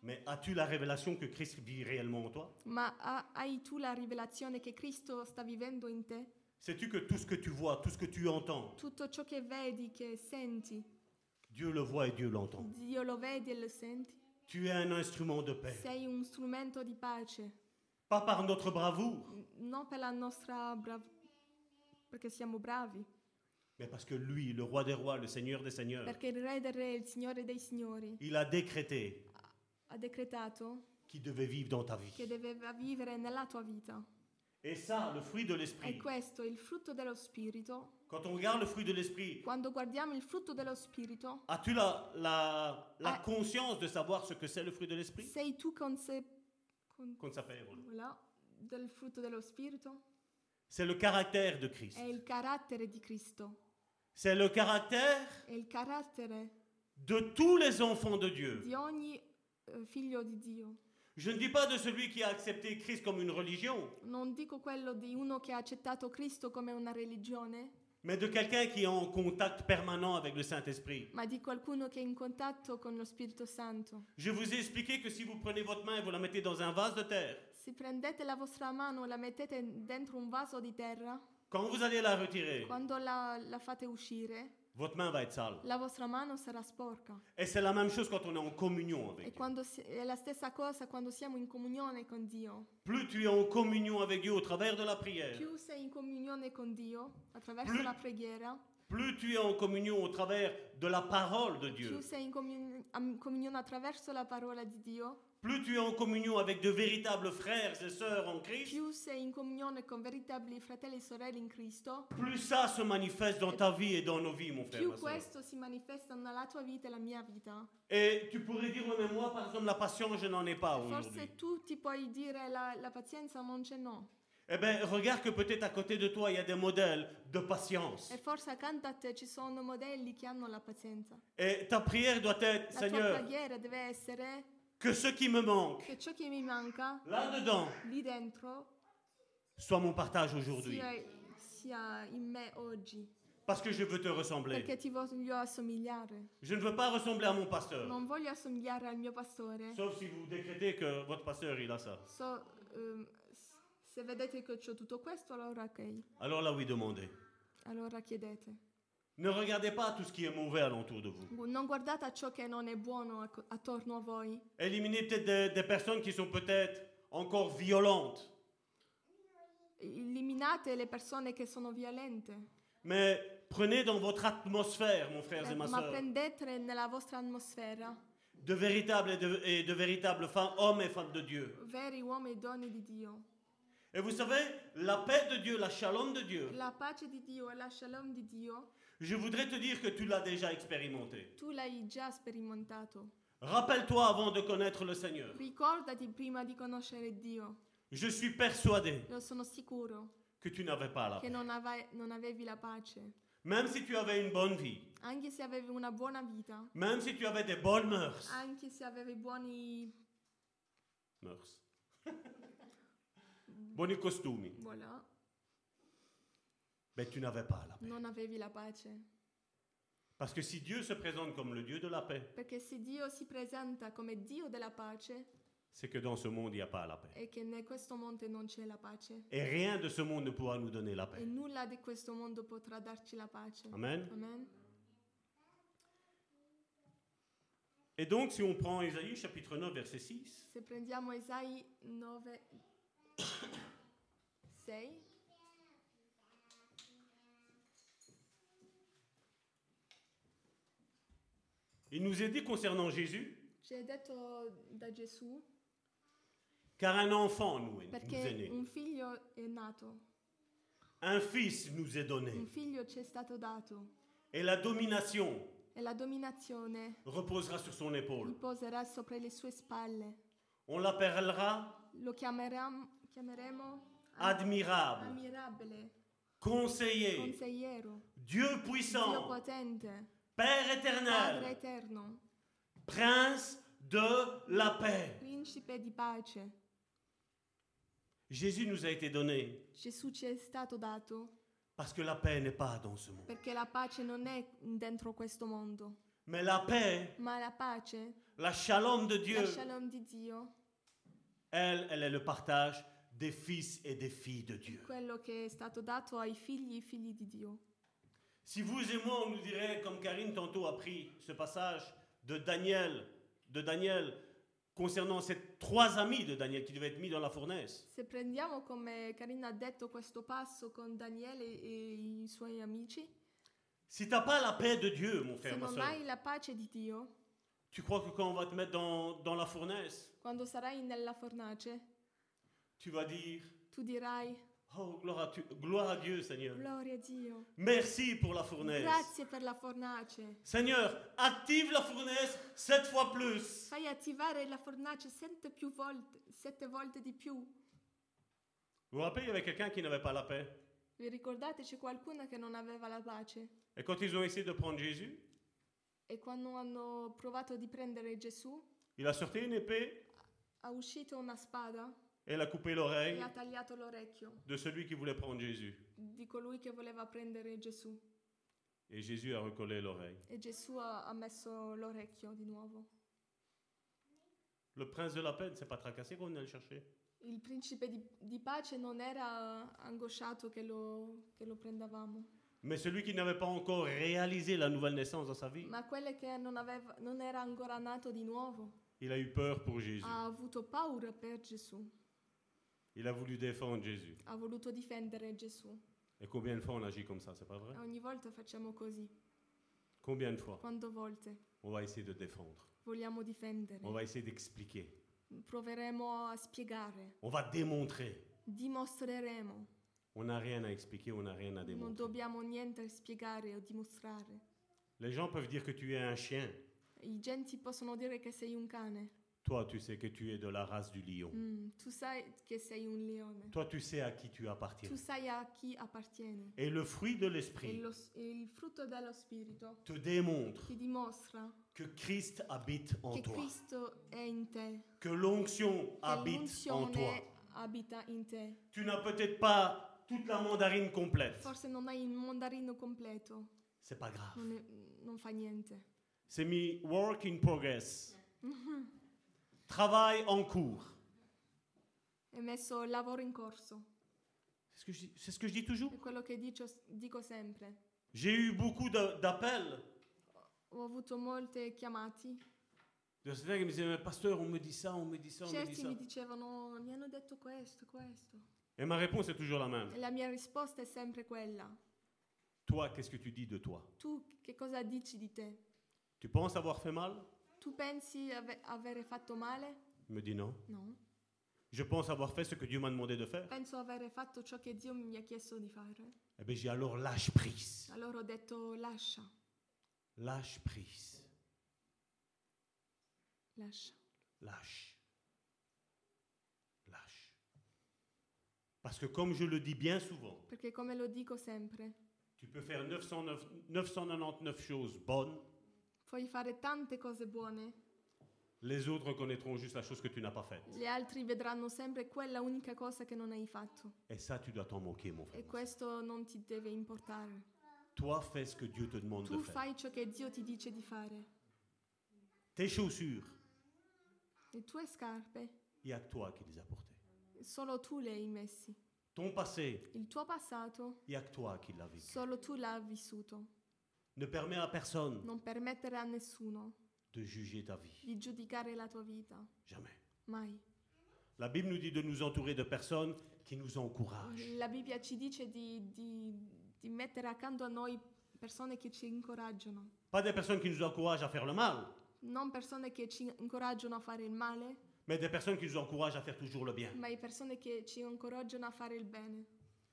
Speaker 7: Mais as-tu la révélation que Christ vit réellement en toi
Speaker 5: ma ha- hai tu la rivelazione che Cristo sta vivendo in te?
Speaker 7: Sais-tu que tout ce que tu vois, tout ce que tu entends,
Speaker 5: Tutto ciò che vedi, che senti,
Speaker 7: Dieu le voit et Dieu l'entend
Speaker 5: Dio lo vedi e lo senti.
Speaker 7: Tu es un instrument de paix.
Speaker 5: Sei un strumento di pace,
Speaker 7: Pas par notre bravoure,
Speaker 5: n- non per la nostra bravura, perché siamo bravi,
Speaker 7: mais parce que lui, le roi des rois, le seigneur des seigneurs,
Speaker 5: perché il Re del Re, il Signore dei Signori,
Speaker 7: il a décrété
Speaker 5: ha decretato
Speaker 7: qui devait vivre dans ta vie.
Speaker 5: che doveva vivere nella tua vita.
Speaker 7: Et ça, le fruit de
Speaker 5: E
Speaker 7: l'esprit.
Speaker 5: questo è il frutto dello Spirito
Speaker 7: Quand on regarde le fruit de l'esprit,
Speaker 5: Quando guardiamo il frutto dello Spirito,
Speaker 7: as-tu la, la, la
Speaker 5: Ah.
Speaker 7: conscience de savoir ce que c'est le fruit de l'esprit
Speaker 5: sei tu conse- con-
Speaker 7: Qu'on s'appelle.
Speaker 5: voilà, del frutto dello Spirito?
Speaker 7: C'est le caractère de Christ.
Speaker 5: È il carattere di Cristo,
Speaker 7: C'est le caractère
Speaker 5: è il carattere
Speaker 7: de tous les enfants de Dieu.
Speaker 5: di ogni eh, figlio di Dio.
Speaker 7: Je ne dis pas de celui qui a accepté Christ comme une religion,
Speaker 5: Non dico quello di uno che ha accettato Cristo come una religione,
Speaker 7: mais de quelqu'un qui est en contact permanent avec le Saint-Esprit.
Speaker 5: ma di qualcuno che è in contatto con lo Spirito Santo.
Speaker 7: Je vous ai expliqué que si vous prenez votre main et vous la mettez dans un vase de terre,
Speaker 5: Se prendete la vostra mano e la mettete dentro un vaso di terra,
Speaker 7: quand vous allez la retirer,
Speaker 5: quando la, la fate uscire,
Speaker 7: votre main va être sale.
Speaker 5: la vostra mano sarà sporca.
Speaker 7: Et c'est la même chose quand on est en communion
Speaker 5: E
Speaker 7: avec Dieu.
Speaker 5: quando si- è la stessa cosa quando siamo in comunione con Dio.
Speaker 7: Plus tu es en communion avec Dieu au travers de la prière,
Speaker 5: Più sei in comunione con Dio attraverso
Speaker 7: Più-
Speaker 5: la preghiera,
Speaker 7: plus tu es en communion au travers de la parole de
Speaker 5: più
Speaker 7: Dieu,
Speaker 5: sei in comun- am- comunione attraverso la parola di Dio,
Speaker 7: plus tu es en communion avec de véritables frères et sœurs en Christ,
Speaker 5: più sei in comunione con veritabili fratelli e sorelle in Cristo,
Speaker 7: plus ça se manifeste dans ta vie et dans nos vies, mon frère.
Speaker 5: più
Speaker 7: ma sœur.
Speaker 5: questo si manifesta nella tua vita e la mia vita.
Speaker 7: Et tu pourrais dire, ouais, mais moi, par exemple, la patience, je n'en ai pas aujourd'hui.
Speaker 5: Forse tu ti puoi dire la, la pazienza non c'è no.
Speaker 7: Eh bien, regarde que peut-être à côté de toi, il y a des modèles de patience.
Speaker 5: E forse accanto a te ci sono modelli che hanno la pazienza.
Speaker 7: Et ta prière doit être,
Speaker 5: La tua
Speaker 7: Seigneur,
Speaker 5: preghiera deve essere
Speaker 7: que ce qui me manque,
Speaker 5: che ciò che mi manca
Speaker 7: là-dedans,
Speaker 5: lì dentro
Speaker 7: soit mon partage aujourd'hui.
Speaker 5: sia, sia in me oggi.
Speaker 7: Parce que je veux te ressembler.
Speaker 5: Perché ti voglio assomigliare.
Speaker 7: Je ne veux pas ressembler à mon pasteur.
Speaker 5: Non voglio assomigliare al mio pastore.
Speaker 7: Sauf si vous décrétez que votre pasteur, il a ça.
Speaker 5: So, ehm, s- se vedete che ho tutto questo, allora ok.
Speaker 7: Alors là, oui, demandez.
Speaker 5: Allora chiedete.
Speaker 7: Ne regardez pas tout ce qui est mauvais alentour de vous.
Speaker 5: Non guardate a ciò che non è buono ac- attorno a voi.
Speaker 7: Éliminez peut-être des, des personnes qui sont peut-être encore violentes.
Speaker 5: Eliminate le persone che sono violente,
Speaker 7: Mais prenez dans votre atmosphère, mon frère et
Speaker 5: eh,
Speaker 7: ma
Speaker 5: ma
Speaker 7: soeur,
Speaker 5: prendetele nella vostra atmosfera
Speaker 7: de véritables et de, et de véritables femmes, hommes et femmes de Dieu.
Speaker 5: veri uomini e donne di Dio.
Speaker 7: Et vous savez, la paix de Dieu, la shalom de Dieu,
Speaker 5: La pace di Dio e la shalom di Dio,
Speaker 7: je voudrais te dire que tu l'as déjà expérimentée.
Speaker 5: tu l'hai già sperimentato.
Speaker 7: Rappelle-toi avant de connaître le Seigneur.
Speaker 5: Ricordati prima di conoscere Dio.
Speaker 7: Je suis persuadé
Speaker 5: Io sono sicuro
Speaker 7: que tu n'avais pas la
Speaker 5: che
Speaker 7: paix.
Speaker 5: non, ave- non avevi la pace.
Speaker 7: Même si tu avais une bonne vie,
Speaker 5: Anche se avevi una buona vita,
Speaker 7: même si tu avais des bonnes mœurs,
Speaker 5: anche se avevi buoni...
Speaker 7: mœurs. Buoni costumi,
Speaker 5: voilà,
Speaker 7: mais tu n'avais pas la paix.
Speaker 5: non avevi la pace.
Speaker 7: Parce que si Dieu se présente comme le Dieu de la paix,
Speaker 5: Perché se Dio si presenta come Dio della pace,
Speaker 7: c'est que dans ce monde, il n'y a pas la paix.
Speaker 5: è che in questo mondo non c'è la pace
Speaker 7: Et rien de ce monde ne pourra nous donner la
Speaker 5: e
Speaker 7: paix.
Speaker 5: nulla di questo mondo potrà darci la pace.
Speaker 7: Amen.
Speaker 5: Amen.
Speaker 7: Et donc, si on prend Isaïe chapitre 9, verset 6,
Speaker 5: Se prendiamo Esai 9, 6,
Speaker 7: il nous est dit concernant Jésus,
Speaker 5: ci è detto da Gesù
Speaker 7: car un enfant nous est, nous est
Speaker 5: perché
Speaker 7: né,
Speaker 5: un figlio è nato,
Speaker 7: un fils nous est
Speaker 5: un
Speaker 7: donné,
Speaker 5: figlio ci è stato dato
Speaker 7: et la domination
Speaker 5: e la dominazione
Speaker 7: reposera sur son épaule.
Speaker 5: riposerà sopra le sue spalle.
Speaker 7: On l'appellera
Speaker 5: Lo chiameremo, chiameremo
Speaker 7: admirable,
Speaker 5: ammirabile,
Speaker 7: conseiller,
Speaker 5: consigliero,
Speaker 7: Dieu
Speaker 5: Dio
Speaker 7: puissant,
Speaker 5: potente,
Speaker 7: Père
Speaker 5: Padre
Speaker 7: éternel,
Speaker 5: eterno.
Speaker 7: prince de la paix.
Speaker 5: Principe di pace,
Speaker 7: Jésus nous a été donné
Speaker 5: Gesù ci è stato dato
Speaker 7: parce que la paix n'est pas dans ce monde.
Speaker 5: perché la pace non è dentro questo mondo,
Speaker 7: Mais la paix,
Speaker 5: ma la pace,
Speaker 7: la shalom de Dieu,
Speaker 5: la shalom di Dio,
Speaker 7: elle, elle est le partage des fils et des filles de Dieu.
Speaker 5: quello che è stato dato ai figli e figli di Dio.
Speaker 7: Si vous et moi, on nous dirait, comme Karine tantôt a pris ce passage de Daniel, de Daniel concernant ces trois amis de Daniel qui devaient être mis dans la fournaise.
Speaker 5: Se prendiamo come Karina ha detto questo passo con Daniele e i suoi amici,
Speaker 7: Si t'as pas la paix de Dieu, mon
Speaker 5: se
Speaker 7: frère, ma
Speaker 5: non
Speaker 7: soeur,
Speaker 5: hai la pace di Dio,
Speaker 7: tu crois que quand on va te mettre dans, dans la fournaise,
Speaker 5: quando sarai nella fornace,
Speaker 7: tu vas dire,
Speaker 5: tu dirai
Speaker 7: oh, gloire à, tu- gloire à Dieu, Seigneur.
Speaker 5: gloria a Dio,
Speaker 7: Merci pour la fournaise.
Speaker 5: grazie per la fornace.
Speaker 7: Seigneur, active la fournaise sept fois plus.
Speaker 5: Fai attivare la fornace sette, più volte, sette volte di più.
Speaker 7: Vous vous rappelez, il y avait quelqu'un qui n'avait pas la paix.
Speaker 5: Vi ricordate c'è qualcuno che non aveva la pace?
Speaker 7: Et quand ils ont essayé de prendre Jésus,
Speaker 5: E quando hanno provato di prendere Gesù,
Speaker 7: Il a sorti une épée
Speaker 5: ha uscito una spada
Speaker 7: et elle a coupé
Speaker 5: e
Speaker 7: l'oreille
Speaker 5: ha tagliato l'orecchio
Speaker 7: de celui qui voulait prendre Jésus.
Speaker 5: di colui che voleva prendere Gesù.
Speaker 7: Et Jésus a recollé l'oreille.
Speaker 5: E Gesù ha, ha messo l'orecchio di nuovo.
Speaker 7: Le prince de la peine s'est pas tracassé quand on est le chercher.
Speaker 5: Il principe di, di pace non era angosciato che lo, che lo prendavamo,
Speaker 7: Mais celui qui n'avait pas encore réalisé la nouvelle naissance dans sa vie,
Speaker 5: ma quello che non, aveva, non era ancora nato di nuovo
Speaker 7: il a eu peur pour Jésus.
Speaker 5: ha avuto paura per Gesù,
Speaker 7: Il a voulu défendre Jésus.
Speaker 5: ha voluto difendere Gesù.
Speaker 7: Et combien de fois on agit comme ça, c'est pas vrai
Speaker 5: E ogni volta facciamo così,
Speaker 7: Combien de fois
Speaker 5: quando volte
Speaker 7: on va essayer de défendre
Speaker 5: vogliamo difendere,
Speaker 7: On va essayer d'expliquer.
Speaker 5: proveremo a spiegare,
Speaker 7: On va démontrer.
Speaker 5: dimostreremo,
Speaker 7: On n'a rien à expliquer, on n'a rien à
Speaker 5: non
Speaker 7: démontrer.
Speaker 5: dobbiamo niente spiegare o dimostrare.
Speaker 7: Les gens peuvent dire que tu es un chien.
Speaker 5: I genti possono dire che sei un cane,
Speaker 7: Toi, tu sais que tu es de la race du lion.
Speaker 5: Mm, tu sai che sei un leone,
Speaker 7: Toi, tu sais à qui tu appartiens.
Speaker 5: tu sai a chi appartieni.
Speaker 7: Et le fruit de
Speaker 5: E
Speaker 7: l'esprit
Speaker 5: lo s- e il frutto dello Spirito
Speaker 7: te démontre
Speaker 5: ti dimostra
Speaker 7: que Christ habite en
Speaker 5: che
Speaker 7: toi,
Speaker 5: Cristo è in te,
Speaker 7: que l'onction
Speaker 5: che
Speaker 7: habite en toi.
Speaker 5: l'unzione abita in te.
Speaker 7: Tu n'as peut-être pas toute la mandarine complète.
Speaker 5: Forse non hai il mandarino completo,
Speaker 7: C'est pas grave.
Speaker 5: non, è- non fa niente. (laughs)
Speaker 7: C'est mis work in progress. Travail en cours.
Speaker 5: È messo lavoro in corso,
Speaker 7: C'est ce que je dis- C'est ce que je dis toujours.
Speaker 5: è quello che dicio- dico sempre.
Speaker 7: J'ai eu beaucoup de- d'appels
Speaker 5: Ho avuto molte chiamate,
Speaker 7: de certains qui me disaient, mais pasteur, on me dit ça, on me dit ça, on me dit
Speaker 5: certi
Speaker 7: ça.
Speaker 5: mi dicevano mi hanno detto questo, questo.
Speaker 7: Et ma réponse est toujours la même.
Speaker 5: E la mia risposta è sempre quella.
Speaker 7: Toi, qu'est-ce que tu dis de toi
Speaker 5: Tu che cosa dici di te?
Speaker 7: Tu penses avoir fait mal
Speaker 5: Tu pensi ave- avere fatto male?
Speaker 7: Il me dit non.
Speaker 5: No.
Speaker 7: Je pense avoir fait ce que Dieu m'a demandé de faire.
Speaker 5: Penso avere fatto ciò che Dio mi ha chiesto di fare.
Speaker 7: Eh bien, j'ai alors lâche prise.
Speaker 5: Allora ho detto lascia,
Speaker 7: Lâche prise.
Speaker 5: lascia.
Speaker 7: Lâche. Lâche. Parce que comme je le dis bien souvent,
Speaker 5: Perché come lo dico sempre,
Speaker 7: tu peux faire 909 999 choses bonnes,
Speaker 5: puoi fare tante cose buone,
Speaker 7: les autres reconnaîtront juste la chose que tu n'as pas faite.
Speaker 5: gli altri vedranno sempre quella unica cosa che non hai fatto.
Speaker 7: Et ça, tu dois t'en moquer, mon frère.
Speaker 5: E questo non ti deve importare.
Speaker 7: Toi, fais ce que Dieu te demande
Speaker 5: Tu
Speaker 7: de faire.
Speaker 5: fai ciò che Dio ti dice di fare.
Speaker 7: Tes chaussures,
Speaker 5: Le tue scarpe,
Speaker 7: il y a que toi qui les as portées.
Speaker 5: solo tu le hai messi.
Speaker 7: Ton passé,
Speaker 5: Il tuo passato,
Speaker 7: il y a que toi qui l'as vécu.
Speaker 5: solo tu l'hai vissuto.
Speaker 7: Ne permets à personne
Speaker 5: Non permettere a nessuno
Speaker 7: de juger ta vie.
Speaker 5: di giudicare la tua vita.
Speaker 7: Jamais.
Speaker 5: Mai.
Speaker 7: La Bible nous dit de nous entourer de personnes qui nous encouragent.
Speaker 5: La Bibbia ci dice di, di- di mettere accanto a noi persone che ci incoraggiano,
Speaker 7: Pas des personnes qui nous encouragent à faire le mal,
Speaker 5: non persone che ci incoraggiano a fare il male,
Speaker 7: mais des personnes qui nous encouragent à faire toujours le bien.
Speaker 5: ma le persone che ci incoraggiano a fare il bene.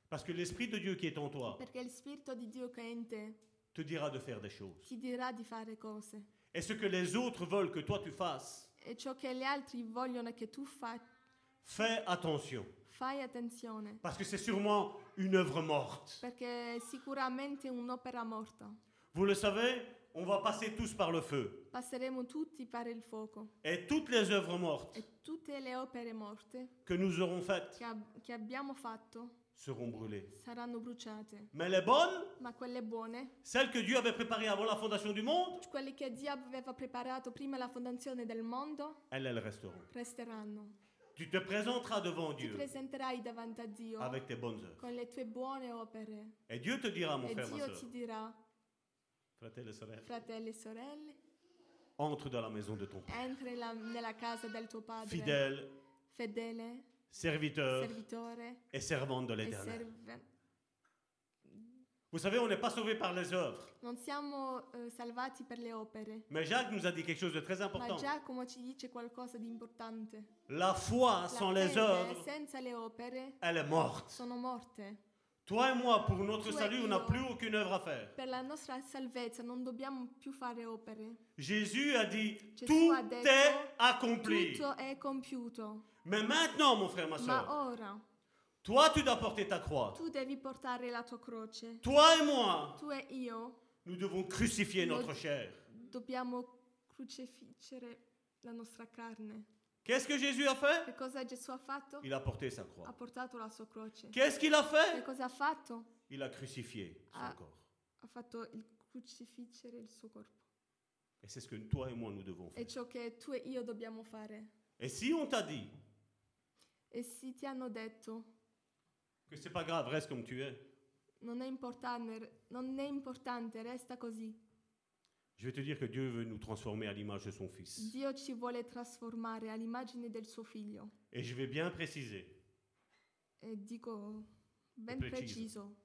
Speaker 7: Parce que l'Esprit de Dieu qui est en toi
Speaker 5: Perché il Spirito di Dio che è in te
Speaker 7: te dira de faire des choses.
Speaker 5: ti dirà di fare cose
Speaker 7: Et ce que les autres veulent que toi tu fasses,
Speaker 5: e ciò che gli altri vogliono che tu faccia,
Speaker 7: fais attention.
Speaker 5: fai attenzione,
Speaker 7: Parce que c'est sûrement une œuvre morte.
Speaker 5: perché è sicuramente un'opera morta.
Speaker 7: Vous le savez, on va passer tous par le feu.
Speaker 5: Passeremo tutti per il fuoco
Speaker 7: Et toutes les œuvres mortes
Speaker 5: e tutte le opere morte
Speaker 7: que nous aurons faites
Speaker 5: che ab- che abbiamo fatto
Speaker 7: seront brûlées.
Speaker 5: saranno bruciate.
Speaker 7: Mais les bonnes,
Speaker 5: Ma quelle buone,
Speaker 7: celles que Dieu avait préparées avant la fondation du monde,
Speaker 5: quelle che Dio aveva preparato prima la fondazione del mondo,
Speaker 7: elles, elles resteront.
Speaker 5: resteranno.
Speaker 7: Tu te présenteras devant
Speaker 5: Ti
Speaker 7: Dio
Speaker 5: presenterai davanti a Dio
Speaker 7: avec tes bonnes œuvres.
Speaker 5: con le tue buone opere
Speaker 7: Et Dieu te dira, mon
Speaker 5: e
Speaker 7: frère, ma
Speaker 5: Dio
Speaker 7: soeur,
Speaker 5: ti dirà,
Speaker 7: fratello et sorelle,
Speaker 5: fratelli e sorelle,
Speaker 7: entre dans la maison de ton Père.
Speaker 5: entri la- nella casa del tuo padre,
Speaker 7: Fidèle, Euh,
Speaker 5: fedele,
Speaker 7: serviteur
Speaker 5: servitore
Speaker 7: et servante de
Speaker 5: e
Speaker 7: l'éternel.
Speaker 5: serve.
Speaker 7: Vous savez, on n'est pas sauvé par les œuvres.
Speaker 5: Non siamo eh, salvati per le opere,
Speaker 7: Mais Jacques nous a dit quelque chose de très
Speaker 5: ma
Speaker 7: important.
Speaker 5: Giacomo ci dice qualcosa di importante.
Speaker 7: La foi
Speaker 5: La
Speaker 7: sans les
Speaker 5: fede
Speaker 7: œuvres,
Speaker 5: senza le opere
Speaker 7: elle est morte.
Speaker 5: sono morte.
Speaker 7: Toi et moi, pour notre
Speaker 5: Toi et
Speaker 7: salut, on n'a
Speaker 5: moi.
Speaker 7: plus aucune œuvre à faire.
Speaker 5: Per la nostra salvezza non dobbiamo più fare opere.
Speaker 7: Jésus a dit,
Speaker 5: Gesù
Speaker 7: tout
Speaker 5: ha detto,
Speaker 7: est accompli.
Speaker 5: Tutto è compiuto,
Speaker 7: Mais maintenant, mon frère, ma soeur,
Speaker 5: ma ora
Speaker 7: toi, tu dois porter ta croix.
Speaker 5: tu devi portare la tua croce.
Speaker 7: Toi et moi,
Speaker 5: Tu e io
Speaker 7: nous devons crucifier notre chair.
Speaker 5: dobbiamo crucifiggere la nostra carne.
Speaker 7: Qu'est-ce que Jésus a fait
Speaker 5: Che cosa Gesù ha fatto?
Speaker 7: Il a porté sa
Speaker 5: Ha
Speaker 7: croix.
Speaker 5: portato la sua croce.
Speaker 7: Qu'est-ce qu'il a
Speaker 5: Che
Speaker 7: fait
Speaker 5: cosa ha fatto?
Speaker 7: Il a crucifié son
Speaker 5: Ah.
Speaker 7: corps.
Speaker 5: Ha fatto il crucifiggere il suo corpo.
Speaker 7: Et c'est ce que toi et moi nous devons faire.
Speaker 5: È ciò che tu e io dobbiamo fare.
Speaker 7: Et si on t'a dit
Speaker 5: E se ti hanno detto,
Speaker 7: que c'est pas grave, reste comme tu es,
Speaker 5: non è importante, non è importante, resta così.
Speaker 7: je vais te dire que Dieu veut nous transformer à l'image de son Fils.
Speaker 5: Dio ci vuole trasformare all'immagine del suo figlio.
Speaker 7: Et je vais bien préciser,
Speaker 5: E dico ben
Speaker 7: Preciso.
Speaker 5: preciso,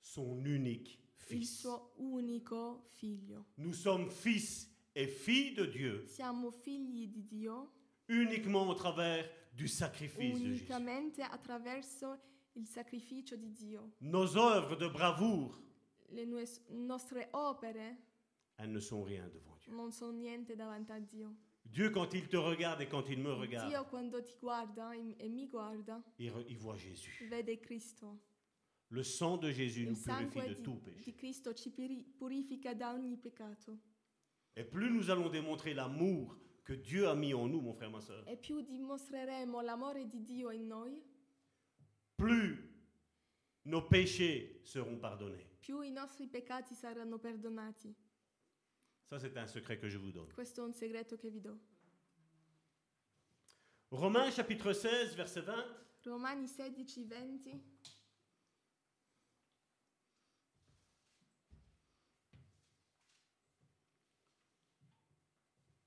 Speaker 7: son unique
Speaker 5: il
Speaker 7: Fils.
Speaker 5: suo unico figlio.
Speaker 7: Nous sommes fils et filles de Dieu
Speaker 5: Siamo figli di Dio
Speaker 7: uniquement au travers du sacrifice de Jésus.
Speaker 5: unicamente attraverso il sacrificio di Dio.
Speaker 7: Nos œuvres de bravoure,
Speaker 5: Le nue- nostre opere
Speaker 7: elles ne sont rien devant Dieu.
Speaker 5: non sono niente davanti a Dio.
Speaker 7: Dieu, quand il te regarde et quand il me regarde,
Speaker 5: Dio quando ti guarda im- e mi guarda,
Speaker 7: il, re- il voit Jésus.
Speaker 5: vede Cristo.
Speaker 7: Le sang de Jésus
Speaker 5: Il
Speaker 7: nous purifie
Speaker 5: sangue
Speaker 7: de tout
Speaker 5: di, di
Speaker 7: péché.
Speaker 5: Cristo ci puri- purifica da ogni peccato.
Speaker 7: Et plus nous allons démontrer l'amour que Dieu a mis en nous, mon frère, ma soeur,
Speaker 5: E più dimostreremo l'amore di Dio in noi,
Speaker 7: plus nos péchés seront pardonnés.
Speaker 5: più i nostri peccati saranno perdonati.
Speaker 7: Ça, c'est un secret que je vous donne.
Speaker 5: Questo è un segreto che vi do.
Speaker 7: Romains chapitre 16, verset 20.
Speaker 5: Romani 16, 20.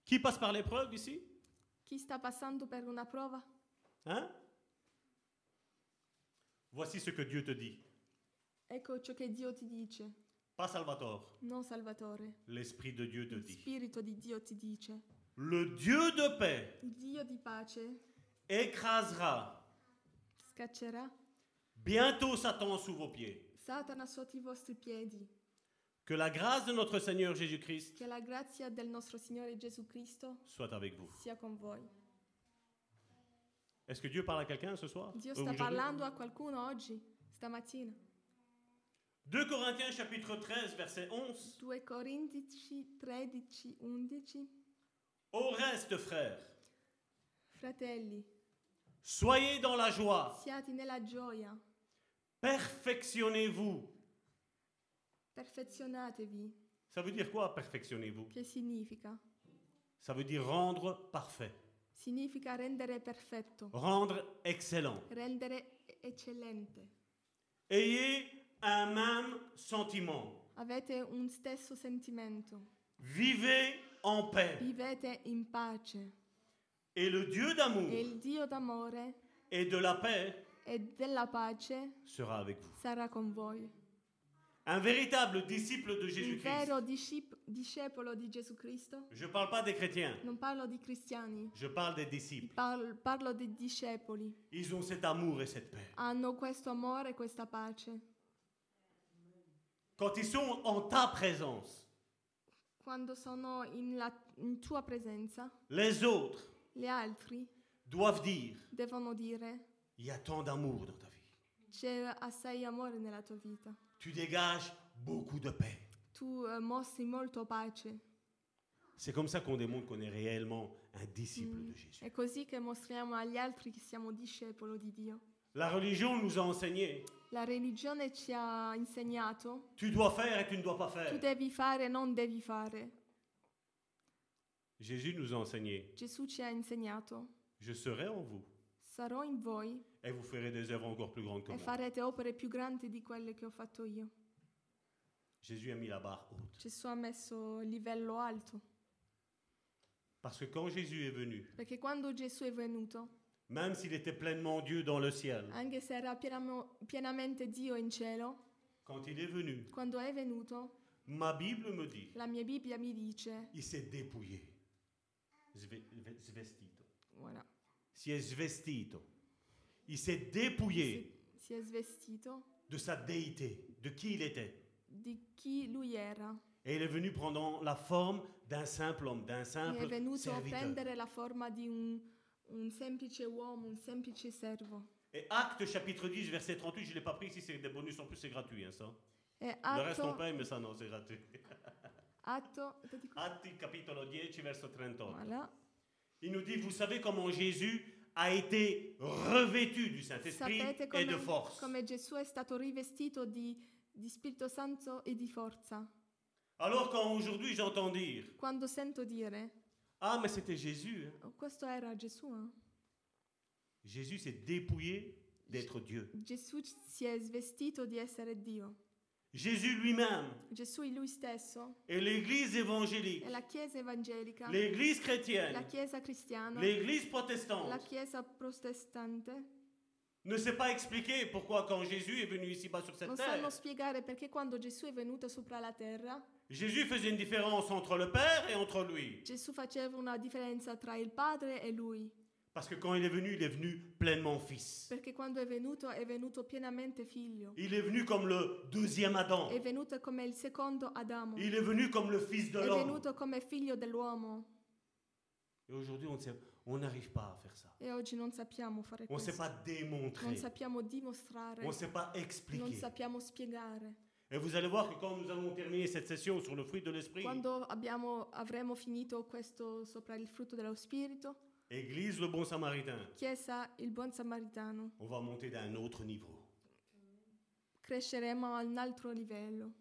Speaker 7: Qui passe par l'épreuve ici
Speaker 5: Chi sta passando per una prova?
Speaker 7: Hein Voici ce que Dieu te dit.
Speaker 5: Ecco ciò che Dio ti dice,
Speaker 7: Pas Salvatore,
Speaker 5: non Salvatore.
Speaker 7: l'Esprit de Dieu te
Speaker 5: Lo
Speaker 7: dit.
Speaker 5: Spirito di Dio ti dice.
Speaker 7: Le Dieu de paix
Speaker 5: Il Dio di pace
Speaker 7: écrasera
Speaker 5: scaccerà
Speaker 7: bientôt Satan sous vos pieds.
Speaker 5: Satana sotto i vostri piedi.
Speaker 7: Que la grâce de notre Seigneur Jésus-Christ
Speaker 5: Che la grazia del nostro Signore Gesù Cristo
Speaker 7: soit avec vous.
Speaker 5: sia con voi.
Speaker 7: Est-ce que Dieu parle à quelqu'un ce soir
Speaker 5: Dio
Speaker 7: Euh,
Speaker 5: sta
Speaker 7: aujourd'hui
Speaker 5: parlando a qualcuno oggi, stamattina.
Speaker 7: 2 Corinthiens chapitre 13 verset 11.
Speaker 5: 2 Corintici 13, 11.
Speaker 7: Au reste, frères,
Speaker 5: Fratelli,
Speaker 7: soyez dans la joie,
Speaker 5: siate nella gioia,
Speaker 7: perfectionnez-vous.
Speaker 5: perfezionatevi.
Speaker 7: Ça veut dire quoi, perfectionnez-vous
Speaker 5: Che significa?
Speaker 7: Ça veut dire rendre parfait,
Speaker 5: Significa rendere perfetto,
Speaker 7: rendre excellent.
Speaker 5: rendere eccellente.
Speaker 7: Ayez un même sentiment.
Speaker 5: Avete un stesso sentimento,
Speaker 7: Vivez en paix.
Speaker 5: vivete in pace.
Speaker 7: Et le Eh. Dieu
Speaker 5: E
Speaker 7: d'amour
Speaker 5: il Dio d'amore
Speaker 7: et de la paix
Speaker 5: e della pace
Speaker 7: sera avec vous.
Speaker 5: sarà con voi.
Speaker 7: Un véritable disciple de
Speaker 5: Un
Speaker 7: Jésus-Christ.
Speaker 5: vero discip- discepolo di Gesù Cristo,
Speaker 7: Je ne parle pas des chrétiens,
Speaker 5: non parlo di cristiani,
Speaker 7: je parle des disciples.
Speaker 5: par- parlo di discepoli.
Speaker 7: Ils ont cet amour et cette paix.
Speaker 5: Hanno questo amore e questa pace.
Speaker 7: Quand ils sont en ta présence,
Speaker 5: Quando sono in, la- in tua presenza,
Speaker 7: les autres
Speaker 5: gli altri
Speaker 7: doivent dire,
Speaker 5: devono dire
Speaker 7: il y a tant d'amour dans ta vie.
Speaker 5: c'è assai amore nella tua vita.
Speaker 7: Tu dégages beaucoup de paix.
Speaker 5: Tu eh, mostri molto pace.
Speaker 7: C'est comme ça qu'on démontre qu'on est réellement un disciple
Speaker 5: Mm.
Speaker 7: de Jésus.
Speaker 5: È così che mostriamo agli altri che siamo discepoli di Dio.
Speaker 7: La religion nous a enseigné,
Speaker 5: La religione ci ha insegnato
Speaker 7: tu dois faire et tu ne dois pas faire.
Speaker 5: tu devi fare e non devi fare.
Speaker 7: Jésus nous a enseigné,
Speaker 5: Gesù ci ha insegnato
Speaker 7: je serai en vous
Speaker 5: sarò in voi
Speaker 7: et vous ferez des œuvres encore plus grandes que
Speaker 5: e
Speaker 7: moi.
Speaker 5: farete opere più grandi di quelle che ho fatto io.
Speaker 7: Jésus a mis la barre haute.
Speaker 5: Gesù ha messo il livello alto,
Speaker 7: Parce que quand Jésus est venu,
Speaker 5: perché quando Gesù è venuto,
Speaker 7: même s'il était pleinement Dieu dans le ciel,
Speaker 5: anche se era pienamo- pienamente Dio in cielo,
Speaker 7: quand il est venu,
Speaker 5: quando è venuto,
Speaker 7: ma Bible me dit,
Speaker 5: la mia Bibbia mi dice,
Speaker 7: il s'est dépouillé. Sve- ve- Svestito.
Speaker 5: voilà,
Speaker 7: Si è svestito. Il s'est dépouillé
Speaker 5: si- si è svestito
Speaker 7: de sa déité, de qui il était.
Speaker 5: di chi lui era
Speaker 7: Et il est venu prendre la forme d'un simple homme, d'un
Speaker 5: Mi è
Speaker 7: simple
Speaker 5: venuto a
Speaker 7: serviteur.
Speaker 5: prendere la forma di un, un semplice uomo, un semplice servo.
Speaker 7: Et Acte chapitre 10, verset 38, je ne l'ai pas pris ici, c'est des bonus en plus, c'est gratuit. hein, ça.
Speaker 5: E
Speaker 7: Le reste, on (laughs)
Speaker 5: atto,
Speaker 7: paye, mais ça, non, c'est gratuit.
Speaker 5: Atto, te dico-
Speaker 7: Atti capitolo 10 verso 38.
Speaker 5: voilà.
Speaker 7: Il nous dit, vous savez comment Jésus a été revêtu du Saint-Esprit
Speaker 5: Sapete
Speaker 7: et de
Speaker 5: come,
Speaker 7: force.
Speaker 5: come Gesù è stato rivestito di, di Spirito Santo e di forza.
Speaker 7: Alors quand aujourd'hui j'entends dire,
Speaker 5: Quando sento dire,
Speaker 7: ah mais c'était Jésus, hein.
Speaker 5: "Oh, questo era Gesù, eh?
Speaker 7: Jésus s'est dépouillé d'être Dieu.
Speaker 5: Gesù ci- si è svestito di essere Dio.
Speaker 7: Jésus lui-même
Speaker 5: Gesù è lui stesso
Speaker 7: et l'Église évangélique,
Speaker 5: è la Chiesa evangelica,
Speaker 7: l'Église
Speaker 5: la
Speaker 7: chrétienne,
Speaker 5: Chiesa cristiana,
Speaker 7: l'Église
Speaker 5: la
Speaker 7: protestante
Speaker 5: Chiesa protestante.
Speaker 7: ne sait pas expliquer pourquoi quand Jésus est venu ici-bas sur cette
Speaker 5: Non
Speaker 7: terre,
Speaker 5: sanno spiegare perché quando Gesù è venuto sopra la terra,
Speaker 7: Jésus faisait une différence entre le Père et entre lui.
Speaker 5: Gesù faceva una differenza tra il Padre e lui,
Speaker 7: Parce que quand il est venu, il est venu pleinement fils.
Speaker 5: perché quando è venuto è venuto pienamente figlio.
Speaker 7: Il est venu comme le deuxième Adam.
Speaker 5: È venuto come il secondo Adamo.
Speaker 7: Il est venu comme le fils de
Speaker 5: È
Speaker 7: l'homme.
Speaker 5: venuto come figlio dell'uomo.
Speaker 7: Et aujourd'hui, on ne sait- on n'arrive pas à faire ça.
Speaker 5: E oggi non sappiamo fare
Speaker 7: On ne sait
Speaker 5: questo.
Speaker 7: pas
Speaker 5: Non
Speaker 7: démontrer.
Speaker 5: sappiamo dimostrare.
Speaker 7: On ne sait pas
Speaker 5: Non
Speaker 7: expliquer.
Speaker 5: sappiamo spiegare.
Speaker 7: Et vous allez voir que quand nous allons terminer cette session sur le fruit de l'esprit,
Speaker 5: Quando abbiamo- avremo finito questo sopra il frutto dello Spirito,
Speaker 7: Église le bon samaritain,
Speaker 5: Chiesa il buon samaritano,
Speaker 7: on va monter d'un autre niveau.
Speaker 5: cresceremo a un altro livello.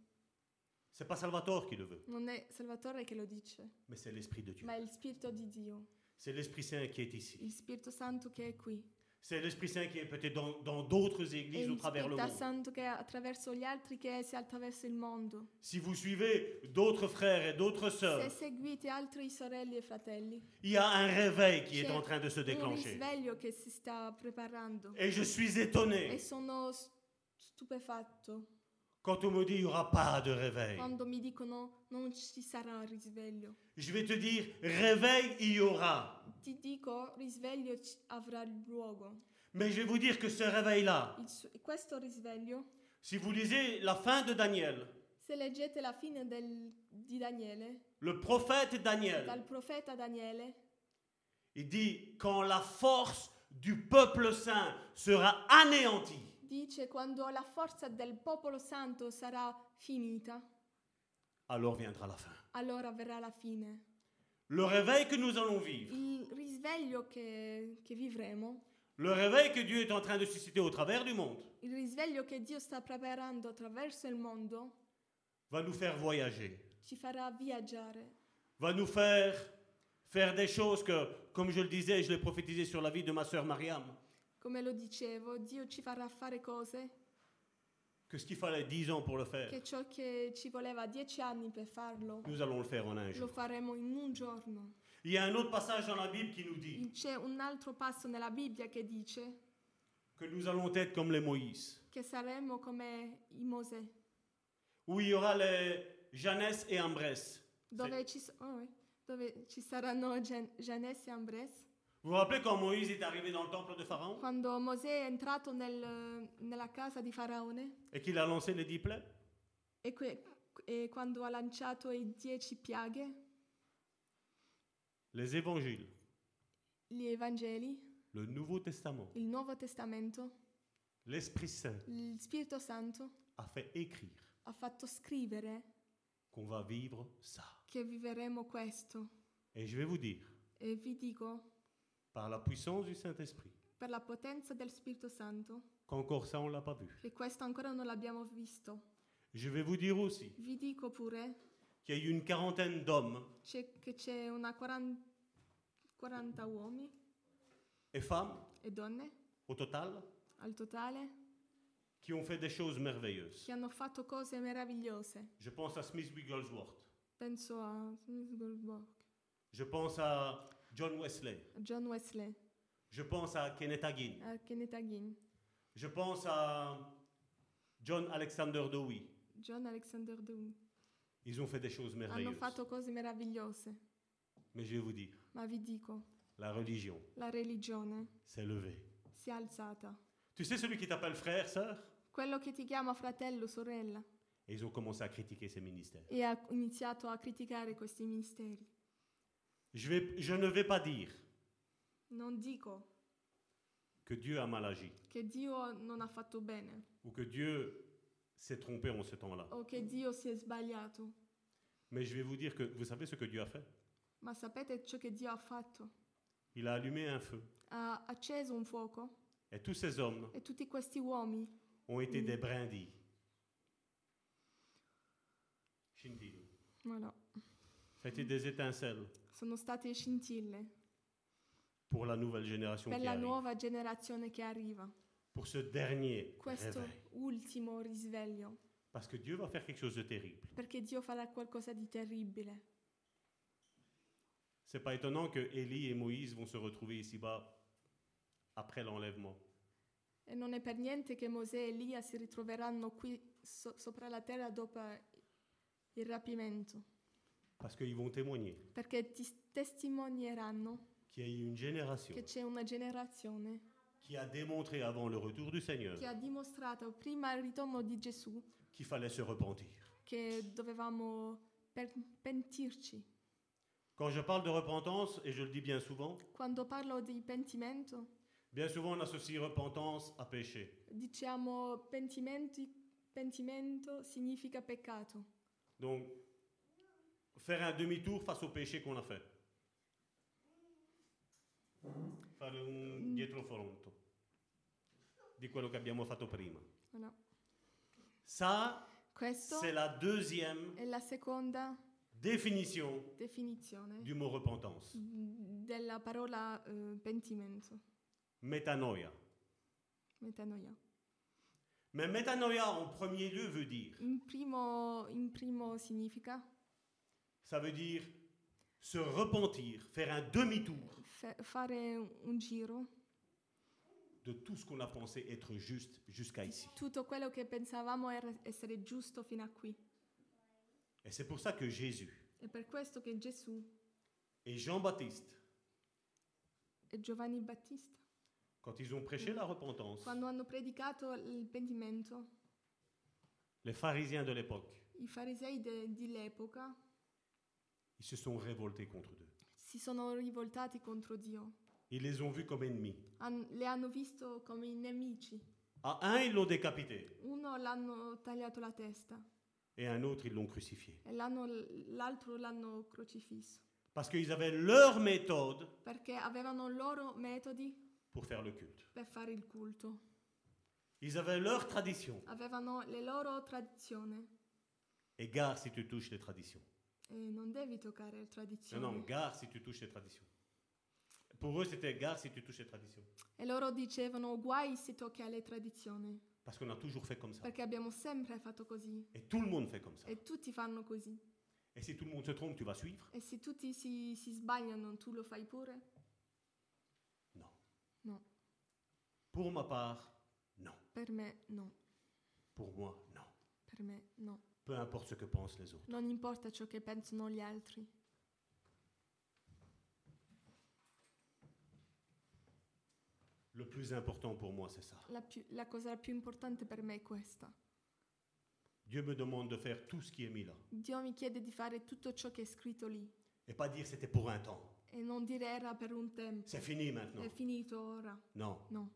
Speaker 7: C'est pas Salvatore qui le veut,
Speaker 5: Non è Salvatore che lo dice,
Speaker 7: mais c'est l'Esprit de Dieu.
Speaker 5: ma è il Spirito di Dio,
Speaker 7: C'est l'Esprit Saint qui est ici.
Speaker 5: il Spirito Santo che è qui.
Speaker 7: C'est l'Esprit Saint qui est peut-être dans dans d'autres
Speaker 5: È
Speaker 7: églises au
Speaker 5: il
Speaker 7: travers le
Speaker 5: Spirito
Speaker 7: monde.
Speaker 5: Santo che è attraverso gli altri che si attraverso il mondo.
Speaker 7: Si vous suivez d'autres frères et d'autres
Speaker 5: Se
Speaker 7: sœurs,
Speaker 5: seguite altri sorelli e fratelli,
Speaker 7: il y a un réveil qui est
Speaker 5: C'è
Speaker 7: en train de se
Speaker 5: un
Speaker 7: déclencher.
Speaker 5: risveglio che si sta preparando.
Speaker 7: Et je suis
Speaker 5: E
Speaker 7: étonné
Speaker 5: sono s- stupefatto
Speaker 7: quand on me dit il n'y aura pas de réveil.
Speaker 5: quando mi dicono non ci sarà risveglio.
Speaker 7: Je vais te dire, réveil, il y aura.
Speaker 5: Ti dico, risveglio ci- avrà luogo.
Speaker 7: Mais je vais vous dire que ce réveil-là,
Speaker 5: Il su- questo risveglio,
Speaker 7: si vous lisez la fin de Daniel,
Speaker 5: se leggete la fine del- di Daniele,
Speaker 7: le prophète Daniel,
Speaker 5: dal profeta Daniele,
Speaker 7: il dit, quand la force du peuple saint sera anéantie,
Speaker 5: dice quando la forza del popolo santo sarà finita,
Speaker 7: alors viendra la fin.
Speaker 5: allora verrà la fine.
Speaker 7: Le réveil que nous allons vivre,
Speaker 5: Il risveglio che, che vivremo,
Speaker 7: le réveil que Dieu est en train de susciter au travers du monde,
Speaker 5: il risveglio che Dio sta preparando attraverso il mondo,
Speaker 7: va nous faire voyager,
Speaker 5: ci farà viaggiare.
Speaker 7: va nous faire faire des choses que, comme je le disais, je l'ai prophétisé sur la vie de ma sœur Mariam,
Speaker 5: Come lo dicevo, Dio ci farà fare cose
Speaker 7: que ce qu'il fallait dix ans pour le faire,
Speaker 5: che ciò che ci voleva dieci anni per farlo,
Speaker 7: nous allons le faire en un
Speaker 5: lo
Speaker 7: jour.
Speaker 5: faremo in un giorno.
Speaker 7: Il y a un autre passage dans la Bible qui nous dit
Speaker 5: Il- C'è un altro passo nella Bibbia che dice
Speaker 7: que nous allons être comme les Moïse,
Speaker 5: che saremo come i Mosè,
Speaker 7: où il y aura les Jeannès et Ambrès.
Speaker 5: dove, ci, s- oh, eh, dove ci saranno Gen- Jannes e Ambres.
Speaker 7: Vous vous rappelez quand Moïse est arrivé dans le temple de Pharaon
Speaker 5: Quando Mosè è entrato nel- nella casa di Faraone
Speaker 7: et qu'il a lancé les dix plaies
Speaker 5: e, que- e quando ha lanciato i dieci piaghe,
Speaker 7: Les évangiles,
Speaker 5: gli Evangeli,
Speaker 7: le Nouveau Testament,
Speaker 5: il Nuovo Testamento,
Speaker 7: l'Esprit Saint
Speaker 5: il Spirito Santo
Speaker 7: a fait écrire
Speaker 5: ha fatto scrivere
Speaker 7: qu'on va vivre ça.
Speaker 5: che viveremo questo.
Speaker 7: Et je vais vous dire,
Speaker 5: E vi dico,
Speaker 7: par la puissance du Saint-Esprit,
Speaker 5: per la potenza del Spirito Santo,
Speaker 7: qu'encore ça, on ne l'a pas vu.
Speaker 5: che questo ancora non l'abbiamo visto.
Speaker 7: Je vais vous dire aussi
Speaker 5: Vi dico pure
Speaker 7: qu'il y a eu une quarantaine d'hommes
Speaker 5: c'è- che c'è una 40, 40 uomini
Speaker 7: et femmes,
Speaker 5: e donne
Speaker 7: au total,
Speaker 5: al totale
Speaker 7: qui ont fait des choses merveilleuses.
Speaker 5: che hanno fatto cose meraviglioose.
Speaker 7: Je pense à Smith Wigglesworth.
Speaker 5: Penso a Smith Goldberg,
Speaker 7: Je pense à John Wesley.
Speaker 5: a John Wesley,
Speaker 7: Je pense à Kenneth Hagin.
Speaker 5: a Kenneth Hagin,
Speaker 7: Je pense à John Alexander Dewey.
Speaker 5: John Alexander Doom.
Speaker 7: Ils ont fait des choses
Speaker 5: Hanno
Speaker 7: merveilleuses.
Speaker 5: fatto cose meravigliose,
Speaker 7: Mais je vais vous dire,
Speaker 5: ma vi dico,
Speaker 7: la religion
Speaker 5: la religione
Speaker 7: s'est levée.
Speaker 5: si è alzata.
Speaker 7: Tu sais celui qui t'appelle frère, sœur
Speaker 5: Quello che ti chiama fratello, sorella,
Speaker 7: Et ils ont commencé à critiquer ces ministères.
Speaker 5: e ha iniziato a criticare questi ministeri.
Speaker 7: Je, vais, je ne vais pas dire
Speaker 5: Non dico
Speaker 7: que Dieu a mal agi
Speaker 5: che Dio non ha fatto bene
Speaker 7: ou que Dieu s'est trompé en ce temps-là.
Speaker 5: o che Dio si è sbagliato.
Speaker 7: Mais je vais vous dire que vous savez ce que Dieu a fait
Speaker 5: Ma sapete ciò che Dio ha fatto?
Speaker 7: Il a allumé un feu.
Speaker 5: Ha acceso un fuoco
Speaker 7: Et tous ces hommes
Speaker 5: e tutti questi uomini
Speaker 7: ont été des brindilles. Shindilu.
Speaker 5: ma no,
Speaker 7: Ça a été des étincelles
Speaker 5: sono state scintille
Speaker 7: pour la nouvelle génération
Speaker 5: per
Speaker 7: qui
Speaker 5: Ben, la
Speaker 7: arrive.
Speaker 5: nuova generazione che arriva.
Speaker 7: Pour ce dernier
Speaker 5: Questo
Speaker 7: réveil.
Speaker 5: ultimo risveglio,
Speaker 7: Parce que Dieu va faire quelque chose de terrible.
Speaker 5: perché Dio farà qualcosa di terribile.
Speaker 7: C'est pas étonnant que Élie et Moïse vont se retrouver ici-bas après l'enlèvement.
Speaker 5: E non è per niente che Mosè e Elia si ritroveranno qui so- sopra la terra dopo il rapimento,
Speaker 7: Parce qu'ils vont témoigner
Speaker 5: perché ti testimonieranno
Speaker 7: qu'il y a eu une génération
Speaker 5: che c'è una generazione
Speaker 7: qui a démontré avant le retour du Seigneur
Speaker 5: che ha dimostrato prima il ritorno di Gesù
Speaker 7: qu'il fallait se repentir.
Speaker 5: che dovevamo per- pentirci.
Speaker 7: Quand je parle de repentance, et je le dis bien souvent,
Speaker 5: Quando parlo di pentimento,
Speaker 7: bien souvent on associe repentance à péché.
Speaker 5: diciamo pentimenti, pentimento significa peccato.
Speaker 7: Donc, faire un demi-tour face au péché qu'on a fait. Fare un dietrofronto di quello che abbiamo fatto prima.
Speaker 5: Voilà.
Speaker 7: Ça,
Speaker 5: Questa
Speaker 7: c'est la deuxième
Speaker 5: è la seconda
Speaker 7: définition
Speaker 5: definizione
Speaker 7: du mot repentance.
Speaker 5: della parola eh, pentimento,
Speaker 7: Métanoïa.
Speaker 5: metanoia.
Speaker 7: Mais métanoïa, en premier lieu, veut dire,
Speaker 5: In primo, in primo significa
Speaker 7: ça veut dire se repentir, faire un demi-tour
Speaker 5: fe- fare un giro
Speaker 7: de tout ce qu'on a pensé être juste jusqu'à ici.
Speaker 5: tutto quello che pensavamo era essere giusto fino a qui.
Speaker 7: Et c'est pour ça que Jésus
Speaker 5: È per questo che Gesù
Speaker 7: et Jean-Baptiste,
Speaker 5: e Giovanni Battista,
Speaker 7: quand ils ont prêché la repentance,
Speaker 5: quando hanno predicato il pentimento,
Speaker 7: les pharisiens de l'époque,
Speaker 5: i farisei de- dell'epoca
Speaker 7: ils se sont révoltés contre eux.
Speaker 5: si sono rivoltati contro Dio,
Speaker 7: Ils les ont vus comme ennemis.
Speaker 5: Han- le hanno visto come i nemici.
Speaker 7: À un, ils l'ont décapité,
Speaker 5: Uno l'hanno tagliato la testa
Speaker 7: et à un autre, ils l'ont crucifié.
Speaker 5: e l'hanno- l'altro l'hanno crocifisso.
Speaker 7: Parce qu'ils avaient leur méthode
Speaker 5: perché avevano loro metodi
Speaker 7: pour faire le culte.
Speaker 5: per fare il culto,
Speaker 7: Ils avaient leur tradition.
Speaker 5: avevano le loro tradizioni
Speaker 7: Et gare si tu touches les traditions.
Speaker 5: e non devi toccare le
Speaker 7: Non,
Speaker 5: tradizioni.
Speaker 7: non, gare si tu touches les traditions. Pour eux, c'était gare si tu touches les traditions.
Speaker 5: E loro dicevano guai se tocchi alle tradizioni,
Speaker 7: Parce qu'on a toujours fait comme ça.
Speaker 5: perché abbiamo sempre fatto così
Speaker 7: Et tout le monde fait comme ça.
Speaker 5: e tutti fanno così.
Speaker 7: Et si tout le monde se trompe, tu vas suivre
Speaker 5: E se tutti si, si sbagliano, tu lo fai pure?
Speaker 7: Non.
Speaker 5: No.
Speaker 7: Pour ma part, non.
Speaker 5: Per me no,
Speaker 7: Pour moi, non.
Speaker 5: per me no.
Speaker 7: Peu importe ce que pensent les autres.
Speaker 5: Non importa ciò che pensano gli altri.
Speaker 7: Le plus important pour moi, c'est ça.
Speaker 5: La, più- la cosa più importante per me è questa.
Speaker 7: Dieu me demande de faire tout ce qui est mis là.
Speaker 5: Dio mi chiede di fare tutto ciò che è scritto lì
Speaker 7: Et pas dire c'était pour un temps.
Speaker 5: e non dire era per un tempo.
Speaker 7: C'est fini maintenant.
Speaker 5: È finito ora.
Speaker 7: Non,
Speaker 5: No,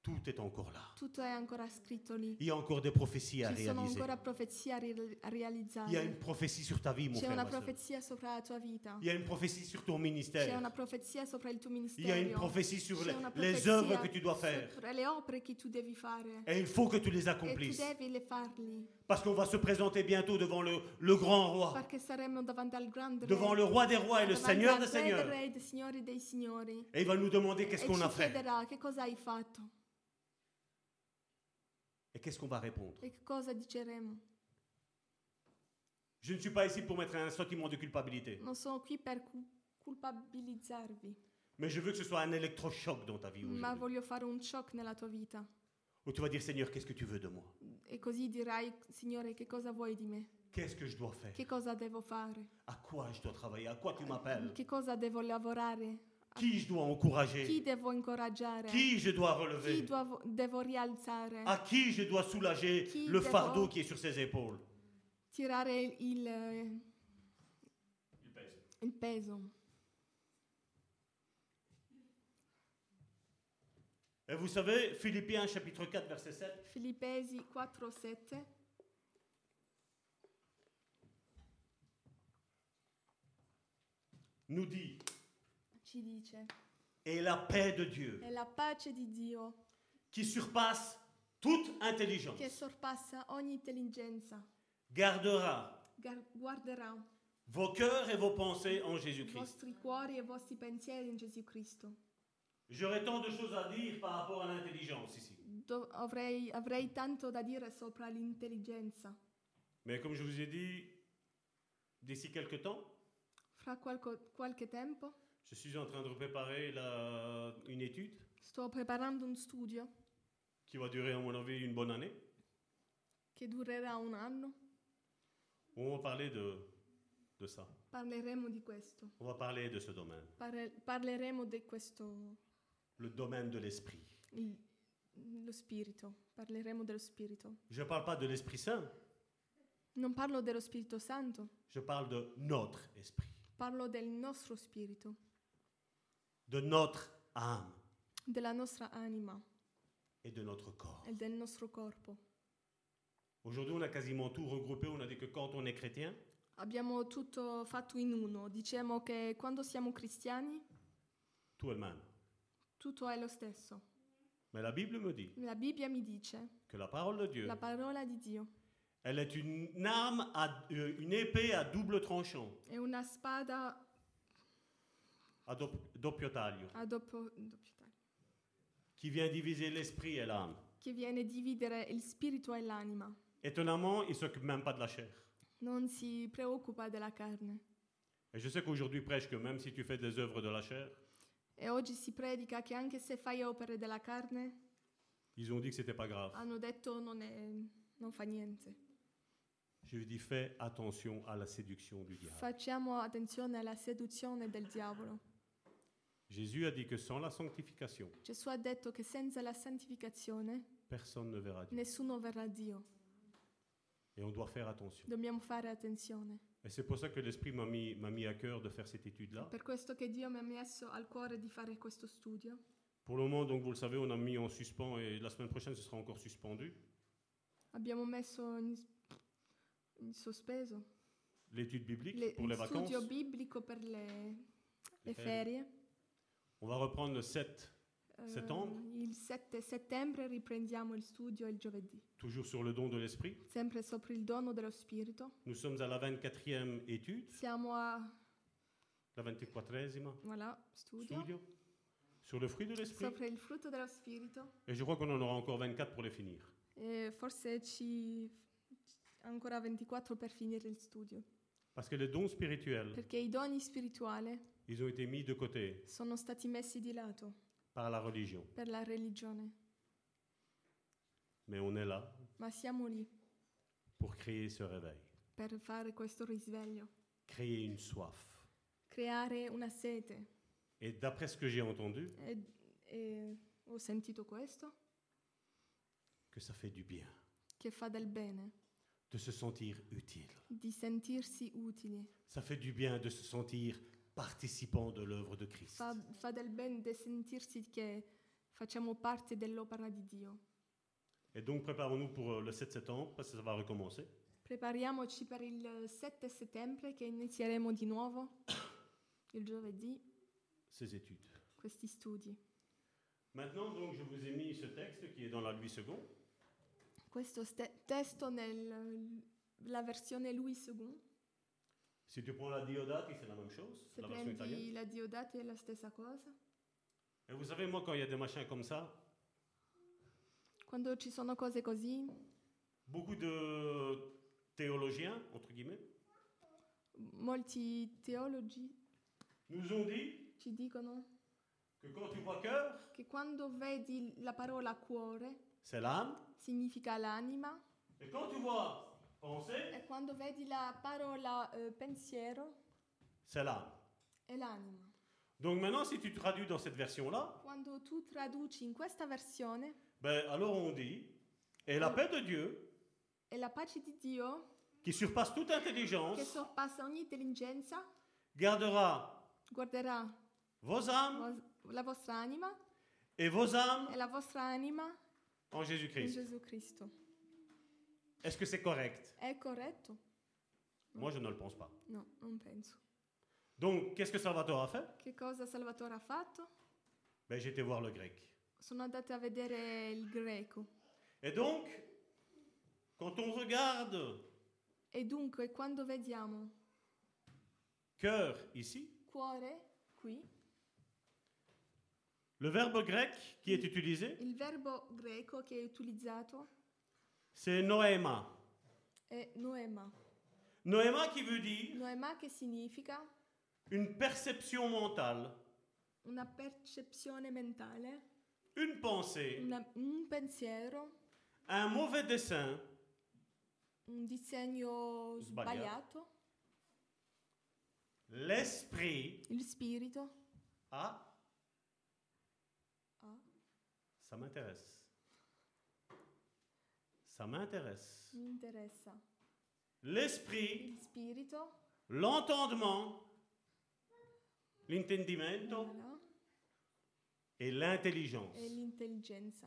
Speaker 7: tout est encore là.
Speaker 5: tutto è ancora scritto lì.
Speaker 7: Il y a encore des prophéties à
Speaker 5: Ci sono
Speaker 7: réaliser.
Speaker 5: ancora profezie a ri- a
Speaker 7: Il y a une
Speaker 5: realizzare.
Speaker 7: prophétie sur ta vie, mon
Speaker 5: C'è
Speaker 7: frère.
Speaker 5: una
Speaker 7: ma sœur.
Speaker 5: profezia sopra la tua vita.
Speaker 7: Il y a une prophétie sur ton
Speaker 5: C'è
Speaker 7: ministère.
Speaker 5: una profezia sopra il tuo
Speaker 7: Il y a une
Speaker 5: ministero.
Speaker 7: prophétie sur
Speaker 5: C'è
Speaker 7: les,
Speaker 5: una
Speaker 7: les
Speaker 5: profezia
Speaker 7: œuvres que tu dois faire.
Speaker 5: sopra le opere che tu devi fare.
Speaker 7: Et il faut que tu les
Speaker 5: E tu
Speaker 7: accomplisses.
Speaker 5: devi le farli.
Speaker 7: Parce qu'on va se présenter bientôt devant le, le grand roi,
Speaker 5: Perché saremo davanti al grande re.
Speaker 7: devant le roi des rois et le
Speaker 5: davanti
Speaker 7: seigneur
Speaker 5: al
Speaker 7: des
Speaker 5: re dei
Speaker 7: seigneurs.
Speaker 5: re, dei signori dei signori.
Speaker 7: Et il va nous demander
Speaker 5: E
Speaker 7: qu'est-ce qu'on a
Speaker 5: ci
Speaker 7: fait.
Speaker 5: chiederà che cosa hai fatto.
Speaker 7: Et qu'est-ce qu'on va répondre.
Speaker 5: E che cosa diceremo.
Speaker 7: Je ne suis pas ici pour mettre un sentiment de culpabilité.
Speaker 5: Non sono qui per cu- culpabilizzarvi.
Speaker 7: Mais je veux que ce soit un électrochoc dans ta vie
Speaker 5: Ma
Speaker 7: aujourd'hui.
Speaker 5: voglio fare un shock nella tua vita.
Speaker 7: Où tu vas dire, Seigneur, qu'est-ce que tu veux de moi
Speaker 5: E così dirai, Signore, che cosa vuoi di me?
Speaker 7: Qu'est-ce que je dois faire
Speaker 5: Che cosa devo fare?
Speaker 7: À quoi je dois travailler À quoi tu m'appelles
Speaker 5: Che cosa devo lavorare?
Speaker 7: Qui je dois
Speaker 5: Chi
Speaker 7: encourager
Speaker 5: devo incoraggiare?
Speaker 7: Qui je dois
Speaker 5: Eh. Chi
Speaker 7: relever
Speaker 5: dovo- devo rialzare?
Speaker 7: À qui je dois soulager
Speaker 5: Qui
Speaker 7: le
Speaker 5: d'abord
Speaker 7: fardeau qui est sur ses épaules
Speaker 5: Tirare il, eh, il peso.
Speaker 7: Et vous savez, Philippiens chapitre 4, verset 7,
Speaker 5: Filippesi 4:7.
Speaker 7: nous dit,
Speaker 5: ci dice,
Speaker 7: et la paix de Dieu,
Speaker 5: è la pace di Dio
Speaker 7: qui surpasse toute intelligence,
Speaker 5: che sorpassa ogni intelligenza,
Speaker 7: gardera
Speaker 5: gar- guarderà
Speaker 7: vos cœurs et vos pensées en
Speaker 5: i
Speaker 7: Jésus-Christ.
Speaker 5: vostri cuori e i vostri pensieri in Gesù Cristo.
Speaker 7: J'aurais tant de choses à dire par rapport à l'intelligence ici.
Speaker 5: Dov- avrei, avrei tanto da dire sopra l'intelligenza.
Speaker 7: Mais comme je vous ai dit, d'ici quelques temps,
Speaker 5: Fra qualco- qualche tempo
Speaker 7: je suis en train de préparer la- une étude
Speaker 5: sto preparando un studio
Speaker 7: qui va durer, à mon avis, une bonne année.
Speaker 5: che durerà un anno.
Speaker 7: On va parler de, de ça.
Speaker 5: Parleremo di questo.
Speaker 7: On va parler de ce domaine.
Speaker 5: Parle- parleremo di questo,
Speaker 7: Le domaine de l'esprit.
Speaker 5: il- lo spirito. Parleremo dello spirito.
Speaker 7: Je ne parle pas de l'Esprit Saint,
Speaker 5: Non parlo dello Spirito Santo,
Speaker 7: je parle de notre esprit,
Speaker 5: parlo del nostro spirito,
Speaker 7: de notre âme
Speaker 5: della nostra anima
Speaker 7: et de notre corps.
Speaker 5: e del nostro corpo.
Speaker 7: Aujourd'hui, on a quasiment tout regroupé. On a dit que quand on est chrétien,
Speaker 5: Abbiamo tutto fatto in uno. Diciamo che quando siamo cristiani
Speaker 7: tout est le même.
Speaker 5: tutto è lo stesso.
Speaker 7: Mais la Bible me dit
Speaker 5: La Bibbia mi dice,
Speaker 7: que la parole de Dieu,
Speaker 5: la parola di Dio
Speaker 7: elle est une arme, à, euh, une épée à double tranchant,
Speaker 5: è una spada
Speaker 7: à dop- doppio taglio,
Speaker 5: a doppio, doppio taglio,
Speaker 7: qui vient diviser l'esprit et l'âme.
Speaker 5: che viene a dividere il spirito e l'anima.
Speaker 7: Étonnamment, il ne s'occupe même pas de la chair.
Speaker 5: Non si preoccupa della carne.
Speaker 7: Et je sais qu'aujourd'hui prêche que même si tu fais des œuvres de la chair,
Speaker 5: E oggi si predica che anche se fai opere della carne,
Speaker 7: ils ont dit que c'était pas grave.
Speaker 5: hanno detto non, è, non fa niente.
Speaker 7: Je lui dis fais attention à la séduction du diable.
Speaker 5: Facciamo attenzione alla seduzione del diavolo.
Speaker 7: Jésus a dit que sans la sanctification,
Speaker 5: Gesù ha detto che senza la santificazione
Speaker 7: personne ne verra Dieu.
Speaker 5: nessuno verrà a Dio.
Speaker 7: Et on doit faire attention.
Speaker 5: Dobbiamo fare attenzione.
Speaker 7: Et c'est pour ça que l'Esprit m'a mis, m'a mis à cœur de faire cette étude-là.
Speaker 5: Per questo che Dio mi ha messo al cuore di fare questo studio.
Speaker 7: Pour le moment, donc vous le savez, on a mis en suspens et la semaine prochaine, ce sera encore suspendu.
Speaker 5: Abbiamo messo in, in sospeso
Speaker 7: L'étude biblique
Speaker 5: le,
Speaker 7: pour les
Speaker 5: il
Speaker 7: vacances.
Speaker 5: studio biblico per le, le
Speaker 7: Les ferie.
Speaker 5: ferie.
Speaker 7: On va reprendre le 7, Euh,
Speaker 5: Eh,
Speaker 7: Settembre.
Speaker 5: il 7 settembre riprendiamo il studio il giovedì,
Speaker 7: toujours sur le don de l'Esprit.
Speaker 5: sempre sopra il dono dello Spirito.
Speaker 7: Nous sommes à la 24e étude,
Speaker 5: Siamo a
Speaker 7: la 24e
Speaker 5: voilà, studio,
Speaker 7: studio, sur le fruit de l'Esprit.
Speaker 5: sopra il frutto dello Spirito.
Speaker 7: Et je crois qu'on en aura encore 24 pour les finir.
Speaker 5: E forse ci ancora 24 per finire il studio,
Speaker 7: Parce que les dons spirituels,
Speaker 5: perché i doni spirituali
Speaker 7: ils ont été mis de côté
Speaker 5: sono stati messi di lato
Speaker 7: par la religion.
Speaker 5: per la religione,
Speaker 7: Mais on est là
Speaker 5: ma siamo lì
Speaker 7: pour créer ce réveil,
Speaker 5: per fare questo risveglio,
Speaker 7: créer une soif.
Speaker 5: creare una sete.
Speaker 7: Et d'après ce que j'ai entendu,
Speaker 5: E- e ho sentito questo
Speaker 7: que ça fait du bien
Speaker 5: che fa del bene.
Speaker 7: de se sentir utile.
Speaker 5: di sentirsi utili.
Speaker 7: Ça fait du bien de se sentir participant de l'œuvre de Christ.
Speaker 5: Fa, fa del bene di sentirsi che facciamo parte dell'opera di Dio.
Speaker 7: Et donc préparons-nous pour euh, le 7 septembre, parce que ça va recommencer.
Speaker 5: Prepariamoci per il 7 settembre che inizieremo di nuovo (coughs) il giovedì
Speaker 7: ces études.
Speaker 5: questi studi.
Speaker 7: Maintenant, donc, je vous ai mis ce texte qui est dans la Louis II,
Speaker 5: Questo ste- testo nella versione Louis II,
Speaker 7: Si tu prends la Diodati, c'est la même chose,
Speaker 5: se
Speaker 7: la version
Speaker 5: prendi
Speaker 7: italienne.
Speaker 5: la Diodati è la stessa cosa.
Speaker 7: Et vous savez, moi, quand il y a des machins comme ça,
Speaker 5: Quando ci sono cose così,
Speaker 7: beaucoup de théologiens, entre guillemets,
Speaker 5: molti teologi
Speaker 7: nous ont dit
Speaker 5: ci dicono
Speaker 7: que quand tu vois cœur,
Speaker 5: che quando vedi la parola cuore
Speaker 7: c'est l'âme,
Speaker 5: significa l'anima
Speaker 7: et quand tu vois pensée,
Speaker 5: E quando vedi la parola eh, pensiero
Speaker 7: c'est l'âme.
Speaker 5: è l'anima.
Speaker 7: Donc maintenant, si tu traduis dans cette version-là,
Speaker 5: Quando tu traduci in questa versione,
Speaker 7: ben, alors on dit, et la paix de Dieu,
Speaker 5: è la pace di Dio
Speaker 7: qui surpasse toute intelligence,
Speaker 5: che sorpassa ogni intelligenza,
Speaker 7: gardera
Speaker 5: guarderà
Speaker 7: vos âmes
Speaker 5: vos- la vostra anima
Speaker 7: et vos âmes
Speaker 5: e la vostra anima
Speaker 7: en
Speaker 5: in
Speaker 7: Jésus-Christ.
Speaker 5: Gesù Cristo.
Speaker 7: Est-ce que c'est correct
Speaker 5: È corretto?
Speaker 7: Moi, je ne le pense pas.
Speaker 5: No, non penso.
Speaker 7: Donc, qu'est-ce que Salvatore a fait
Speaker 5: Che cosa Salvatore ha fatto?
Speaker 7: ben, J'étais voir le grec.
Speaker 5: Sono andate a vedere il greco.
Speaker 7: Et donc, quand on regarde
Speaker 5: E dunque quando vediamo
Speaker 7: cœur ici,
Speaker 5: cuore qui,
Speaker 7: le verbe grec qui est utilisé,
Speaker 5: il verbo greco che è utilizzato
Speaker 7: c'est noema.
Speaker 5: è noema.
Speaker 7: Noema qui veut dire
Speaker 5: Noema che significa
Speaker 7: une perception mentale,
Speaker 5: una percezione mentale,
Speaker 7: une pensée,
Speaker 5: una- un pensiero,
Speaker 7: un mauvais dessin,
Speaker 5: un disegno
Speaker 7: Sbagliato.
Speaker 5: sbagliato,
Speaker 7: l'esprit
Speaker 5: il spirito.
Speaker 7: a...
Speaker 5: Ah,
Speaker 7: Ça m'intéresse. Ça m'intéresse.
Speaker 5: mi interessa.
Speaker 7: L'esprit,
Speaker 5: Il spirito.
Speaker 7: l'entendement, l'intendimento
Speaker 5: voilà,
Speaker 7: et l'intelligence.
Speaker 5: E l'intelligenza.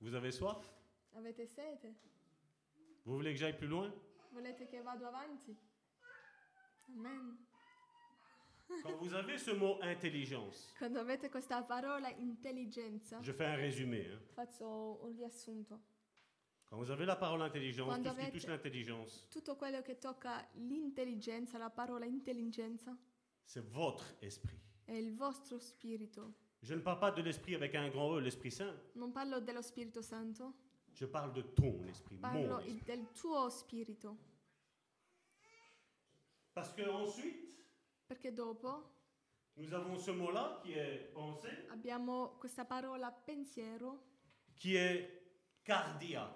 Speaker 7: Vous avez soif
Speaker 5: Avete sete?
Speaker 7: Vous voulez que j'aille plus loin
Speaker 5: Volete che vado avanti? Amen.
Speaker 7: Quand vous avez ce mot intelligence,
Speaker 5: Quando avete questa parola intelligenza,
Speaker 7: je fais un résumé. hein.
Speaker 5: faccio un riassunto.
Speaker 7: Quand vous avez la parole intelligence,
Speaker 5: Quando
Speaker 7: tout ce qui
Speaker 5: avete-
Speaker 7: touche l'intelligence,
Speaker 5: Tutto quello che tocca l'intelligenza, la parola intelligenza,
Speaker 7: c'est votre esprit.
Speaker 5: è il vostro spirito.
Speaker 7: Je ne parle pas de l'esprit avec un grand E, l'Esprit Saint.
Speaker 5: Non parlo dello Spirito Santo,
Speaker 7: Je parle de ton esprit, mon
Speaker 5: parlo
Speaker 7: esprit.
Speaker 5: del tuo spirito.
Speaker 7: Parce que ensuite,
Speaker 5: Perché dopo
Speaker 7: nous avons ce mot-là qui est pensée,
Speaker 5: abbiamo questa parola pensiero
Speaker 7: qui est cardia.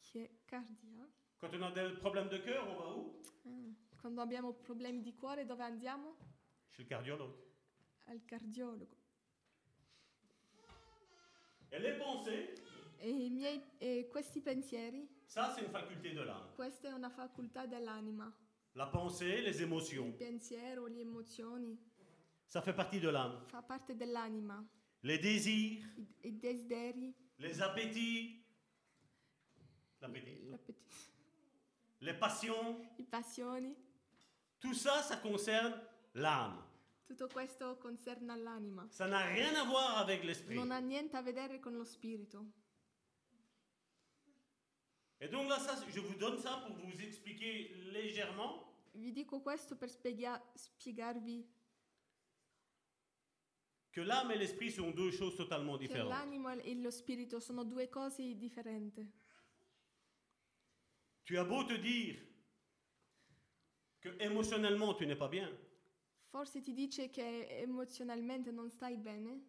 Speaker 5: che è cardia.
Speaker 7: Quand on a des problèmes de cœur, on va où
Speaker 5: Ah, Quando abbiamo problemi di cuore dove andiamo?
Speaker 7: Chez le cardiologue.
Speaker 5: Al cardiologo.
Speaker 7: Et les pensées,
Speaker 5: E, i miei, e questi pensieri,
Speaker 7: ça c'est une faculté de l'âme.
Speaker 5: questa è una facoltà dell'anima.
Speaker 7: La pensée, les
Speaker 5: Il
Speaker 7: émotions,
Speaker 5: pensiero, le emozioni,
Speaker 7: ça fait partie de l'âme.
Speaker 5: fa parte dell'anima.
Speaker 7: Les désirs,
Speaker 5: I, i desideri,
Speaker 7: les appétits, l'appétit,
Speaker 5: l'appetito,
Speaker 7: les passions,
Speaker 5: i passioni,
Speaker 7: tout ça, ça concerne l'âme.
Speaker 5: tutto questo concerne l'anima.
Speaker 7: Ça n'a rien à voir avec l'esprit.
Speaker 5: Non ha niente a vedere con lo spirito.
Speaker 7: Et donc là, ça, je vous donne ça pour vous expliquer légèrement
Speaker 5: Vi dico questo per spiega- spiegarvi
Speaker 7: que l'âme et l'esprit sont deux choses totalement
Speaker 5: che
Speaker 7: différentes.
Speaker 5: l'anima e lo spirito sono due cose differenti.
Speaker 7: Tu as beau te dire que émotionnellement tu n'es pas bien,
Speaker 5: Forse ti dice che emozionalmente non stai bene,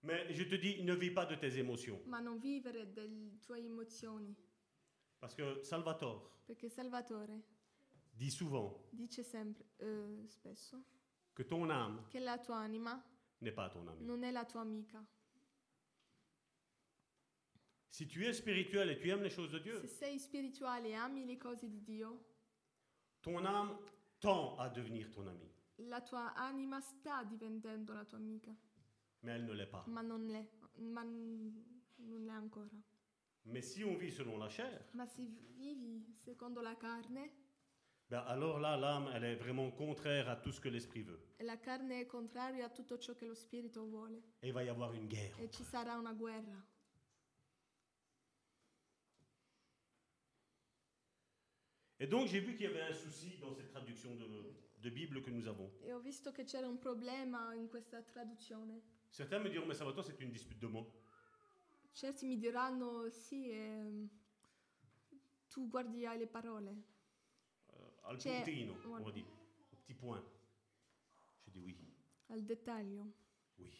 Speaker 7: mais je te dis ne vis pas de tes émotions.
Speaker 5: ma non vivere delle tue emozioni.
Speaker 7: Parce que Salvatore
Speaker 5: Perché Salvatore
Speaker 7: dit souvent
Speaker 5: dice sempre, eh, spesso,
Speaker 7: que ton âme
Speaker 5: che la tua anima
Speaker 7: n'est pas ton ami.
Speaker 5: non è la tua amica.
Speaker 7: Si tu es spirituel et tu aimes les choses de Dieu,
Speaker 5: Se sei spirituale e ami le cose di Dio,
Speaker 7: ton âme tend à devenir ton ami,
Speaker 5: la tua anima sta diventando la tua amica,
Speaker 7: mais elle ne l'est pas.
Speaker 5: ma non l'è, ma n- non l'è ancora.
Speaker 7: Mais si on vit selon la chair,
Speaker 5: Ma se vivi secondo la carne,
Speaker 7: ben alors là, l'âme, elle est vraiment contraire à tout ce que l'esprit veut.
Speaker 5: la carne è contraria a tutto ciò che lo spirito vuole
Speaker 7: Et il va y avoir une guerre.
Speaker 5: e ci sarà una guerra.
Speaker 7: Et donc j'ai vu qu'il y avait un souci dans cette traduction de- de Bible que nous avons.
Speaker 5: E ho visto che c'era un problema in questa traduzione.
Speaker 7: Certains me diront, mais Salvatore, c'est une dispute de mots.
Speaker 5: Certi mi diranno sì, ehm, tu guardi alle parole.
Speaker 7: Euh, al
Speaker 5: Cioè,
Speaker 7: puntino, on
Speaker 5: voilà.
Speaker 7: dit. Au petit point. Je dis oui,
Speaker 5: al dettaglio,
Speaker 7: oui.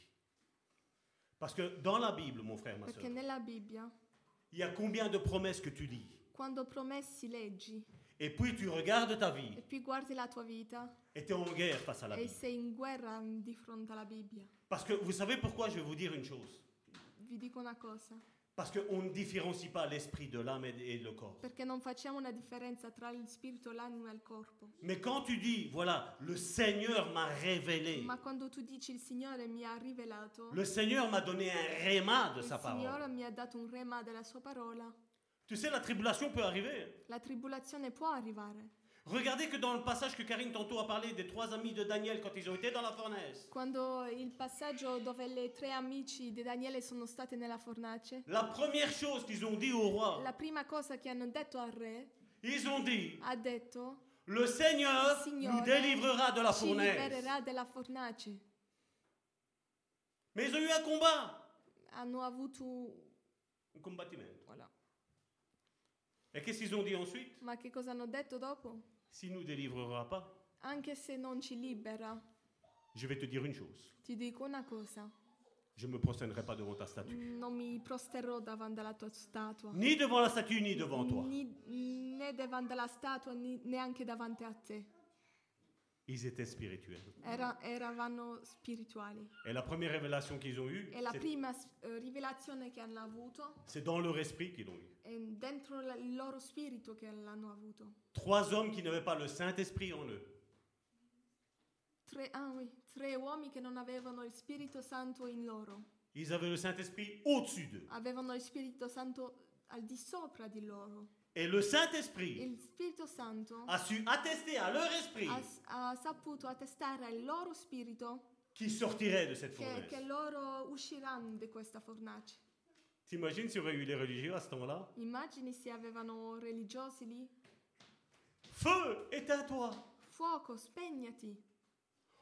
Speaker 7: Parce que dans la Bible, mon frère, ma certo. soeur,
Speaker 5: perché nella Bibbia,
Speaker 7: il y a combien de promesses que tu lis
Speaker 5: quando promessi leggi
Speaker 7: Et puis tu regardes ta vie
Speaker 5: e più guardi la tua vita
Speaker 7: et tu es en guerre face à la
Speaker 5: e
Speaker 7: Bible.
Speaker 5: sei in guerra di fronte alla Bibbia,
Speaker 7: Parce que vous savez pourquoi je vais vous dire une chose
Speaker 5: vi dico una cosa,
Speaker 7: Parce qu'on ne différencie pas l'esprit de l'âme et et le corps.
Speaker 5: perché non facciamo una differenza tra il spirito, l'anima e il corpo.
Speaker 7: Mais quand tu dis, voilà, le Seigneur m'a révélé,
Speaker 5: Ma quando tu dici il Signore mi ha rivelato,
Speaker 7: le Seigneur m'a donné un réma de
Speaker 5: il
Speaker 7: sa
Speaker 5: Signore
Speaker 7: parole,
Speaker 5: mi ha dato un rema della sua parola,
Speaker 7: Tu sais, la tribulation peut arriver. hein.
Speaker 5: La tribolazione può arrivare.
Speaker 7: Regardez que dans le passage que Karine tantôt a parlé des trois amis de Daniel quand ils ont été dans la fournaise,
Speaker 5: Quando il passaggio dove le tre amici di Daniele sono state nella fornace,
Speaker 7: la première chose qu'ils ont dit au roi,
Speaker 5: la prima cosa che hanno detto al re
Speaker 7: ils ont dit
Speaker 5: ha detto
Speaker 7: Le Seigneur
Speaker 5: Signore
Speaker 7: nous délivrera de la
Speaker 5: ci libererà
Speaker 7: fournaise.
Speaker 5: dalla fornace.
Speaker 7: Mais ils ont eu un combat.
Speaker 5: Hanno avuto
Speaker 7: Un combattimento.
Speaker 5: voilà.
Speaker 7: Et qu'est-ce qu'ils ont dit ensuite
Speaker 5: Ma che cosa hanno detto dopo?
Speaker 7: S'il nous délivrera pas,
Speaker 5: Anche se non ci libera,
Speaker 7: je vais te dire une chose.
Speaker 5: ti dico una cosa,
Speaker 7: Je ne me prosternerai pas devant ta statue.
Speaker 5: non mi prosterrò davanti alla tua statua.
Speaker 7: Ni devant la statue, ni devant toi.
Speaker 5: Ni- né davanti alla statua ni- neanche davanti a te.
Speaker 7: Ils étaient spirituels.
Speaker 5: Era- eravamo spirituali.
Speaker 7: Et la première révélation qu'ils ont eue,
Speaker 5: E la
Speaker 7: c'est-
Speaker 5: prima s- eh, rivelazione che hanno avuto
Speaker 7: c'est dans leur esprit qu'ils l'ont eue.
Speaker 5: è dentro la- il loro spirito che l'hanno avuto.
Speaker 7: Trois hommes qui n'avaient pas le Saint-Esprit en eux.
Speaker 5: Tre, ah oui, tre uomini che non avevano il Spirito Santo in loro,
Speaker 7: Ils avaient le Saint-Esprit au-dessus d'eux.
Speaker 5: avevano il Spirito Santo al di sopra di loro.
Speaker 7: Et le
Speaker 5: E
Speaker 7: Saint-Esprit
Speaker 5: il Spirito Santo
Speaker 7: a su attester à leur esprit
Speaker 5: ha, s- ha saputo attestare al loro spirito
Speaker 7: qui sortirait de cette
Speaker 5: che,
Speaker 7: fournaise.
Speaker 5: che loro usciranno di questa fornace.
Speaker 7: T'imagines si aurait eu les religieux à ce temps-là
Speaker 5: Immagini se avevano religiosi lì?
Speaker 7: Feu, éteins-toi
Speaker 5: Fuoco, spegnati!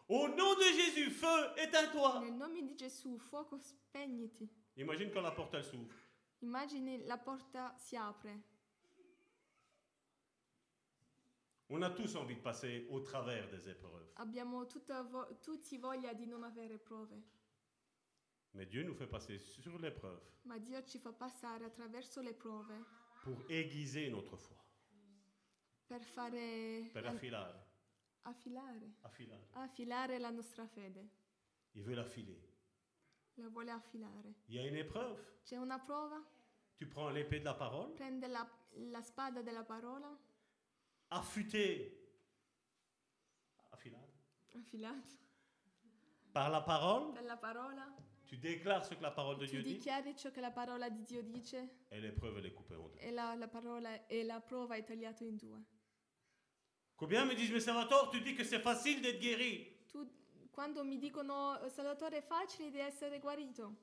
Speaker 7: Au nom de Jésus, feu, éteins-toi
Speaker 5: Nel nome di Gesù, fuoco, spegniti!
Speaker 7: Imagine quand la porte elle s'ouvre.
Speaker 5: Immagini la porta si apre.
Speaker 7: On a tous envie de passer au travers des épreuves.
Speaker 5: Abbiamo tutta vo- tutti voglia di non avere prove,
Speaker 7: Mais Dieu nous fait passer sur l'épreuve
Speaker 5: ma Dio ci fa passare attraverso le prove
Speaker 7: pour aiguiser notre foi.
Speaker 5: per fare
Speaker 7: Per
Speaker 5: la-
Speaker 7: affilare.
Speaker 5: affilare,
Speaker 7: affilare.
Speaker 5: affilare la nostra fede.
Speaker 7: Il veut l'affiler.
Speaker 5: La vuole affilare.
Speaker 7: Il y a une épreuve.
Speaker 5: C'è una prova?
Speaker 7: Tu prends l'épée de la parole,
Speaker 5: Prende la, la spada della parola,
Speaker 7: affûtée. Affilade.
Speaker 5: affilata
Speaker 7: Par la parole,
Speaker 5: dalla parola,
Speaker 7: tu déclares ce que la parole de
Speaker 5: tu
Speaker 7: Dieu dit.
Speaker 5: dichiari ciò che la parola di Dio dice
Speaker 7: Et l'épreuve, elle est coupée en deux.
Speaker 5: e la, la parola e la prova è tagliata in due.
Speaker 7: Combien me disent, mais Salvatore, tu dis que c'est facile d'être guéri.
Speaker 5: Tu, quando mi dicono Salvatore è facile di essere guarito,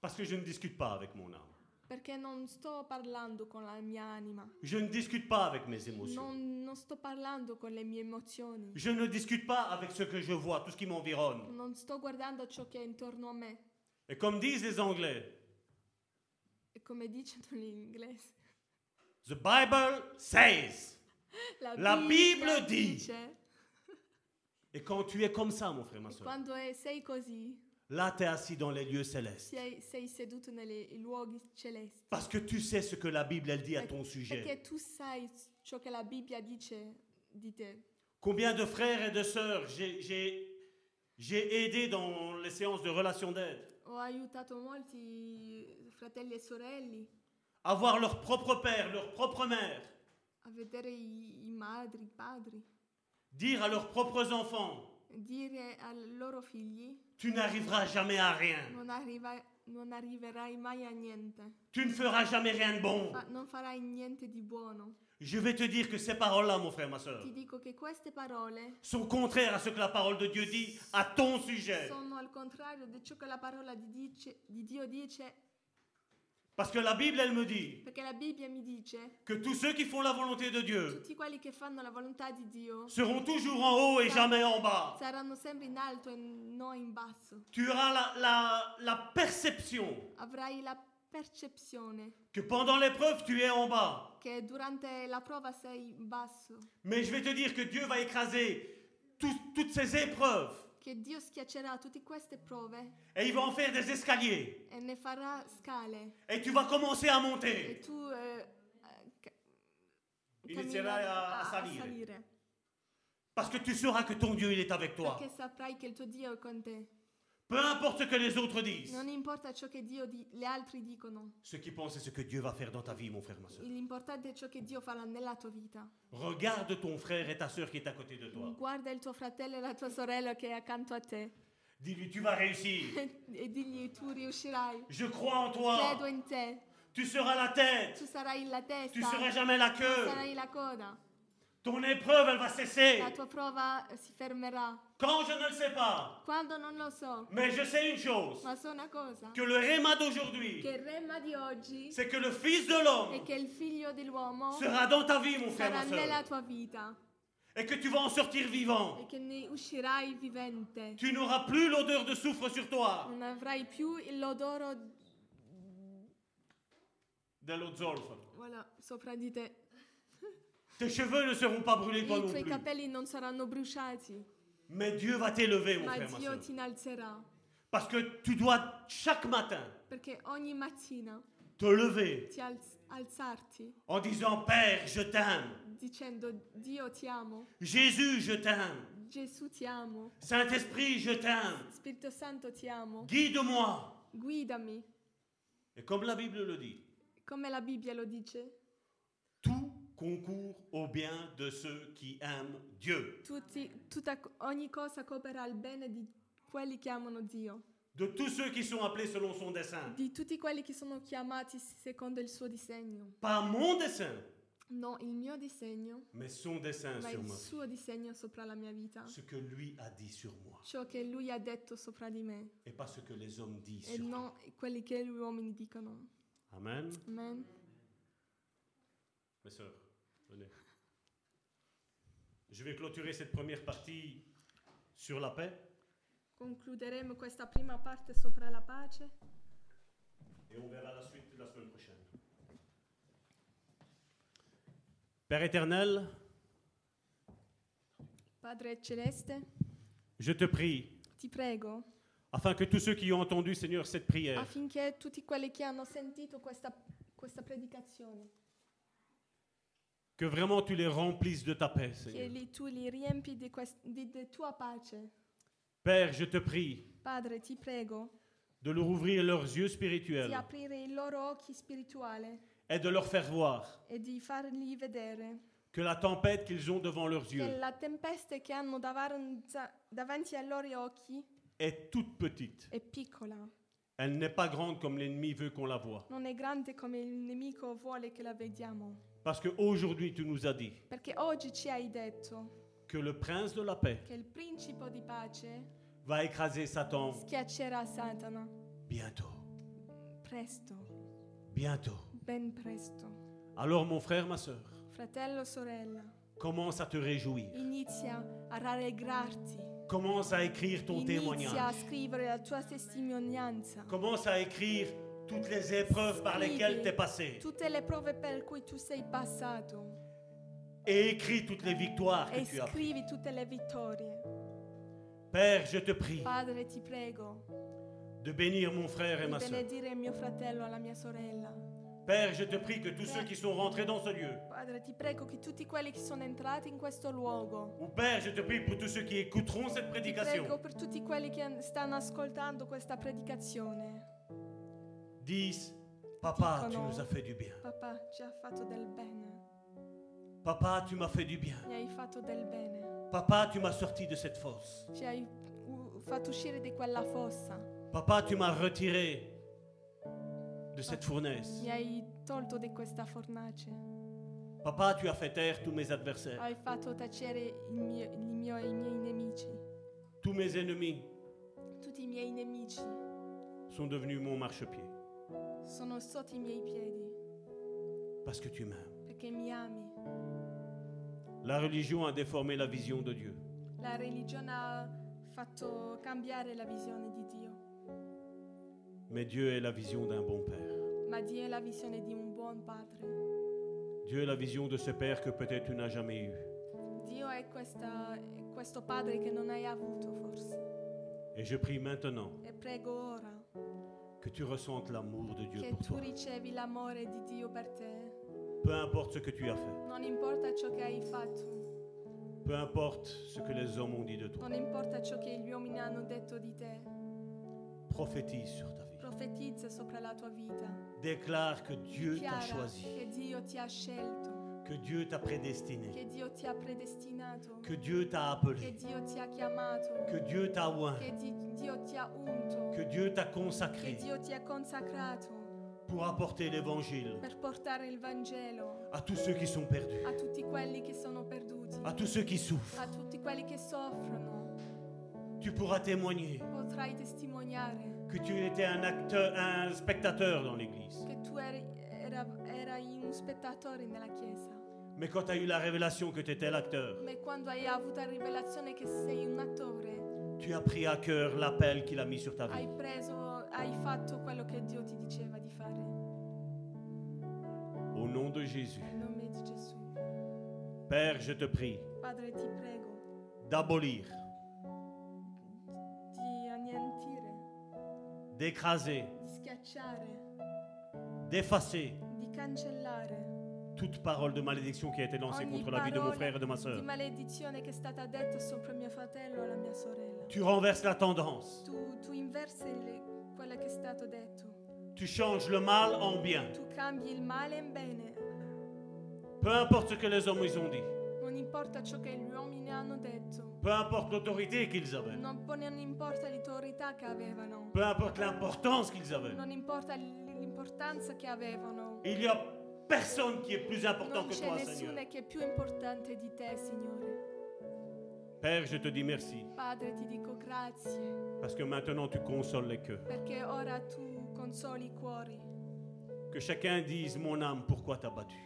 Speaker 7: Parce que je ne discute pas avec mon âme.
Speaker 5: perché non sto parlando con la mia anima,
Speaker 7: Je ne discute pas avec mes émotions.
Speaker 5: non, non sto parlando con le mie emozioni,
Speaker 7: Je ne discute pas avec ce que je vois, tout ce qui m'environne.
Speaker 5: non sto guardando ciò che è intorno a me.
Speaker 7: Et comme disent les Anglais,
Speaker 5: E come (laughs) dicono gli inglesi,
Speaker 7: The Bible says. La Bibbia di-
Speaker 5: dice,
Speaker 7: Et quand tu es comme ça, mon frère, ma
Speaker 5: e
Speaker 7: soeur,
Speaker 5: quando è- sei così,
Speaker 7: là, tu es assis dans les lieux célestes.
Speaker 5: sei, sei seduto nei luoghi celesti.
Speaker 7: Parce que tu sais ce que la Bible, elle dit à ton sujet.
Speaker 5: Perché tu sai ciò che la Bibbia dice di te.
Speaker 7: Combien de frères et de sœurs j'ai- j'ai j'ai aidé dans les séances de relations d'aide
Speaker 5: Ho aiutato molti fratelli e sorelle
Speaker 7: à voir leur propre père, leur propre mère,
Speaker 5: a vedere i, i madri, i padri,
Speaker 7: dire à leurs propres enfants,
Speaker 5: dire ai loro figli
Speaker 7: tu n'arriveras jamais à rien,
Speaker 5: non, arriva- non arriverai mai a niente,
Speaker 7: tu ne feras jamais rien de bon.
Speaker 5: fa- non farai niente di buono.
Speaker 7: Je vais te dire que ces paroles-là, mon frère, ma soeur,
Speaker 5: Ti dico che queste parole
Speaker 7: sont contraires à ce que la parole de Dieu dit à ton sujet.
Speaker 5: sono al contrario di ciò che la parola di, dice- di Dio dice,
Speaker 7: Parce que la Bible, elle me dit
Speaker 5: perché la Bibbia mi dice
Speaker 7: que tous ceux qui font la volonté de Dieu
Speaker 5: tutti quelli che fanno la volontà di Dio
Speaker 7: seront toujours en haut et jamais en bas.
Speaker 5: saranno sempre in alto e non in basso.
Speaker 7: Tu auras la, la- la perception
Speaker 5: Avrai la percezione
Speaker 7: que pendant l'épreuve, tu es en bas.
Speaker 5: che durante la prova sei in basso.
Speaker 7: Mais je vais te dire que Dieu va écraser tout- toutes ces épreuves
Speaker 5: che Dio schiaccerà tutte queste prove
Speaker 7: et il va en faire des escaliers.
Speaker 5: e ne farà scale
Speaker 7: Et tu vas commencer à
Speaker 5: e
Speaker 7: monter.
Speaker 5: tu eh, eh, ca-
Speaker 7: Inizierai a- a salire.
Speaker 5: salire,
Speaker 7: Parce que tu sauras que ton Dieu, il est avec toi.
Speaker 5: perché saprai che il tuo Dio è con te
Speaker 7: Peu importe ce que les autres disent.
Speaker 5: non importa ciò che Dio di- gli altri dicono
Speaker 7: Ce qui pense, c'est ce que Dieu va faire dans ta vie, mon frère, ma soeur.
Speaker 5: l'importante è ciò che Dio farà nella tua vita
Speaker 7: Regarde ton frère et ta soeur qui est à côté de toi.
Speaker 5: guarda il tuo fratello e la tua sorella che è accanto a te (laughs)
Speaker 7: Dis-lui, tu vas réussir.
Speaker 5: e digli tu riuscirai
Speaker 7: Je crois en toi.
Speaker 5: credo in te
Speaker 7: Tu seras la tête.
Speaker 5: Tu sarai la testa,
Speaker 7: Tu seras jamais la queue.
Speaker 5: sarai la coda.
Speaker 7: Ton épreuve, elle va cesser.
Speaker 5: La tua prova eh, si fermerà.
Speaker 7: Quand je ne le sais pas.
Speaker 5: Quando non lo so,
Speaker 7: Mais je sais une chose.
Speaker 5: ma so una cosa,
Speaker 7: Que le réma d'aujourd'hui,
Speaker 5: che il remma di oggi
Speaker 7: c'est que le Fils de
Speaker 5: è
Speaker 7: l'homme
Speaker 5: che il figlio dell'uomo
Speaker 7: sera dans ta vie, mon frère,
Speaker 5: sarà
Speaker 7: ma
Speaker 5: nella
Speaker 7: soeur.
Speaker 5: tua vita
Speaker 7: Et que tu vas en sortir vivant.
Speaker 5: e che ne uscirai vivente.
Speaker 7: Tu n'auras plus l'odeur de soufre sur toi.
Speaker 5: Non avrai più l'odore
Speaker 7: Dello zolfo.
Speaker 5: voilà, sopra di te.
Speaker 7: Tes cheveux ne seront pas brûlés,
Speaker 5: I
Speaker 7: toi non
Speaker 5: tuoi
Speaker 7: plus.
Speaker 5: capelli non saranno bruciati,
Speaker 7: Mais Dieu va t'élever, mon
Speaker 5: ma
Speaker 7: frère, ma
Speaker 5: Dio
Speaker 7: soeur.
Speaker 5: ti innalzerà.
Speaker 7: Parce que tu dois chaque matin
Speaker 5: Perché ogni mattina
Speaker 7: te lever
Speaker 5: ti alz- alzarti
Speaker 7: en disant Père, je t'aime.
Speaker 5: dicendo Dio ti amo,
Speaker 7: Jésus, je t'aime.
Speaker 5: Gesù ti amo,
Speaker 7: Saint-Esprit, je t'aime.
Speaker 5: Spirito Santo ti amo,
Speaker 7: Guide-moi.
Speaker 5: guidami,
Speaker 7: Et comme la Bible le dit,
Speaker 5: come la Bibbia lo dice.
Speaker 7: tout concourt au bien de ceux qui aiment Dieu.
Speaker 5: Tutti- tutta, ogni cosa coopera al bene di quelli che amano Dio,
Speaker 7: De tous ceux qui sont appelés selon son dessein.
Speaker 5: di tutti quelli che sono chiamati secondo il suo disegno.
Speaker 7: Pas mon dessein,
Speaker 5: Non il mio disegno,
Speaker 7: mais son dessein
Speaker 5: ma
Speaker 7: sur
Speaker 5: il
Speaker 7: moi.
Speaker 5: suo disegno sopra la mia vita.
Speaker 7: Ce que lui a dit sur moi.
Speaker 5: Ciò che lui ha detto sopra di me
Speaker 7: Et pas ce que les hommes disent
Speaker 5: e
Speaker 7: sur moi.
Speaker 5: non quelli che gli uomini dicono.
Speaker 7: Amen.
Speaker 5: Amen.
Speaker 7: Mes sœurs, venez. Je vais clôturer cette première partie sur la paix
Speaker 5: Concluderemo questa prima parte sopra la pace
Speaker 7: et on verra la suite la semaine prochaine. Père éternel,
Speaker 5: Padre Celeste,
Speaker 7: je te prie,
Speaker 5: ti prego
Speaker 7: afin que tous ceux qui ont entendu, Seigneur, cette prière,
Speaker 5: affinché tutti quelli che hanno sentito questa, questa predicazione,
Speaker 7: que vraiment tu les remplisses de ta paix,
Speaker 5: che
Speaker 7: Seigneur.
Speaker 5: li- tu li riempi di, quest- di- di tua pace.
Speaker 7: Père, je te prie
Speaker 5: Padre, ti prego
Speaker 7: de leur ouvrir leurs yeux
Speaker 5: di
Speaker 7: spirituels
Speaker 5: aprire i loro occhi spirituali
Speaker 7: et de leur faire voir
Speaker 5: e di farli vedere
Speaker 7: que la tempête qu'ils ont devant leurs
Speaker 5: che
Speaker 7: yeux
Speaker 5: la tempesta che hanno davanti, davanti ai loro occhi
Speaker 7: est toute petite.
Speaker 5: è piccola,
Speaker 7: Elle n'est pas grande comme l'ennemi veut qu'on la voie.
Speaker 5: non è grande come il nemico vuole che la vediamo.
Speaker 7: Parce qu'aujourd'hui, tu nous as dit
Speaker 5: Perché oggi ci hai detto
Speaker 7: que le prince de la paix
Speaker 5: che il principe di pace
Speaker 7: va écraser Satan
Speaker 5: schiaccerà Satana
Speaker 7: bientôt.
Speaker 5: presto,
Speaker 7: Bientôt.
Speaker 5: ben presto.
Speaker 7: Alors mon frère, ma soeur,
Speaker 5: Fratello, sorella,
Speaker 7: commence à te réjouir.
Speaker 5: inizia a rallegrarti,
Speaker 7: Commence à écrire ton
Speaker 5: inizia a
Speaker 7: témoignage.
Speaker 5: scrivere la tua testimonianza.
Speaker 7: Commence à écrire toutes les épreuves par lesquelles tu es passé.
Speaker 5: tutte le prove per cui tu sei passato
Speaker 7: Et écris toutes les victoires
Speaker 5: e
Speaker 7: que Ah, tu as. prises.
Speaker 5: scrivi tutte le vittorie.
Speaker 7: Père, je te prie
Speaker 5: Padre, ti prego
Speaker 7: de bénir mon frère et
Speaker 5: di
Speaker 7: ma soeur.
Speaker 5: benedire mio fratello e la mia sorella.
Speaker 7: Père, je te prie que tous ceux qui sont rentrés dans ce lieu,
Speaker 5: Padre, ti prego che tutti quelli che sono entrati in questo luogo,
Speaker 7: ou Père, je te prie pour tous ceux qui écouteront cette
Speaker 5: ti prego
Speaker 7: prédication,
Speaker 5: per tutti quelli che an- stanno ascoltando questa predicazione.
Speaker 7: disent, Papa, tu nous as fait du bien.
Speaker 5: Papà, ci ha fatto del bene,
Speaker 7: Papa, tu m'as fait du bien.
Speaker 5: mi hai fatto del bene,
Speaker 7: Papa, tu m'as sorti de cette fosse.
Speaker 5: ci hai uh, fatto uscire di quella fossa,
Speaker 7: Papa, tu m'as retiré de cette fournaise.
Speaker 5: mi hai tolto di questa fornace,
Speaker 7: Papa, tu as fait taire tous mes adversaires,
Speaker 5: hai fatto tacere il mio- il mio- i miei nemici.
Speaker 7: tous mes ennemis
Speaker 5: Tutti i miei nemici
Speaker 7: sont devenus mon marchepied.
Speaker 5: sono sotto i miei piedi
Speaker 7: Parce que tu m'aimes.
Speaker 5: perché mi ami.
Speaker 7: La religion a déformé la vision de Dieu.
Speaker 5: La religione ha fatto cambiare la visione di Dio,
Speaker 7: Mais Dieu est la vision d'un bon père.
Speaker 5: ma Dio è la visione di un buon padre.
Speaker 7: Dieu est la vision de ce père que peut-être tu n'as jamais eu.
Speaker 5: Dio è, questa- è questo padre che non hai avuto forse.
Speaker 7: Et je prie maintenant
Speaker 5: E prego ora
Speaker 7: que tu ressentes l'amour de Dieu
Speaker 5: che
Speaker 7: pour
Speaker 5: tu
Speaker 7: toi.
Speaker 5: ricevi l'amore di Dio per te.
Speaker 7: Peu importe ce que tu as fait,
Speaker 5: Non importa ciò che hai fatto,
Speaker 7: peu importe ce que les hommes ont dit de toi,
Speaker 5: non importa ciò che gli uomini hanno detto di te.
Speaker 7: prophétise sur ta vie.
Speaker 5: Profetizza sopra la tua vita.
Speaker 7: Déclare que Dieu t'a
Speaker 5: Dichiara
Speaker 7: choisi,
Speaker 5: che Dio ti ha scelto,
Speaker 7: que Dieu t'a prédestiné,
Speaker 5: che Dio ti ha predestinato.
Speaker 7: que Dieu t'a
Speaker 5: che
Speaker 7: appelé,
Speaker 5: Dio ti ha chiamato,
Speaker 7: que Dieu t'a oint,
Speaker 5: che di- Dio ti ha unto,
Speaker 7: que Dieu t'a
Speaker 5: che
Speaker 7: consacré
Speaker 5: Dio ti ha consacrato
Speaker 7: pour apporter l'évangile
Speaker 5: per portare il Vangelo
Speaker 7: à tous ceux qui sont perdus,
Speaker 5: a tutti quelli che sono perduti,
Speaker 7: à tous ceux qui souffrent.
Speaker 5: a tutti quelli che soffrono.
Speaker 7: Tu pourras témoigner
Speaker 5: Potrai testimoniare
Speaker 7: que tu étais un acteur, un spectateur dans l'église.
Speaker 5: che tu eri, era- erai un spettatore nella Chiesa,
Speaker 7: Mais quand tu as eu la révélation que tu étais l'acteur,
Speaker 5: ma quando hai avuto la rivelazione che sei un attore,
Speaker 7: tu as pris à cœur l'appel qu'il a mis sur ta vie.
Speaker 5: hai preso, hai fatto quello che Dio ti diceva di fare.
Speaker 7: Au nom de Jésus.
Speaker 5: Nel nome di Gesù.
Speaker 7: Père, je te prie
Speaker 5: Padre, ti prego
Speaker 7: d'abolir,
Speaker 5: di annientire,
Speaker 7: d'écraser,
Speaker 5: di schiacciare,
Speaker 7: d'effacer
Speaker 5: di cancellare
Speaker 7: toute parole de malédiction qui a été lancée
Speaker 5: ogni
Speaker 7: contre la vie de mon frère et de ma
Speaker 5: parola di
Speaker 7: soeur.
Speaker 5: maledizione che è stata detta sopra mio fratello o la mia sorella.
Speaker 7: Tu renverses la tendance.
Speaker 5: Tu, tu inversi le- quello che è stato detto.
Speaker 7: Tu changes le mal en bien.
Speaker 5: Tu cambi il male in bene.
Speaker 7: Peu importe ce que les hommes ils ont dit.
Speaker 5: Non importa ciò che gli uomini hanno detto.
Speaker 7: Peu importe l'autorité qu'ils avaient.
Speaker 5: Non, po- non importa l'autorità che avevano.
Speaker 7: Peu importe l'importance qu'ils avaient.
Speaker 5: Non importa l- l'importanza che avevano.
Speaker 7: Il n'y a personne qui est plus important
Speaker 5: Non
Speaker 7: que
Speaker 5: c'è
Speaker 7: toi, Seigneur.
Speaker 5: nessuno che è più importante di te, Signore.
Speaker 7: Père, je te dis merci.
Speaker 5: Padre, ti dico grazie.
Speaker 7: Parce que maintenant tu consoles les cœurs.
Speaker 5: Perché ora tu consoli i cuori,
Speaker 7: Que chacun dise, mon âme, pourquoi t'as battu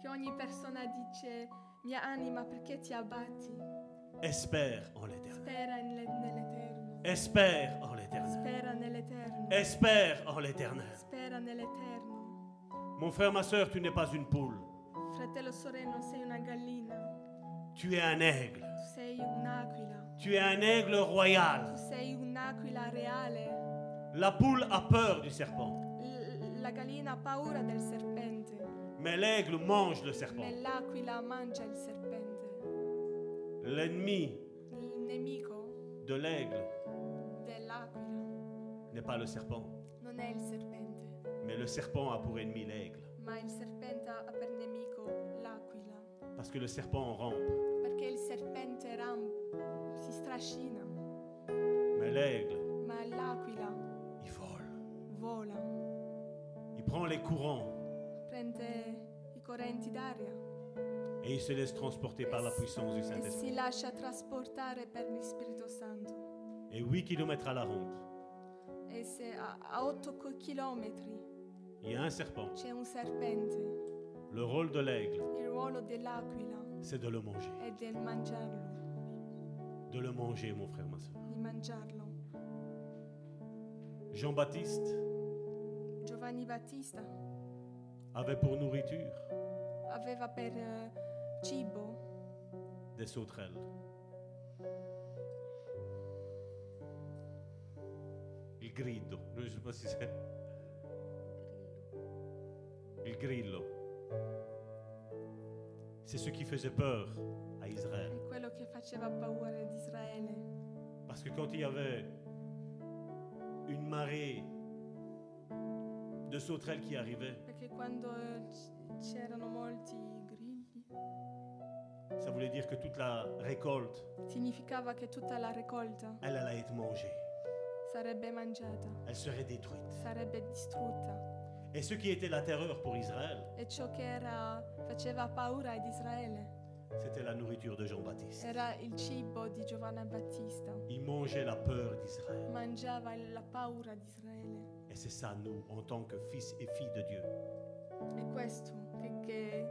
Speaker 5: che ogni persona dice mia anima perché ti abbatti,
Speaker 7: Espère en l'éternel.
Speaker 5: spera in- nell'Eterno,
Speaker 7: Espère en l'éternel.
Speaker 5: spera nell'Eterno,
Speaker 7: Espère en l'éternel.
Speaker 5: spera nell'Eterno.
Speaker 7: Mon frère, ma soeur, tu n'es pas une poule.
Speaker 5: Fratello sorello, sei una gallina,
Speaker 7: Tu es un aigle.
Speaker 5: tu sei un'aquila,
Speaker 7: Tu es un aigle royal.
Speaker 5: tu sei un'aquila reale.
Speaker 7: La poule a peur du serpent.
Speaker 5: L- la gallina ha paura del serpente,
Speaker 7: Mais l'aigle mange le serpent.
Speaker 5: ma l'aquila mangia il serpente.
Speaker 7: L'ennemi
Speaker 5: Il nemico
Speaker 7: de l'aigle
Speaker 5: dell'aquila
Speaker 7: n'est pas le serpent.
Speaker 5: non è il serpente,
Speaker 7: Mais le serpent a pour ennemi l'aigle.
Speaker 5: ma il serpente ha per nemico l'aquila.
Speaker 7: Parce que le serpent rampe.
Speaker 5: perché il serpente ram- si strascina,
Speaker 7: Mais l'aigle,
Speaker 5: ma l'aquila
Speaker 7: il vole.
Speaker 5: vola,
Speaker 7: Il prend les courants
Speaker 5: prende i correnti d'aria
Speaker 7: et il se laisse transporter par la puissance du
Speaker 5: e
Speaker 7: Saint-Esprit.
Speaker 5: si lascia trasportare per lo Spirito Santo.
Speaker 7: Et 8 km à la ronde,
Speaker 5: E se a, a 8 chilometri
Speaker 7: il y a un serpent.
Speaker 5: c'è un serpente,
Speaker 7: Le rôle de l'aigle,
Speaker 5: il ruolo dell'aquila
Speaker 7: c'est de le manger.
Speaker 5: è del mangiarlo,
Speaker 7: De le manger, mon frère, ma soeur.
Speaker 5: di mangiarlo.
Speaker 7: Jean-Baptiste
Speaker 5: Giovanni Battista
Speaker 7: avait pour nourriture
Speaker 5: aveva per eh, cibo
Speaker 7: des sauterelles. Il grido, je ne sais pas si c'est. Il grillo. C'est ce qui faisait peur à Israël.
Speaker 5: è quello che faceva paura ad Israele,
Speaker 7: Parce que quand il y avait une marée de sauterelles qui arrivait,
Speaker 5: perché quando eh, c- c'erano molti grigli
Speaker 7: ça voulait dire que toute la récolte,
Speaker 5: significava che tutta la raccolta
Speaker 7: elle allait être mangée.
Speaker 5: sarebbe mangiata,
Speaker 7: Elle serait détruite.
Speaker 5: sarebbe distrutta
Speaker 7: Et ce qui était la terreur pour Israël,
Speaker 5: e ciò che era, faceva paura ad Israele
Speaker 7: c'était la nourriture de Jean-Baptiste.
Speaker 5: era il cibo di Giovanni Battista,
Speaker 7: Il mangeait la peur d'Israël.
Speaker 5: mangiava la paura di Israele
Speaker 7: Et c'est ça, nous, en tant que fils et filles de Dieu.
Speaker 5: e questo che, che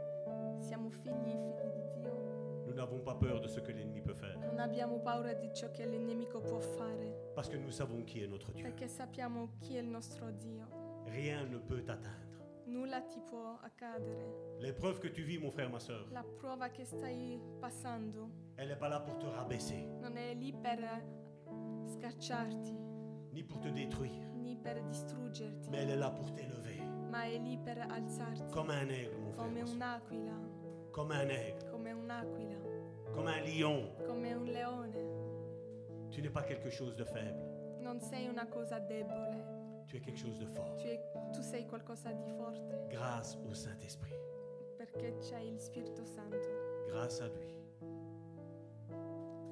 Speaker 5: siamo figli e figli di Dio,
Speaker 7: Nous n'avons pas peur de ce que l'ennemi peut faire.
Speaker 5: non abbiamo paura di ciò che il nemico può fare
Speaker 7: Parce que nous savons qui est notre Dieu.
Speaker 5: perché sappiamo chi è il nostro Dio,
Speaker 7: Rien ne peut t'atteindre.
Speaker 5: nulla ti può accadere,
Speaker 7: L'épreuve que tu vis, mon frère, ma soeur,
Speaker 5: la prova che stai passando
Speaker 7: elle n'est pas là pour te rabaisser,
Speaker 5: non è lì per scacciarti.
Speaker 7: ni pour te détruire,
Speaker 5: Lì per distruggerti,
Speaker 7: mais elle est là pour t'élever.
Speaker 5: ma è lì per alzarti
Speaker 7: Comme un aigle, mon frère.
Speaker 5: come
Speaker 7: ma sœur.
Speaker 5: un'aquila,
Speaker 7: Comme un aigle,
Speaker 5: come un'aquila,
Speaker 7: comme un lion.
Speaker 5: come un leone.
Speaker 7: Tu n'es pas quelque chose de faible,
Speaker 5: Non sei una cosa debole,
Speaker 7: tu es quelque chose de fort.
Speaker 5: tu, è- tu sei qualcosa di forte
Speaker 7: Grâce au Saint-Esprit,
Speaker 5: perché c'è il Spirito Santo.
Speaker 7: grâce à lui.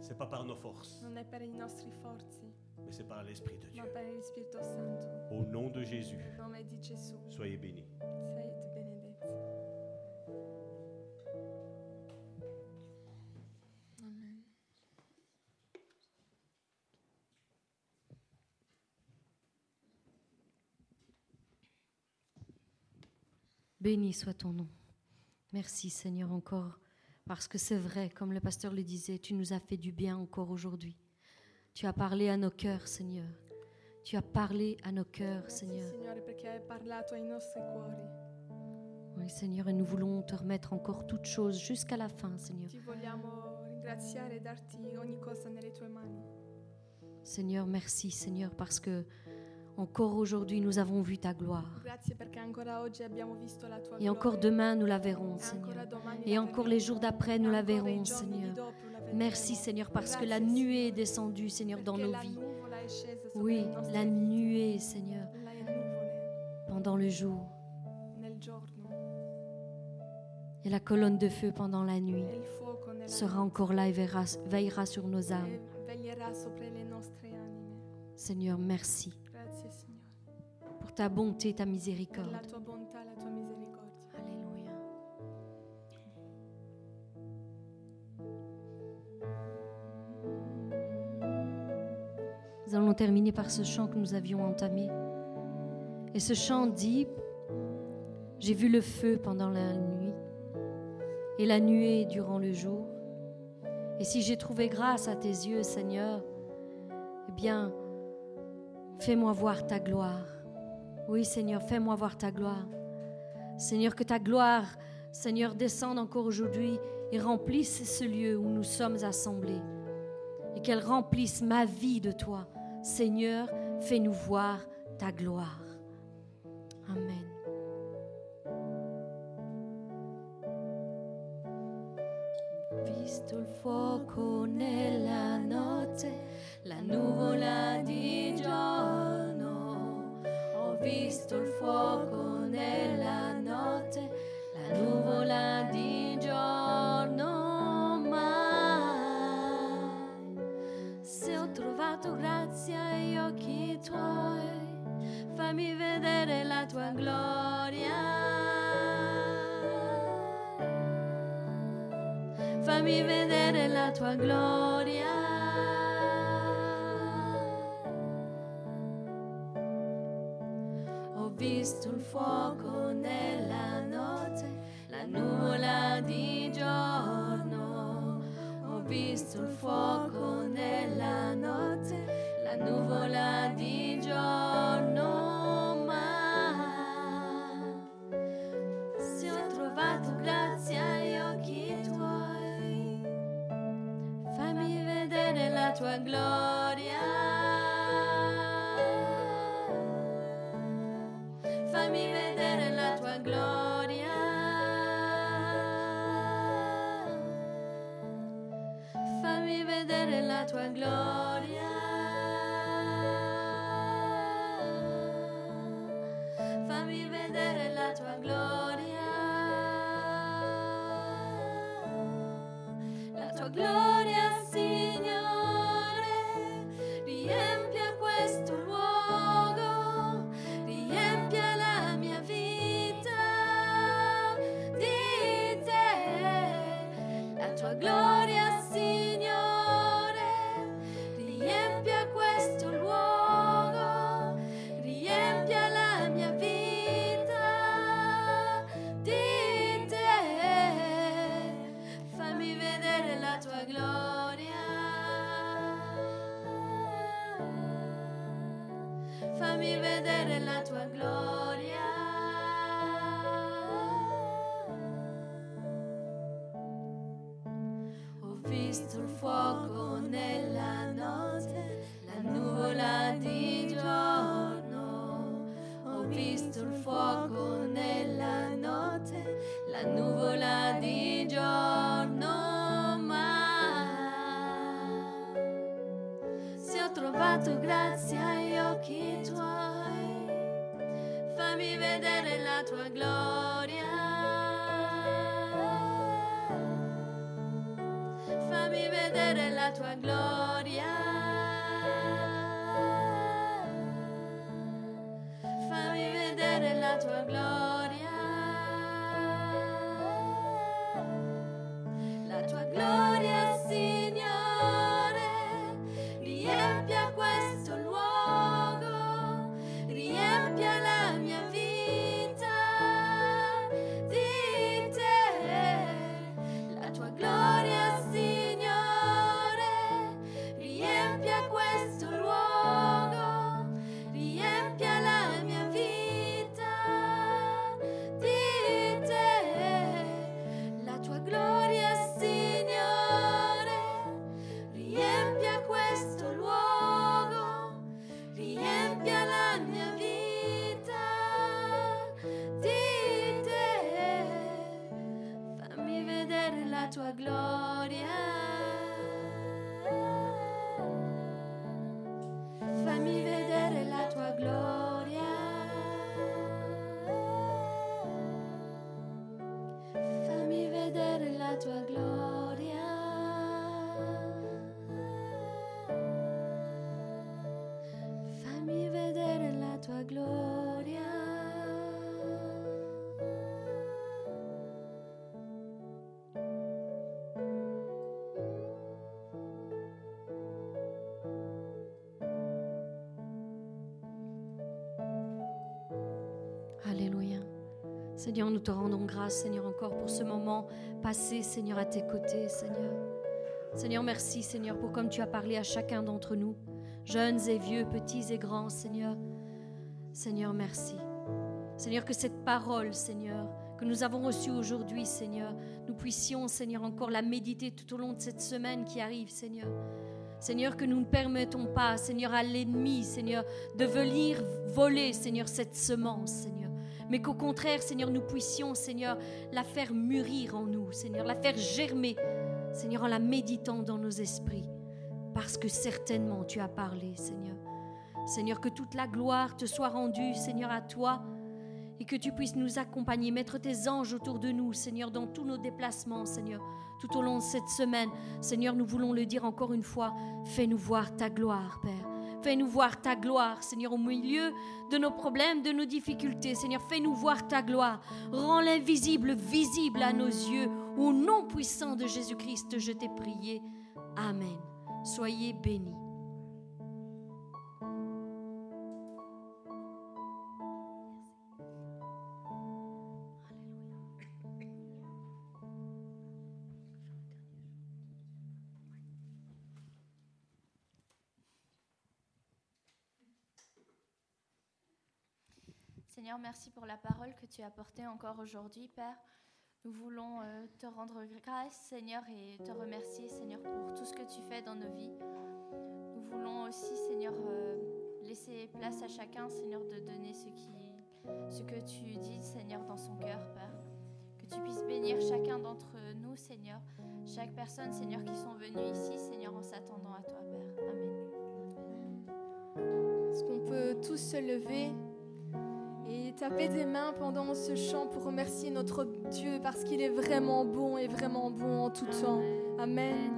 Speaker 7: C'est pas par nos forces,
Speaker 5: non è per i nostri forzi,
Speaker 7: mais c'est par l'Esprit de
Speaker 5: ma
Speaker 7: Dieu.
Speaker 5: per il Spirito Santo.
Speaker 7: Au nom de Jésus,
Speaker 5: Nel nome di Gesù,
Speaker 7: soyez bénis.
Speaker 5: sei benedetto.
Speaker 6: Béni soit ton nom. Merci Seigneur encore, parce que c'est vrai, comme le pasteur le disait, tu nous as fait du bien encore aujourd'hui. Tu as parlé à nos cœurs, Seigneur. Tu as parlé à nos cœurs,
Speaker 5: Grazie,
Speaker 6: Seigneur.
Speaker 5: Signore, perché hai parlato ai nostri cuori.
Speaker 6: Oui, Seigneur, et nous voulons te remettre encore toutes choses jusqu'à la fin, Seigneur.
Speaker 5: Ti vogliamo ringraziare e darti ogni cosa nelle tue mani.
Speaker 6: Seigneur, merci, Seigneur, parce que encore aujourd'hui, nous avons vu ta gloire.
Speaker 5: Grazie perché ancora oggi abbiamo visto la tua
Speaker 6: Et encore
Speaker 5: gloria.
Speaker 6: demain, nous la verrons,
Speaker 5: E ancora
Speaker 6: Seigneur.
Speaker 5: domani la
Speaker 6: Et encore
Speaker 5: vedremo.
Speaker 6: les jours d'après, nous la
Speaker 5: Ancora i
Speaker 6: verrons,
Speaker 5: giorni di
Speaker 6: Seigneur.
Speaker 5: dopo la vedremo.
Speaker 6: Merci, Seigneur, parce que la
Speaker 5: Grazie,
Speaker 6: nuée est
Speaker 5: Signore,
Speaker 6: descendue, Seigneur, dans
Speaker 5: perché
Speaker 6: nos
Speaker 5: la
Speaker 6: vies.
Speaker 5: nuvola è scesa sopra
Speaker 6: Oui,
Speaker 5: le nostre
Speaker 6: la
Speaker 5: vite.
Speaker 6: nuée, Seigneur,
Speaker 5: La nuvole
Speaker 6: pendant le jour,
Speaker 5: nel giorno
Speaker 6: et la colonne de feu pendant la nuit
Speaker 5: e il fuoco nella
Speaker 6: sera
Speaker 5: notte
Speaker 6: encore là et verra- veillera sur nos
Speaker 5: e
Speaker 6: âmes.
Speaker 5: veglierà sopra le nostre anime.
Speaker 6: Seigneur, merci
Speaker 5: Grazie, Signore,
Speaker 6: pour ta bonté, ta
Speaker 5: per la
Speaker 6: miséricorde.
Speaker 5: tua bontà e la tua misericordia.
Speaker 2: Alléluia.
Speaker 6: Nous allons terminer par ce chant que nous avions entamé. Et ce chant dit, j'ai vu le feu pendant la nuit et la nuée durant le jour. Et si j'ai trouvé grâce à tes yeux, Seigneur, eh bien, fais-moi voir ta gloire. Oui, Seigneur, fais-moi voir ta gloire. Seigneur, que ta gloire, Seigneur, descende encore aujourd'hui et remplisse ce lieu où nous sommes assemblés et qu'elle remplisse ma vie de toi. Seigneur, fais-nous voir ta gloire. Amen.
Speaker 2: Visto il fuoco nella notte, la nuvola di giorno. Ho visto il fuoco nella notte, la nuvola di giorno. Ma se ho trovato grazia agli occhi tuoi, fammi vedere la tua gloria fammi vedere la tua gloria. Ho visto il fuoco nella notte, la nuvola di giorno. Ho visto il fuoco nella notte, la nuvola di giorno. Ma se ho trovato grazia agli occhi tuoi, fammi vedere la tua gloria. Fammi vedere la tua gloria. Fammi vedere la tua gloria fammi vedere la tua gloria. La tua gloria, Signore, riempia questo luogo, riempia la mia vita di te. La tua gloria, Signore, riempia questo luogo, riempia la mia vita di te. Fammi vedere la tua gloria. Fammi vedere la tua gloria. Ho visto il fuoco nella notte, la nuvola di giorno. Ho visto il fuoco nella notte, la nuvola di giorno. Ma se ho trovato grazia agli occhi tuoi, fammi vedere la tua gloria. Fammi vedere la tua toi gloria. Fammi vedere la tua gloria. La tua gloria, Signore, riempia questo luogo, riempia la mia vita di te. La tua gloria, Signore, riempia questo luogo, riempia la mia vita di te. La tua gloria, Signore, riempia questo luogo, riempia la mia vita di te. Fammi vedere la tua gloria. Fammi vedere la tua gloria. Fammi vedere la tua gloria. Fammi vedere la tua gloria.
Speaker 6: Alléluia. Seigneur, nous te rendons grâce, Seigneur, encore pour ce moment passé, Seigneur, à tes côtés, Seigneur. Seigneur, merci, Seigneur, pour comme tu as parlé à chacun d'entre nous, jeunes et vieux, petits et grands, Seigneur. Seigneur, merci. Seigneur, que cette parole, Seigneur, que nous avons reçue aujourd'hui, Seigneur, nous puissions, Seigneur, encore la méditer tout au long de cette semaine qui arrive, Seigneur. Seigneur, que nous ne permettons pas, Seigneur, à l'ennemi, Seigneur, de venir voler, Seigneur, cette semence, Seigneur mais qu'au contraire, Seigneur, nous puissions, Seigneur, la faire mûrir en nous, Seigneur, la faire germer, Seigneur, en la méditant dans nos esprits, parce que certainement tu as parlé, Seigneur. Seigneur, que toute la gloire te soit rendue, Seigneur, à toi, et que tu puisses nous accompagner, mettre tes anges autour de nous, Seigneur, dans tous nos déplacements, Seigneur, tout au long de cette semaine. Seigneur, nous voulons le dire encore une fois, fais-nous voir ta gloire, Père. Fais-nous voir ta gloire, Seigneur, au milieu de nos problèmes, de nos difficultés. Seigneur, fais-nous voir ta gloire. Rends l'invisible visible à nos yeux. Au nom puissant de Jésus-Christ, je t'ai prié. Amen. Soyez bénis.
Speaker 3: Seigneur, merci pour la parole que tu as portée encore aujourd'hui, Père. Nous voulons euh, te rendre grâce, Seigneur, et te remercier, Seigneur, pour tout ce que tu fais dans nos vies. Nous voulons aussi, Seigneur, euh, laisser place à chacun, Seigneur, de donner ce, qui, ce que tu dis, Seigneur, dans son cœur, Père. Que tu puisses bénir chacun d'entre nous, Seigneur. Chaque personne, Seigneur, qui sont venues ici, Seigneur, en s'attendant à toi, Père. Amen.
Speaker 4: Est-ce qu'on peut tous se lever et taper des mains pendant ce chant pour remercier notre Dieu parce qu'il est vraiment bon et vraiment bon en tout temps. Amen.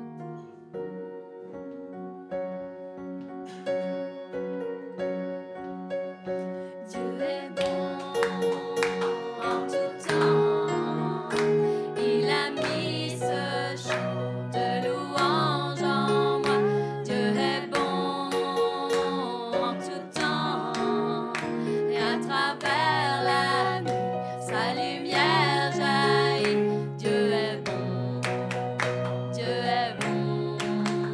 Speaker 2: Dieu est bon en tout temps. Il a mis ce chant de louange en moi. Dieu est bon en tout temps. Et à travers la nuit, sa lumière jaillit. Dieu est bon. Dieu est bon.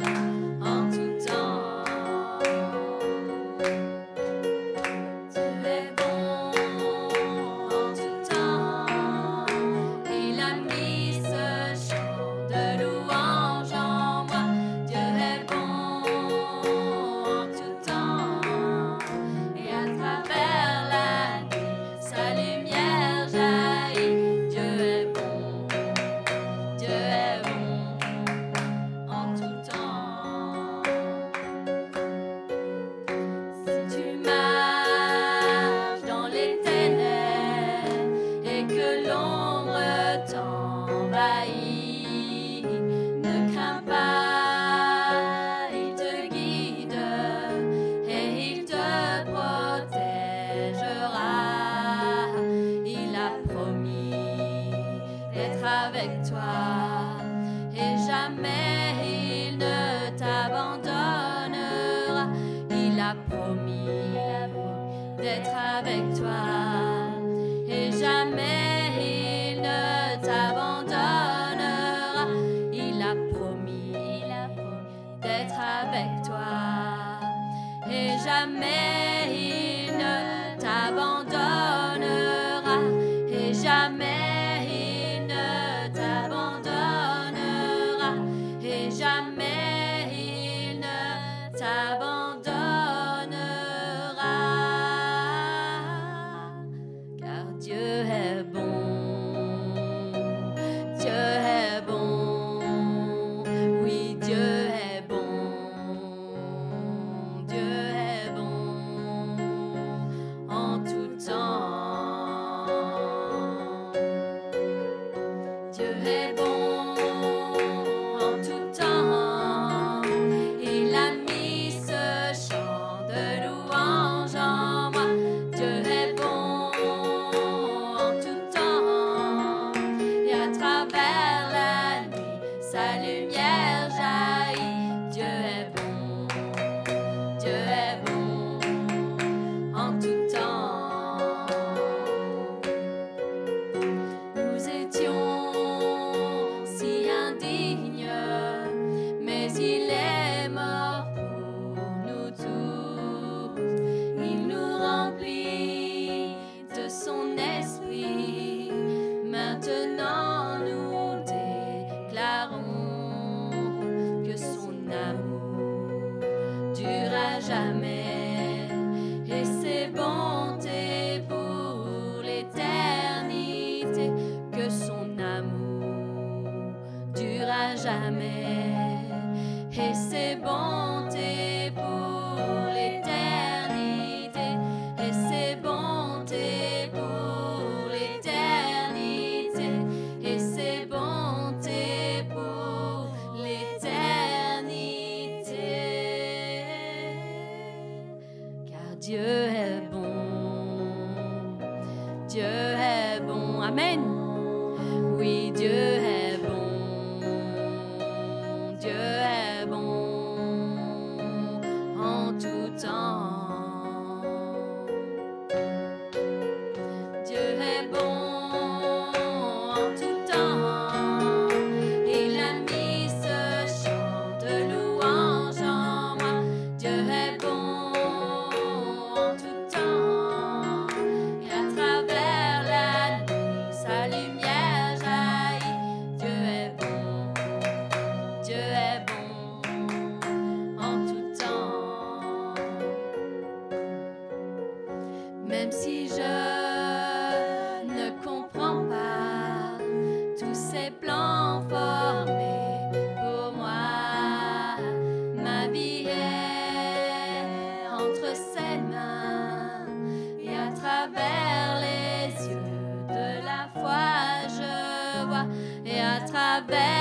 Speaker 2: a promis d'être avec toi et jamais il ne t'abandonnera. Il a promis, d'être avec toi et jamais il ne t'abandonnera et jamais il ne t'abandonnera et jamais il ne t'abandonnera car Dieu est bon Dieu est bon oui Dieu est bon Dieu est bon en tout temps Dieu est bon en tout temps. Il a mis ce chant de louange en moi. Dieu est bon en tout temps. Et à travers la nuit, sa lumière jaillit. Dieu est bon. Dieu est bon en tout temps. Nous étions si indignes, mais il est mort pour nous tous. Il nous remplit de son esprit. Maintenant nous déclarons que son amour dure à jamais et ses bontés pour l'éternité que son amour dure à jamais et ses bontés pour l'éternité et ses bontés pour l'éternité et ses bontés pour l'éternité car Dieu est bon. Dieu est bon. Amen. Oui, Dieu est bon. Dieu est bon en tout temps. Dieu est bon en tout temps. Il a mis ce chant de louange en moi. Dieu est bon en tout temps, et à travers la nuit, sa lumière jaillit. Dieu est bon, Dieu est bon en tout temps. Même si je ne comprends pas tous ces plans formés pour moi. Ma vie est entre ses mains et à travers les yeux de la foi je vois et à travers